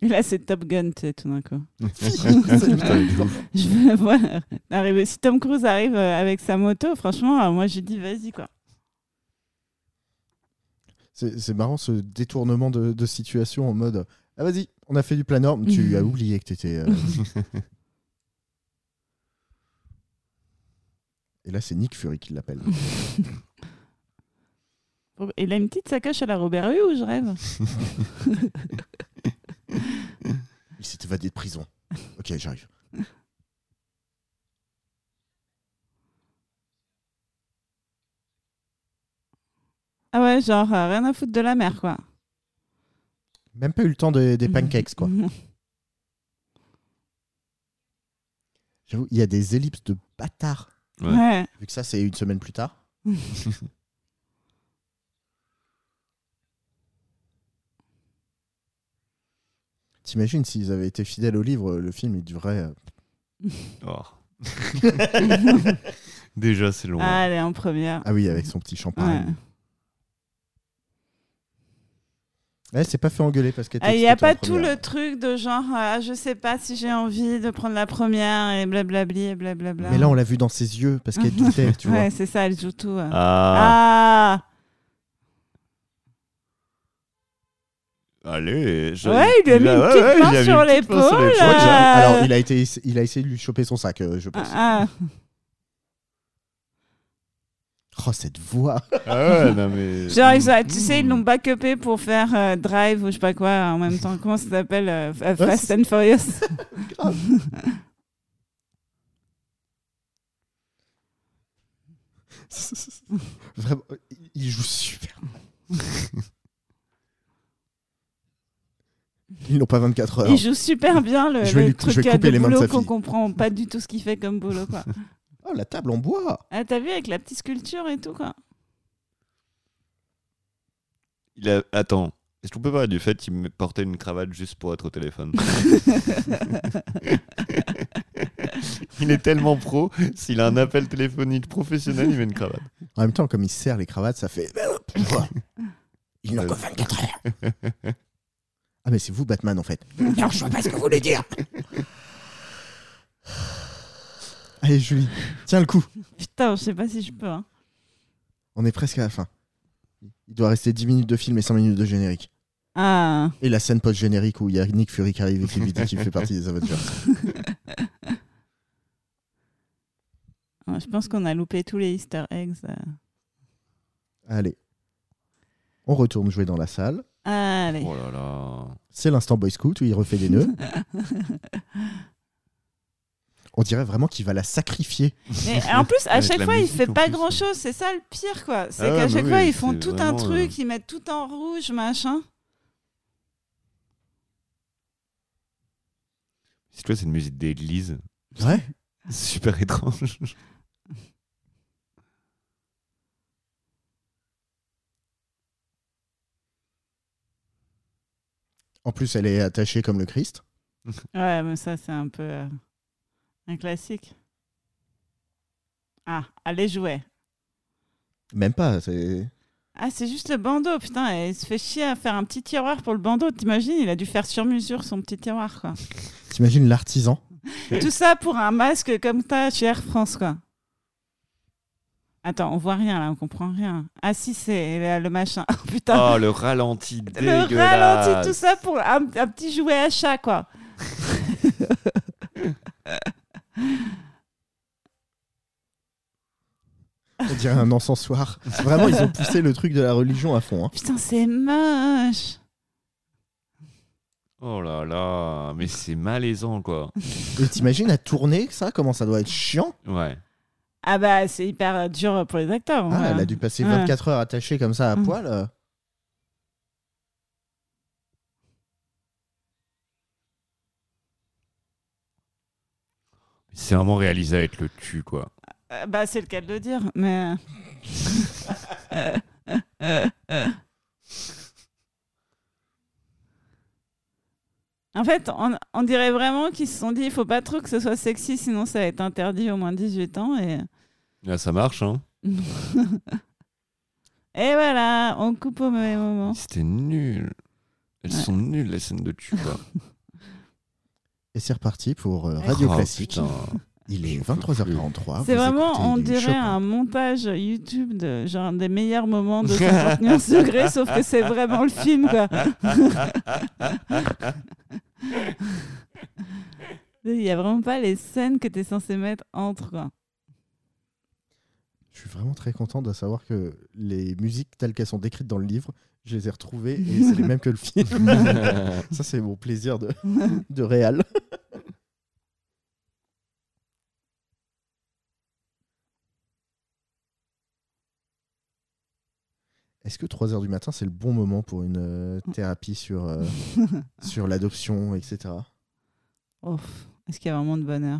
A: Et là, c'est Top Gun, tu sais, tout d'un coup.
B: Putain, il est ouf.
A: Je veux la voir arriver. Si Tom Cruise arrive euh, avec sa moto, franchement, euh, moi, j'ai dit vas-y, quoi.
G: C'est c'est marrant ce détournement de, de situation en mode Ah, vas-y, on a fait du planeur, mais tu
A: Mhm.
G: as oublié que t'étais. euh. Et là, c'est Nick Fury qui l'appelle.
A: Oh, Il a une petite sacoche à la Robert Hue ou je rêve
G: Il s'est évadé de prison. Ok, j'arrive.
A: Ah ouais, genre, euh, rien à foutre de la mer, quoi. Mm.
G: Même pas eu le temps de- des pancakes, quoi. J'avoue, il y a des ellipses de bâtard.
B: Ouais.
A: ouais.
G: Vu que ça, c'est une semaine plus tard. T'imagines s'ils avaient été fidèles au livre, le film il durerait. euh,
B: Oh. Déjà, c'est long.
A: Ah, elle est en première.
G: Ah oui, avec son petit
A: Ouais.
G: champagne. Elle s'est Eh, pas fait engueuler parce qu'elle
A: Ah,
G: était
A: Il n'y a
G: excitée en
A: pas tout
G: première.
A: le truc de genre, euh, je sais pas si j'ai envie de prendre la première et blablabli et blablabla.
G: Mais là, on hein. l'a vu dans ses yeux parce qu'elle doutait, tu vois.
A: Ouais, c'est ça, elle joue tout. euh.
B: Ah.
A: Ah,
B: Ah. Allez. je-
A: Ouais, il lui a mis une
B: ouais,
A: petite
B: ouais,
A: main
B: il a
A: sur
B: mis une petite main sur
A: l'épaule,
B: l'épaule.
A: là.
G: Ouais, j'ai-
A: Ah.
G: Alors, il a, été, il a essayé de lui choper son sac, euh, je pense.
A: ah,
G: Oh, cette voix
B: Ah ouais, non, mais...
A: Genre, ils ont- tu sais, ils l'ont backupé pour faire euh, Drive ou je sais pas quoi en même temps. Comment ça s'appelle euh, F- euh, Fast and Furious.
G: Vraiment, il- il joue super. mal. Ils n'ont pas 24 heures.
A: Il joue super bien le,
G: Je vais
A: le
G: lui- je
A: truc
G: vais
A: euh,
G: couper
A: de
G: les mains de
A: boulot
G: sa
A: qu'on
G: fille.
A: comprend pas du tout ce qu'il fait comme boulot. Quoi.
G: Oh, la table en bois
A: ah, t'as vu avec la petite sculpture et tout quoi.
B: Il a... Attends, est-ce qu'on peut parler du fait qu'il me portait une cravate juste pour être au téléphone Il est tellement pro, s'il a un appel téléphonique professionnel, il met une cravate.
G: En même temps, comme il serre les cravates, ça fait. Ils n'ont que 24 heures Ah, mais c'est vous, Batman, en fait. Non, je vois pas ce que vous voulez dire Allez, Julie, tiens le coup
A: Putain, je sais pas si je peux. hein.
G: On est presque à la fin. Il doit rester 10 minutes de film et 5 minutes de générique.
A: Ah,
G: Et la scène post-générique où il y a Nick Fury qui arrive et qui lui dit qu'il fait partie des Avengers.
A: Ah, je pense qu'on a loupé tous les Easter eggs. euh.
G: Allez. On retourne jouer dans la salle.
A: Allez.
B: Oh là là.
G: C'est l'instant Boy Scout où il refait des nœuds. On dirait vraiment qu'il va la sacrifier.
A: Mais en plus, à
B: Avec
A: chaque
B: la
A: fois, il
B: musique,
A: fait
B: en
A: pas
B: plus,
A: grand
B: hein.
A: chose. C'est ça le pire, quoi. C'est
B: Ah ouais,
A: qu'à
B: bah
A: chaque
B: oui,
A: fois, ils font
B: c'est
A: tout un
B: vraiment,
A: truc,
B: euh,
A: ils mettent tout en rouge, machin.
B: C'est quoi, c'est une musique d'église
G: Ouais.
B: Super étrange.
G: En plus, elle est attachée comme le Christ.
A: Ouais, mais ça, c'est un peu euh, un classique. Ah, allez jouer.
G: Même pas. C'est
A: Ah, c'est juste le bandeau, putain. Et il se fait chier à faire un petit tiroir pour le bandeau. T'imagines, il a dû faire sur mesure son petit tiroir, quoi.
G: T'imagines l'artisan
A: Tout ça pour un masque comme ça chez Air France, quoi. Attends, on voit rien là, on comprend rien. Ah si, c'est là, le machin. Oh putain,
B: Oh, le ralenti dégueulasse.
A: le ralenti, tout ça pour un, un petit jouet à chat, quoi.
G: On dirait un encensoir. Vraiment, ils ont poussé le truc de la religion à fond. hein.
A: Putain, c'est moche.
B: Oh là là, mais c'est malaisant, quoi.
G: Et t'imagines à tourner ça Comment ça doit être chiant
B: Ouais.
A: Ah bah, c'est hyper dur pour les acteurs. hein.
G: Ah,
A: ouais.
G: Elle a dû passer
A: Ouais.
G: 24 heures attachée comme ça à
A: Mm.
G: poil. euh.
B: C'est vraiment réalisé avec le cul, quoi.
A: Euh, Bah, c'est le cas de le dire, mais. euh, en fait, on, on dirait vraiment qu'ils se sont dit il faut pas trop que ce soit sexy, sinon ça va être interdit au moins 18 ans. Et,
B: Là, ça marche, hein.
A: et voilà, on coupe au mauvais moment.
B: C'était nul. Elles
A: Ouais.
B: sont nulles, les scènes de cul, quoi.
G: Et c'est reparti pour euh, Radio
B: Oh,
G: Classique.
B: putain.
G: Il est
B: J'en peux
G: 23h43.
A: C'est
G: vous
A: vraiment,
G: écoutez
A: on
G: du
A: dirait
G: Chopin.
A: un montage YouTube de genre des meilleurs moments de 50 nuances degrés, sauf que c'est vraiment le film. quoi. Il n'y a vraiment pas les scènes que tu es censé mettre entre. quoi.
G: Je suis vraiment très content de savoir que les musiques telles qu'elles sont décrites dans le livre, je les ai retrouvées et c'est les mêmes que le film. Ça, c'est mon plaisir de, de réal. Est-ce que 3h du matin, c'est le bon moment pour une euh, thérapie sur, euh, sur l'adoption, etc.
A: Ouf, Est-ce qu'il y a vraiment de bonheur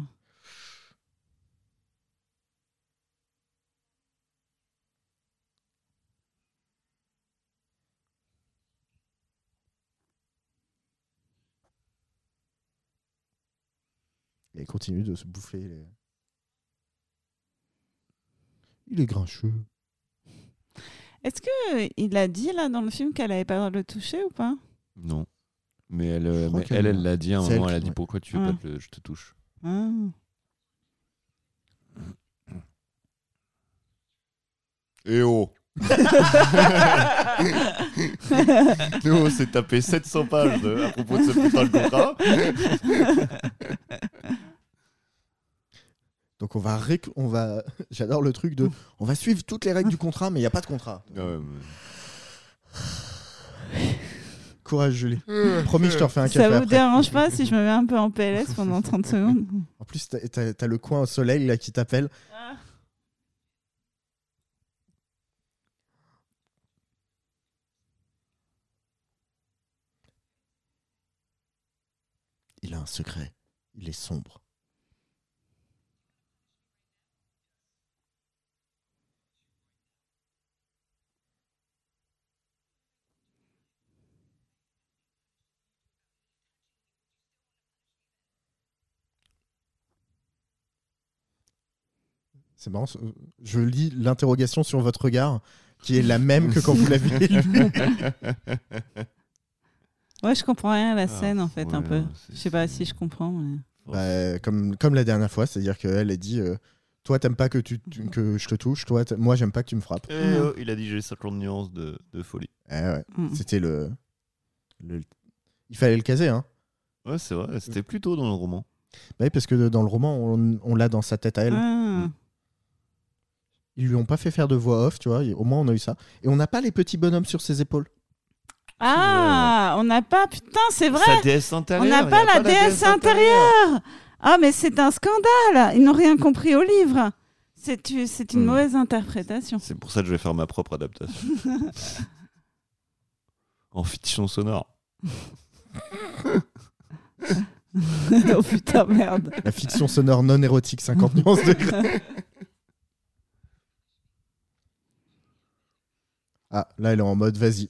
G: Et elle continue de se bouffer. les- Il est grincheux.
A: Est-ce que euh, il a dit là dans le film qu'elle n'avait pas le droit de le toucher ou pas
B: non. Mais elle,
G: Je
B: euh,
G: crois
B: mais
G: qu'elle-
B: elle, elle l'a dit à un
G: c'est
B: moment,
G: elle
B: elle a
G: qui-
B: dit
G: ouais.
B: pourquoi tu veux
A: Ouais.
B: pas que le- je te touche.
A: Ah.
H: Et oh Nous, on s'est tapé 700 pages de- à propos de ce putain de contrat.
G: Donc on va, réc- on va, j'adore le truc de, on va suivre toutes les règles du contrat, mais il n'y a pas de contrat.
H: Euh,
G: Courage Julie. Promis, je te refais un café
A: Ça vous
G: après.
A: dérange pas si je me mets un peu en PLS pendant 30 secondes
G: En plus, t'as- t'as t'as le coin au soleil là qui t'appelle. Il a un secret. Il est sombre. C'est marrant. ce- Je lis l'interrogation sur votre regard, qui est la même que quand vous l'aviez lu.
A: Ouais, je comprends rien à la scène en fait, un
B: Ah, ouais,
A: peu.
B: non, c'est-
A: Je sais pas si je comprends. mais-
H: Eh
G: Bah, comme, comme la dernière fois, c'est-à-dire qu'elle a dit euh, Toi, t'aimes pas que, tu, tu- que je te touche, toi, t'a- moi, j'aime pas que tu me frappes.
H: eh oh, il a dit j'ai 50 nuances de, de folie.
G: Eh ouais,
A: Mm.
G: C'était le, le- Il fallait le caser, hein.
H: Ouais, c'est vrai, c'était plutôt dans le roman.
G: Bah oui, parce que dans le roman, on, on l'a dans sa tête à elle. Mm.
A: Ah.
G: Ils lui ont pas fait faire de voix off, tu vois. et Au moins, on a eu ça. Et on n'a pas les petits bonhommes sur ses épaules.
A: Ah, on n'a pas, putain, c'est vrai,
H: Sa déesse intérieure
A: on n'a
H: il y
A: pas,
H: a
A: la déesse intérieure. Ah, mais c'est un scandale, ils n'ont rien compris au livre. C'est u- c'est une
G: Mm.
B: Hmm.
A: mauvaise interprétation.
H: C'est pour ça que je vais faire ma propre adaptation. en fiction sonore.
A: oh putain, merde.
G: La fiction sonore non érotique, 50 nuances de gris. Ah, là, elle est en mode Vas-y,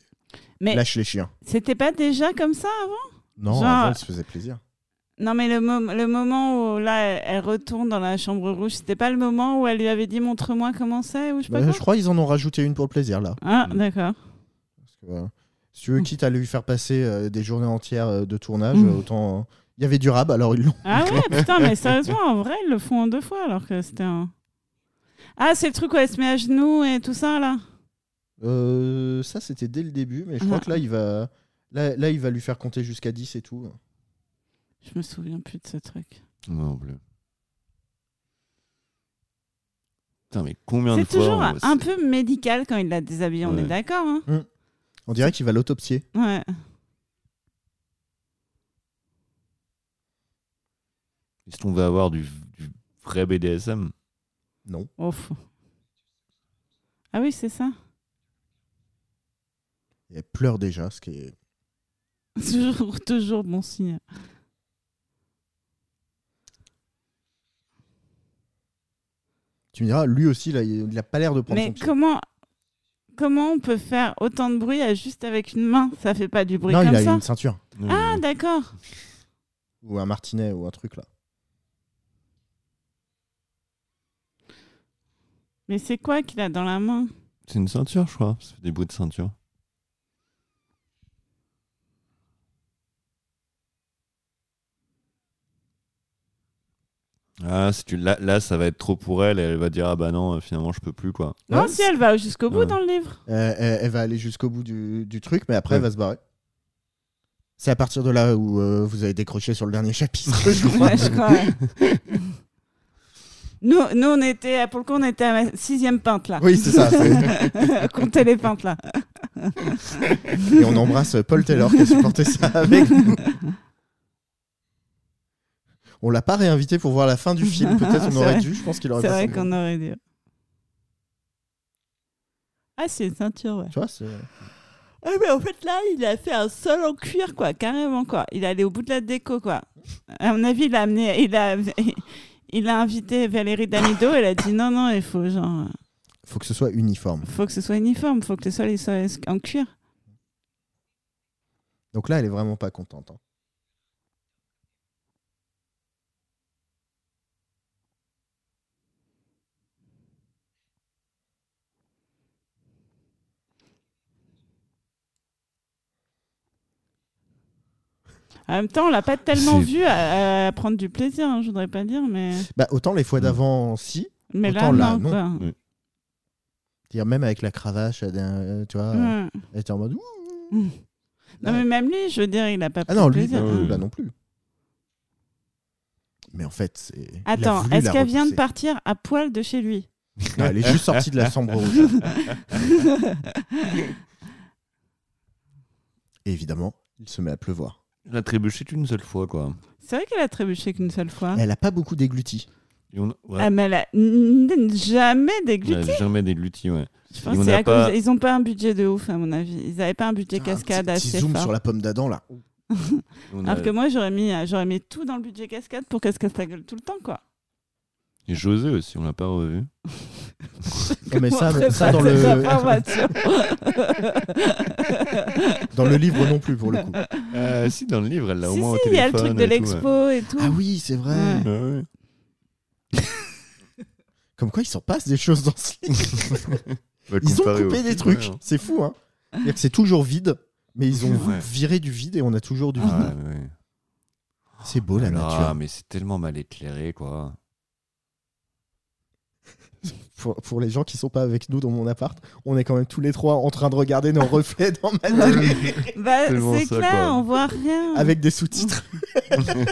A: Mais-
G: lâche les chiens.
A: C'était pas déjà comme ça avant
G: Non,
A: Genre-
G: avant, elle se faisait plaisir.
A: Non, mais le, mom- le moment où là, elle, elle retourne dans la chambre rouge, c'était pas le moment où elle lui avait dit montre-moi comment c'est ou je sais pas
G: Bah,
A: quoi
G: je crois qu'ils en ont rajouté une pour le plaisir, là.
A: Ah, d'accord.
G: Parce que, euh, si tu veux,
A: Hmm.
G: quitte à lui faire passer euh, des journées entières euh, de tournage,
A: Mm.
G: euh, autant. euh, Il y avait du rab, alors ils l'ont.
A: Ah ouais, putain, mais sérieusement, en vrai, ils le font en deux fois alors que c'était un. Ah, c'est le truc où elle se met à genoux et tout ça, là
G: Euh, ça, c'était dès le début, mais je crois que là, il va, là, là, il va lui faire compter jusqu'à 10 et tout.
A: Je me souviens plus de ce truc.
B: Non plus. Putain, mais combien de
A: C'est
B: fois.
A: toujours
B: on-
A: un peu médical quand il l'a déshabillé, on
B: Ouais.
A: est d'accord. hein
G: On dirait qu'il va l'autopsier.
A: ouais.
B: Est-ce qu'on va avoir du, du vrai BDSM
G: Non.
A: Ouf. Oh, Ah oui, c'est ça.
G: Et elle pleure déjà, ce qui est.
A: toujours, toujours bon signe.
G: Tu me diras, lui aussi, là, il a pas l'air de prendre
A: Mais
G: son pied.
A: comment, comment on peut faire autant de bruit à juste avec une main Ça fait pas du bruit
G: Non, il
A: comme
G: a
A: ça.
G: une ceinture.
A: Ah, d'accord.
G: Ou un martinet ou un truc là.
A: Mais c'est quoi qu'il a dans la main
B: C'est une ceinture, je crois. Ça fait des bruits de ceinture. Ah, si tu... là, là, ça va être trop pour elle. Elle va dire Ah bah non, euh, finalement, je peux plus, quoi.
A: Non,
G: Ouais,
A: si elle va jusqu'au bout
B: Ouais.
A: dans le livre.
G: Euh, elle, elle va aller jusqu'au bout du, du truc, mais après,
B: Ouais.
G: elle va se barrer. C'est à partir de là où euh, vous avez décroché sur le dernier chapitre, je crois.
A: Ouais, je crois, ouais. nous, nous, on était, à- pour le coup, on était à ma sixième pinte là.
G: Oui, c'est ça. c'est-
A: Comptez les pintes là.
G: Et on embrasse Paul Taylor qui a supporté ça avec nous. On l'a pas réinvité pour voir la fin du film. Peut-être on
A: C'est
G: aurait
A: vrai.
G: dû. Je pense qu'il aurait
A: C'est
G: passé
A: vrai
G: le-
A: qu'on aurait dû. Ah, c'est une ceinture, ouais.
G: Tu vois, c'est-
A: Ah, mais en fait, là, il a fait un sol en cuir, quoi, carrément, quoi. Il est allé au bout de la déco, quoi. À mon avis, il a amené. Il a, il a invité Valérie Damido, elle a dit non, non, il faut, genre,
G: faut que ce soit uniforme.
A: faut que ce soit uniforme, faut que le sol il soit en cuir.
G: Donc là, elle est vraiment pas contente. hein.
A: En même temps, on l'a pas tellement
B: C'est-
A: vu à, à prendre du plaisir, hein, je voudrais pas dire, mais,
G: Bah, autant les fois
B: Mm.
G: d'avant, si.
A: mais là,
G: Autant là,
A: non,
G: non.
A: quoi.
G: Dire même avec la cravache, elle, euh, tu vois,
A: Ouais.
G: elle était en mode. Ouh.
A: Mm. Non,
G: Là,
A: mais même lui, je veux dire, il a pas
G: Ah
A: pris
G: non,
A: de
G: lui,
A: plaisir.
G: non,
B: hein.
G: là non plus. Mais en fait, c'est. il a
A: Attends,
G: voulu
A: est-ce
G: la
A: qu'elle vient de
G: repousser.
A: partir à poil de chez lui
G: Non, elle est juste sortie de la chambre rouge. Et évidemment, il se met à pleuvoir.
B: La trébuchée une seule fois, quoi.
A: C'est vrai qu'elle a trébuché qu'une seule fois.
G: Elle a pas beaucoup dégluti.
B: Et on... ouais,
A: Ah, mais elle a n- n- jamais
B: on a
A: dégluté.
B: jamais dégluti, ouais.
A: Je pense
B: Et
A: que
B: on
A: c'est
B: a
A: à
B: pas-
A: cause- Ils n'ont pas un budget de ouf, à mon avis. Ils n'avaient pas un budget
G: Putain, Ah, un
A: cascade
G: petit, petit
A: assez
G: zoom
A: fort.
G: sur la pomme d'Adam là.
B: On a-
A: Alors que moi, j'aurais mis, euh, j'aurais mis tout dans le budget cascade pour qu'elle se casse la gueule tout le temps, quoi.
B: Et José aussi, on l'a pas revu.
G: Oh, mais ça,
A: Comment
G: mais ça,
A: préparer cette
G: dans le
A: information
G: dans le livre non plus pour
A: Ah
G: le coup.
B: Euh, si, dans le livre, elle l'a au
A: Si,
B: moins au
A: si, il y a
B: téléphone.
A: le truc de
B: et tout,
A: l'expo
B: ouais.
A: et tout.
G: Ah oui, c'est vrai.
A: Ouais.
B: Ouais, ouais.
G: Comme quoi, il s'en passe des choses dans ce livre.
B: Faut le
G: Ils ont
B: comparer au
G: coupé des
B: film,
G: trucs.
B: ouais.
G: C'est fou, hein. C'est-à-dire que C'est toujours vide, mais ils ont
B: Ouais.
G: viré du vide et on a toujours du vide.
B: Ah, ouais, ouais.
G: C'est beau la
B: Alors, ah,
G: nature.
B: mais c'est tellement mal éclairé, quoi.
G: pour, pour les gens qui sont pas avec nous dans mon appart, on est quand même tous les trois en train de regarder nos reflets dans ma télé
A: Bah,
B: tellement
A: c'est
B: ça,
A: clair,
B: quoi.
A: on voit rien.
G: avec des sous-titres.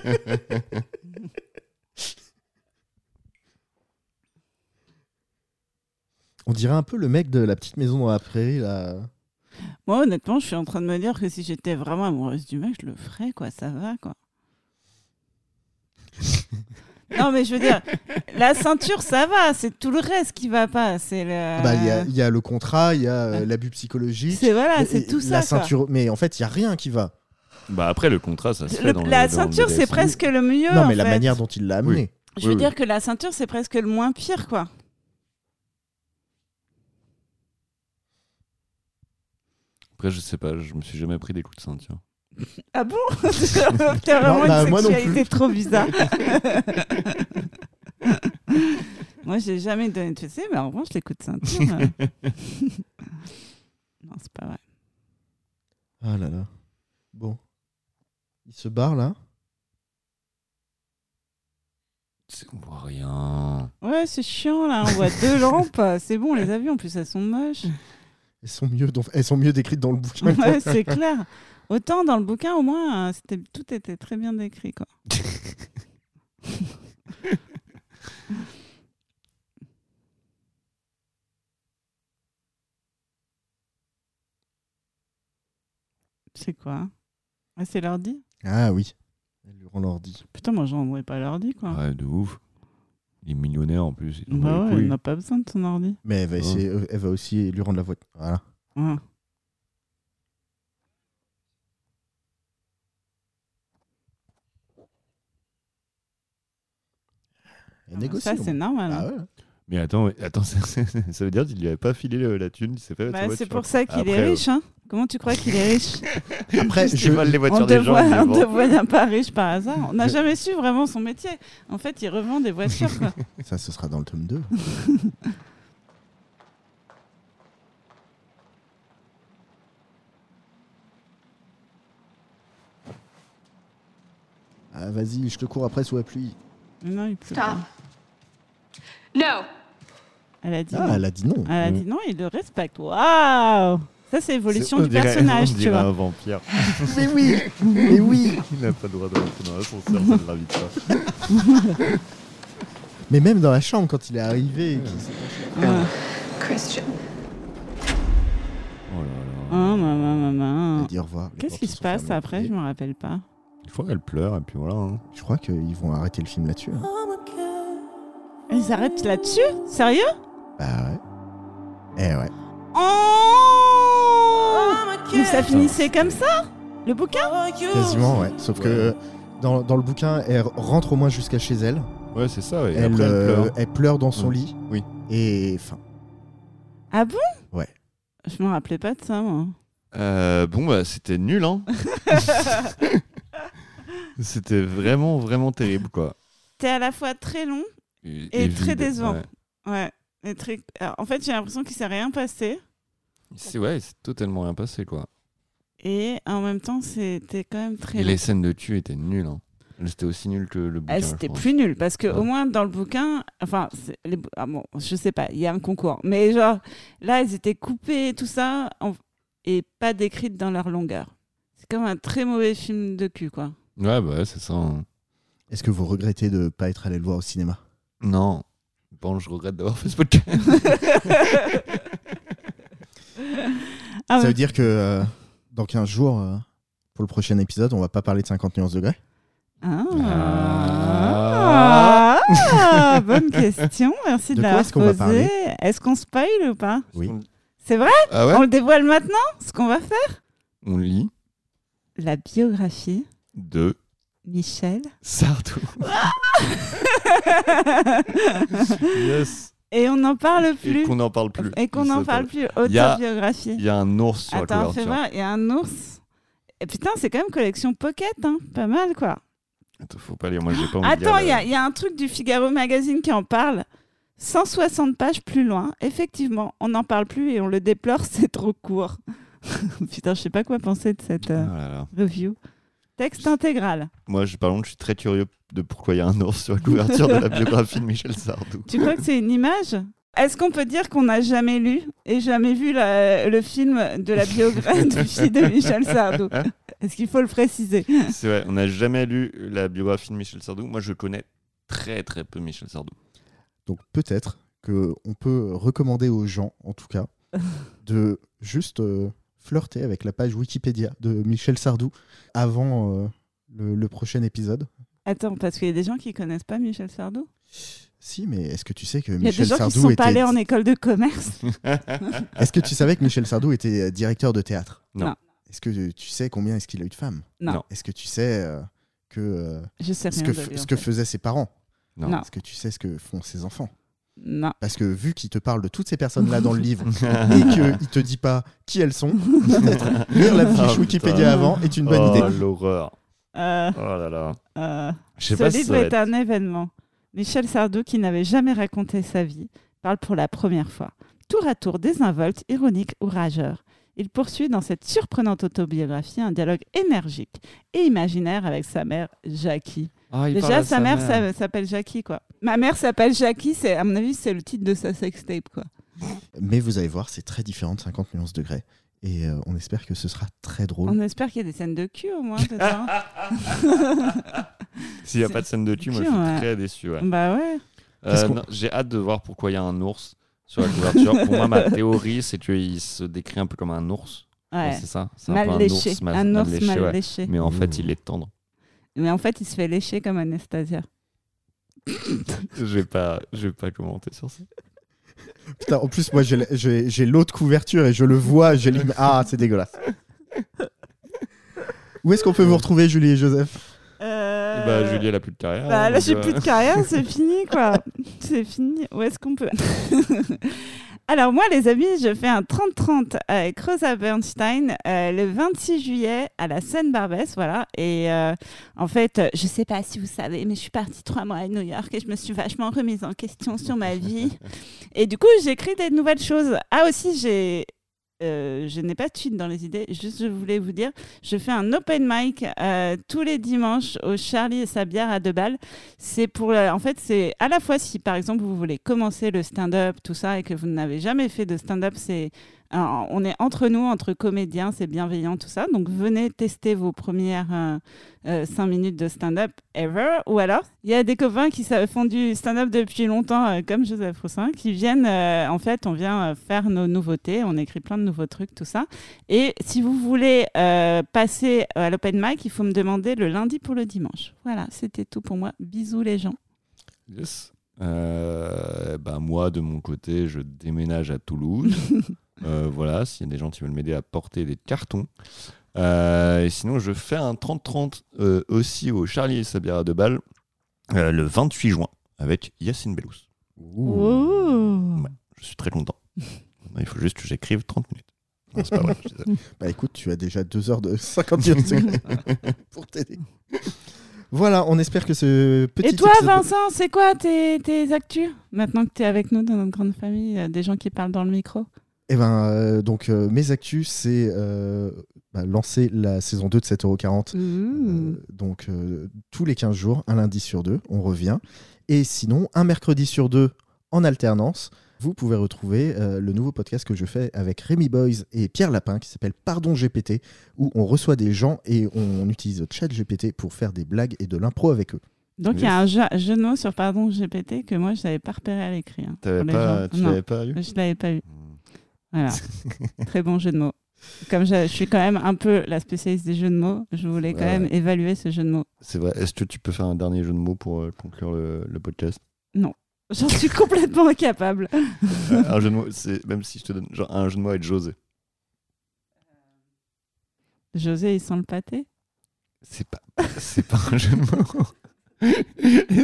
G: on dirait un peu le mec de la petite maison dans la prairie là.
A: Moi, honnêtement, je suis en train de me dire que si j'étais vraiment amoureuse du mec, je le ferais, quoi. Ça va, quoi. non, mais je veux dire, la ceinture, ça va. C'est tout le reste qui va pas. C'est le.
G: Bah, il y a- il y, a le contrat, il y a euh, l'abus psychologique.
A: C'est voilà,
G: mais-
A: c'est
G: et-
A: tout ça.
G: La
A: quoi.
G: ceinture, mais en fait, il y a rien qui va.
B: Bah après le contrat ça se
A: Le-
B: fait dans le-
A: la
B: dans le
A: ceinture, c'est
B: BDSM.
A: presque le mieux.
G: non,
A: en
G: mais la
A: fait.
G: manière dont il l'a amené.
A: Je veux
B: Oui,
A: dire que la ceinture, c'est presque le moins pire, quoi.
B: Après je sais pas, je me suis jamais pris des coups de ceinture.
A: Ah bon T'as vraiment
G: Non, bah,
A: une
G: moi non plus.
A: sexualité trop bizarre. moi, j'ai jamais donné de fessée, mais en revanche, les coups de ceinture. euh. non, c'est pas vrai.
G: Ah là là. Bon. Il se barre là.
B: C'est- On voit rien. chiant.
A: Ouais, c'est chiant là, on voit deux lampes. C'est bon, on les a vues en plus, elles sont moches.
G: Elles sont mieux, dans- elles sont mieux décrites dans le bouquin.
A: Ouais, c'est clair. Autant dans le bouquin, au moins, euh, c'était- tout était très bien décrit. Quoi. c'est quoi ah, C'est l'ordi
G: Ah oui. Elle lui rend l'ordi.
A: Putain, moi, je rendrais pas l'ordi, quoi.
B: Ouais, de ouf. Il est millionnaire en plus. il s'en bat
A: Ah. bah
B: les
A: ouais, on
B: couilles.
A: n'a pas besoin de son ordi.
G: Mais elle va, essayer, euh, elle va aussi lui rendre la voiture. Voilà.
A: Ouais. Ah,
G: Elle négocie.
A: ça,
G: au
A: c'est
G: moins.
A: normal. hein.
G: Ah ouais.
B: Mais attends, mais- attends ça, ça veut dire qu'il lui avait pas filé le- la thune, il s'est fait la
A: Bah,
B: voiture.
A: c'est pour ça qu'il est
B: Après,
A: riche. Hein. Comment tu crois qu'il est riche
G: Après,
B: Je
G: je,
B: vole les
A: On
B: voitures
A: te
B: des gens.
A: voit,
B: il les
A: on
B: vend.
A: te voit pas riche par hasard. On n'a jamais su vraiment son métier. En fait, il revend des voitures. quoi.
G: Ça, ce sera dans le tome 2. ah, vas-y, je te cours après sous la pluie.
A: Mais non, il pleut
D: Stop.
A: pas.
D: No.
A: Elle a dit
G: Ah,
A: non.
G: elle a dit non.
A: Elle a dit non, il le respecte. Waouh Ça, c'est évolution
B: C'est- on
A: du
B: dirait-
A: personnage,
B: on
A: tu
B: dirait
A: vois.
B: un vampire.
G: Mais oui Mais oui
B: Il n'a pas le droit de rentrer dans l'ascenseur, ça ne l'invite pas.
G: Mais même dans la chambre, quand il est arrivé, et qu'il s'est-
A: Ouais.
D: Christian.
B: Oh là là.
A: Ah, maman,
G: elle
A: maman.
G: a dit au revoir. les
A: Ah. Qu'est-ce
G: portes
A: qui se
G: sont
A: passe
G: fermées.
A: après
G: Et
A: Je me rappelle pas.
B: Une fois qu'elle pleure, et puis voilà. hein.
G: Je crois qu'ils vont arrêter le film là-dessus. hein.
A: Ils arrêtent là-dessus Sérieux
G: Bah ouais. Eh ouais.
A: Oh Mais ça finissait comme ça Le bouquin
G: Quasiment,
B: Oh,
G: ouais. Sauf que
B: Ouais.
G: euh, dans, dans le bouquin, elle rentre au moins jusqu'à chez elle.
B: Ouais, c'est ça. Et
G: elle,
B: après, elle
G: euh,
B: pleure.
G: elle pleure dans son
B: Ouais.
G: lit.
B: Oui.
G: Et enfin,
A: Ah bon
G: Ouais.
A: Je me rappelais pas de ça, moi.
B: Euh, bon, bah, c'était nul, hein. c'était vraiment, vraiment terrible, quoi.
A: T'es à la fois très long Et très
B: vide,
A: décevant.
B: ouais.
A: Ouais. Les trucs- Alors, en fait, j'ai l'impression qu'il s'est rien passé.
B: C'est ouais, c'est totalement rien passé, quoi.
A: Et en même temps, c'était quand même très.
B: Et
A: long.
B: les scènes de tu étaient nulles. Hein. Elles étaient aussi nulles que le bouquin.
A: Ah,
B: je
A: c'était
B: pense.
A: plus nul parce que
B: Ouais.
A: au moins dans le bouquin, enfin, c'est- les... bou- ah, bon, je sais pas, il y a un concours, mais genre là, elles étaient coupées, tout ça, en- et pas décrites dans leur longueur. C'est comme un très mauvais film de cul, quoi.
B: Ouais, bah, ouais, c'est ça. hein.
G: est-ce que vous regrettez de ne pas être allé le voir au cinéma
B: Non. Bon, je regrette d'avoir fait ce podcast.
A: Ah,
G: Ça
A: ouais.
G: veut dire que euh, dans 15 jours, euh, pour le prochain épisode, on va pas parler de 50 nuances degrés
A: Ah.
B: Ah.
A: Ah, bonne question, merci de,
G: De quoi
A: l'avoir
G: est-ce qu'on va
A: posée. Est-ce qu'on spoil ou pas
G: Oui.
A: C'est vrai
B: Ah ouais
A: On le dévoile maintenant Ce qu'on va faire
B: On lit
A: La biographie
B: de
A: Michel.
B: Sartre. yes.
A: Et on n'en parle
B: Et
A: plus.
B: qu'on n'en parle plus.
A: Et qu'on
B: Ça
A: n'en parle
B: s'appelle-
A: plus.
B: Il y a-
A: Autobiographie.
B: Il y a un ours sur la
A: Attends, fais
B: couverture.
A: voir, il y a un ours. Et putain, c'est quand même collection pocket, hein. pas mal quoi.
B: Attends, faut pas lire, moi j'ai pas envie de
A: Attends, il
B: lire
A: y,
B: la-
A: a- il y a un truc du Figaro Magazine qui en parle. 160 pages plus loin, effectivement, on n'en parle plus et on le déplore, c'est trop court. putain, je sais pas quoi penser de cette euh,
B: Ah là là.
A: review. Texte intégral.
B: Moi, je, par contre, je suis très curieux de pourquoi il y a un ours sur la couverture de la biographie de Michel Sardou.
A: Tu crois que c'est une image Est-ce qu'on peut dire qu'on n'a jamais lu et jamais vu la- le film de la biographie de Michel Sardou Est-ce qu'il faut le préciser
B: C'est vrai, on n'a jamais lu la biographie de Michel Sardou. Moi, je connais très très peu Michel Sardou.
G: Donc peut-être qu'on peut recommander aux gens, en tout cas, de juste euh, flirter avec la page Wikipédia de Michel Sardou avant euh, le, le prochain épisode.
A: Attends, parce qu'il y a des gens qui connaissent pas Michel Sardou.
G: Si, mais est-ce que tu sais que
A: Il y a des
G: Michel
A: gens qui
G: Sardou
A: sont
G: était...
A: pas allés en école de commerce.
G: Est-ce que tu savais que Michel Sardou était euh, directeur de théâtre
B: Non.
A: Non.
G: Est-ce que tu sais combien est-ce qu'il a eu de femmes
A: Non.
B: Non.
G: Est-ce que tu sais euh, que euh,
A: Je sais rien
G: ce que,
A: de
G: f-
A: lui,
G: ce
A: en
G: que
A: fait.
G: faisaient ses parents
B: Non.
A: Non.
G: Est-ce que tu sais ce que font ses enfants
A: Non.
G: Parce que vu qu'il te parle de toutes ces personnes-là dans le livre et qu'il te dit pas qui elles sont, peut-être lire la
B: Ah,
G: fiche
B: putain.
G: Wikipédia avant est une bonne
B: Oh,
G: idée.
B: l'horreur.
A: Euh,
B: Oh là là.
A: euh,
B: Je sais
A: ce
B: pas si
A: livre
B: ça va
A: est
B: être...
A: un événement. Michel Sardou, qui n'avait jamais raconté sa vie, parle pour la première fois. Tour à tour désinvolte, ironique ou rageur. Il poursuit dans cette surprenante autobiographie un dialogue énergique et imaginaire avec sa mère, Jackie.
B: Ah, il parle
A: Déjà,
B: à
A: sa mère, s'a- s'appelle Jackie, quoi. Ma mère s'appelle Jackie, c'est à mon avis c'est le titre de sa sextape quoi.
G: Mais vous allez voir, c'est très différent de 50 nuances degrés. Et euh, on espère que ce sera très drôle.
A: On espère qu'il y a des scènes de cul au moins dedans.
B: S'il n'y a pas de scène de cul, moi je
A: Tiens, ouais.
B: suis très déçu. ouais.
A: bah ouais.
B: Euh,
G: Qu'est-ce qu'on-
B: non, J'ai hâte de voir pourquoi il y a un ours sur la couverture. Pour moi, ma théorie, c'est qu'il se décrit un peu comme un ours. Ouais,
A: ouais.
B: c'est ça C'est un peu
A: Mal
B: un
A: léché,
B: ours mal-
A: un ours
B: léché, ouais.
A: mal léché.
B: Mais en fait,
G: Mmh.
B: il est tendre.
A: Mais en fait, il se fait lécher comme Anastasia.
B: Je vais pas, je vais pas commenter sur ça.
G: Putain, en plus, moi, j'ai la- j'ai j'ai l'autre couverture et je le vois. j'ai l'im- Ah, c'est dégueulasse. Où est-ce qu'on peut vous retrouver, Julie et Joseph
A: Euh...
B: Bah, Julie, elle a plus de carrière.
A: Bah, là,
B: donc,
A: j'ai
B: euh,
A: plus de carrière, c'est fini, quoi. C'est fini. Où est-ce qu'on peut Alors, moi, les amis, je fais un 30-30 avec Rosa Bernstein euh, le 26 juillet à la Seine-Barbès. Voilà. Et euh, en fait, euh, je sais pas si vous savez, mais je suis partie trois mois à New York et je me suis vachement remise en question sur ma vie. Et du coup, j'écris des nouvelles choses. Ah, aussi, j'ai. euh, je n'ai pas de suite dans les idées, juste je voulais vous dire, je fais un open mic euh, tous les dimanches au Charlie et sa bière à deux balles. C'est pour, euh, en fait, c'est à la fois si par exemple vous voulez commencer le stand-up, tout ça, et que vous n'avez jamais fait de stand-up, c'est un- on est entre nous, entre comédiens, c'est bienveillant, tout ça. Donc venez tester vos premières euh, euh, cinq minutes de stand-up ever. Ou alors, il y a des copains qui sa- font du stand-up depuis longtemps, euh, comme Joseph Roussin, qui viennent, euh, en fait, on vient euh, faire nos nouveautés, on écrit plein de nouveaux trucs, tout ça. Et si vous voulez euh, passer à l'open mic, il faut me demander le lundi pour le dimanche. Voilà, c'était tout pour moi. Bisous les gens.
B: Yes. Euh, bah, moi, de mon côté, je déménage à Toulouse. Euh, voilà, s'il y a des gens qui veulent m'aider à porter des cartons. Euh, et sinon, je fais un 30-30 euh, aussi au Charlie et Sabira de Bâle euh, le 28 juin avec Yacine Bellous.
A: Ouh.
B: Je suis très content. Maintenant, Il faut juste que j'écrive 30 minutes. Non, c'est pas vrai, je suis désolé.
G: Bah écoute, tu as déjà 2 heures de 50 secondes pour t'aider. Voilà, on espère que ce petit.
A: Et toi,
G: épisode-
A: Vincent, c'est quoi tes, tes actus Maintenant que tu es avec nous dans notre grande famille, euh, des gens qui parlent dans le micro.
G: Eh ben, euh, donc, euh, mes actus, c'est euh, bah, lancer la saison 2 de 7,40€.
A: Ouh.
G: Euh, donc, euh, tous les 15 jours, un lundi sur deux, on revient. Et sinon, un mercredi sur deux, en alternance, vous pouvez retrouver euh, le nouveau podcast que je fais avec Rémi Boys et Pierre Lapin qui s'appelle Pardon GPT, où on reçoit des gens et on utilise Chat GPT pour faire des blagues et de l'impro avec eux.
A: Donc il y a un jeu, jeu de mots sur pardon GPT que moi je n'avais pas repéré à l'écrit. hein,
B: T'avais
A: pour les
B: pas-
A: gens.
B: tu
A: Non,
B: l'avais pas lu
A: je l'avais pas eu.
B: Hmm.
A: Voilà. Très bon jeu de mots. Comme je, je suis quand même un peu la spécialiste des jeux de mots, je voulais quand
B: Ouais.
A: même évaluer ce jeu de mots.
B: C'est vrai. Est-ce que tu peux faire un dernier jeu de mots pour euh, conclure le, le podcast
A: J'en suis complètement incapable.
B: Euh, Un jeu de mots, c'est même si je te donne genre, un jeu de mots avec José.
A: José, il sent le pâté.
B: C'est pas, c'est pas un jeu de mots.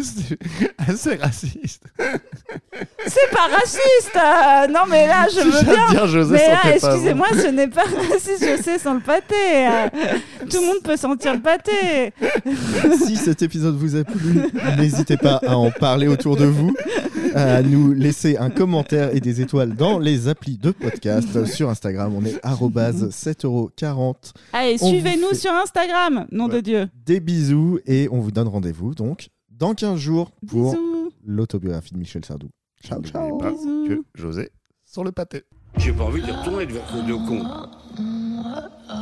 B: c'est assez raciste.
A: C'est pas raciste euh, Non mais là, je
B: Si
A: veux
B: j'ai à
A: bien
B: dire José
A: mais
B: sans
A: là,
B: tes pas
A: excusez-moi, ce n'est pas raciste, je sais, sans le pâté. euh. Tout le monde peut sentir le pâté.
G: si cet épisode vous a plu, n'hésitez pas à en parler autour de vous, à nous laisser un commentaire et des étoiles dans les applis de podcast. Sur Instagram, on est arrobase 7,40€.
A: Allez,
G: On vous
A: suivez-nous
G: fait-
A: sur Instagram, nom de Dieu.
G: Des bisous et on vous donne rendez-vous donc dans 15 jours pour
A: Bisous.
G: l'autobiographie de Michel Sardou. Ciao, ciao
B: N'oubliez pas
A: Bisous.
B: que José sur le pâté.
I: J'ai pas envie de retourner devant ce con.
J: Ah,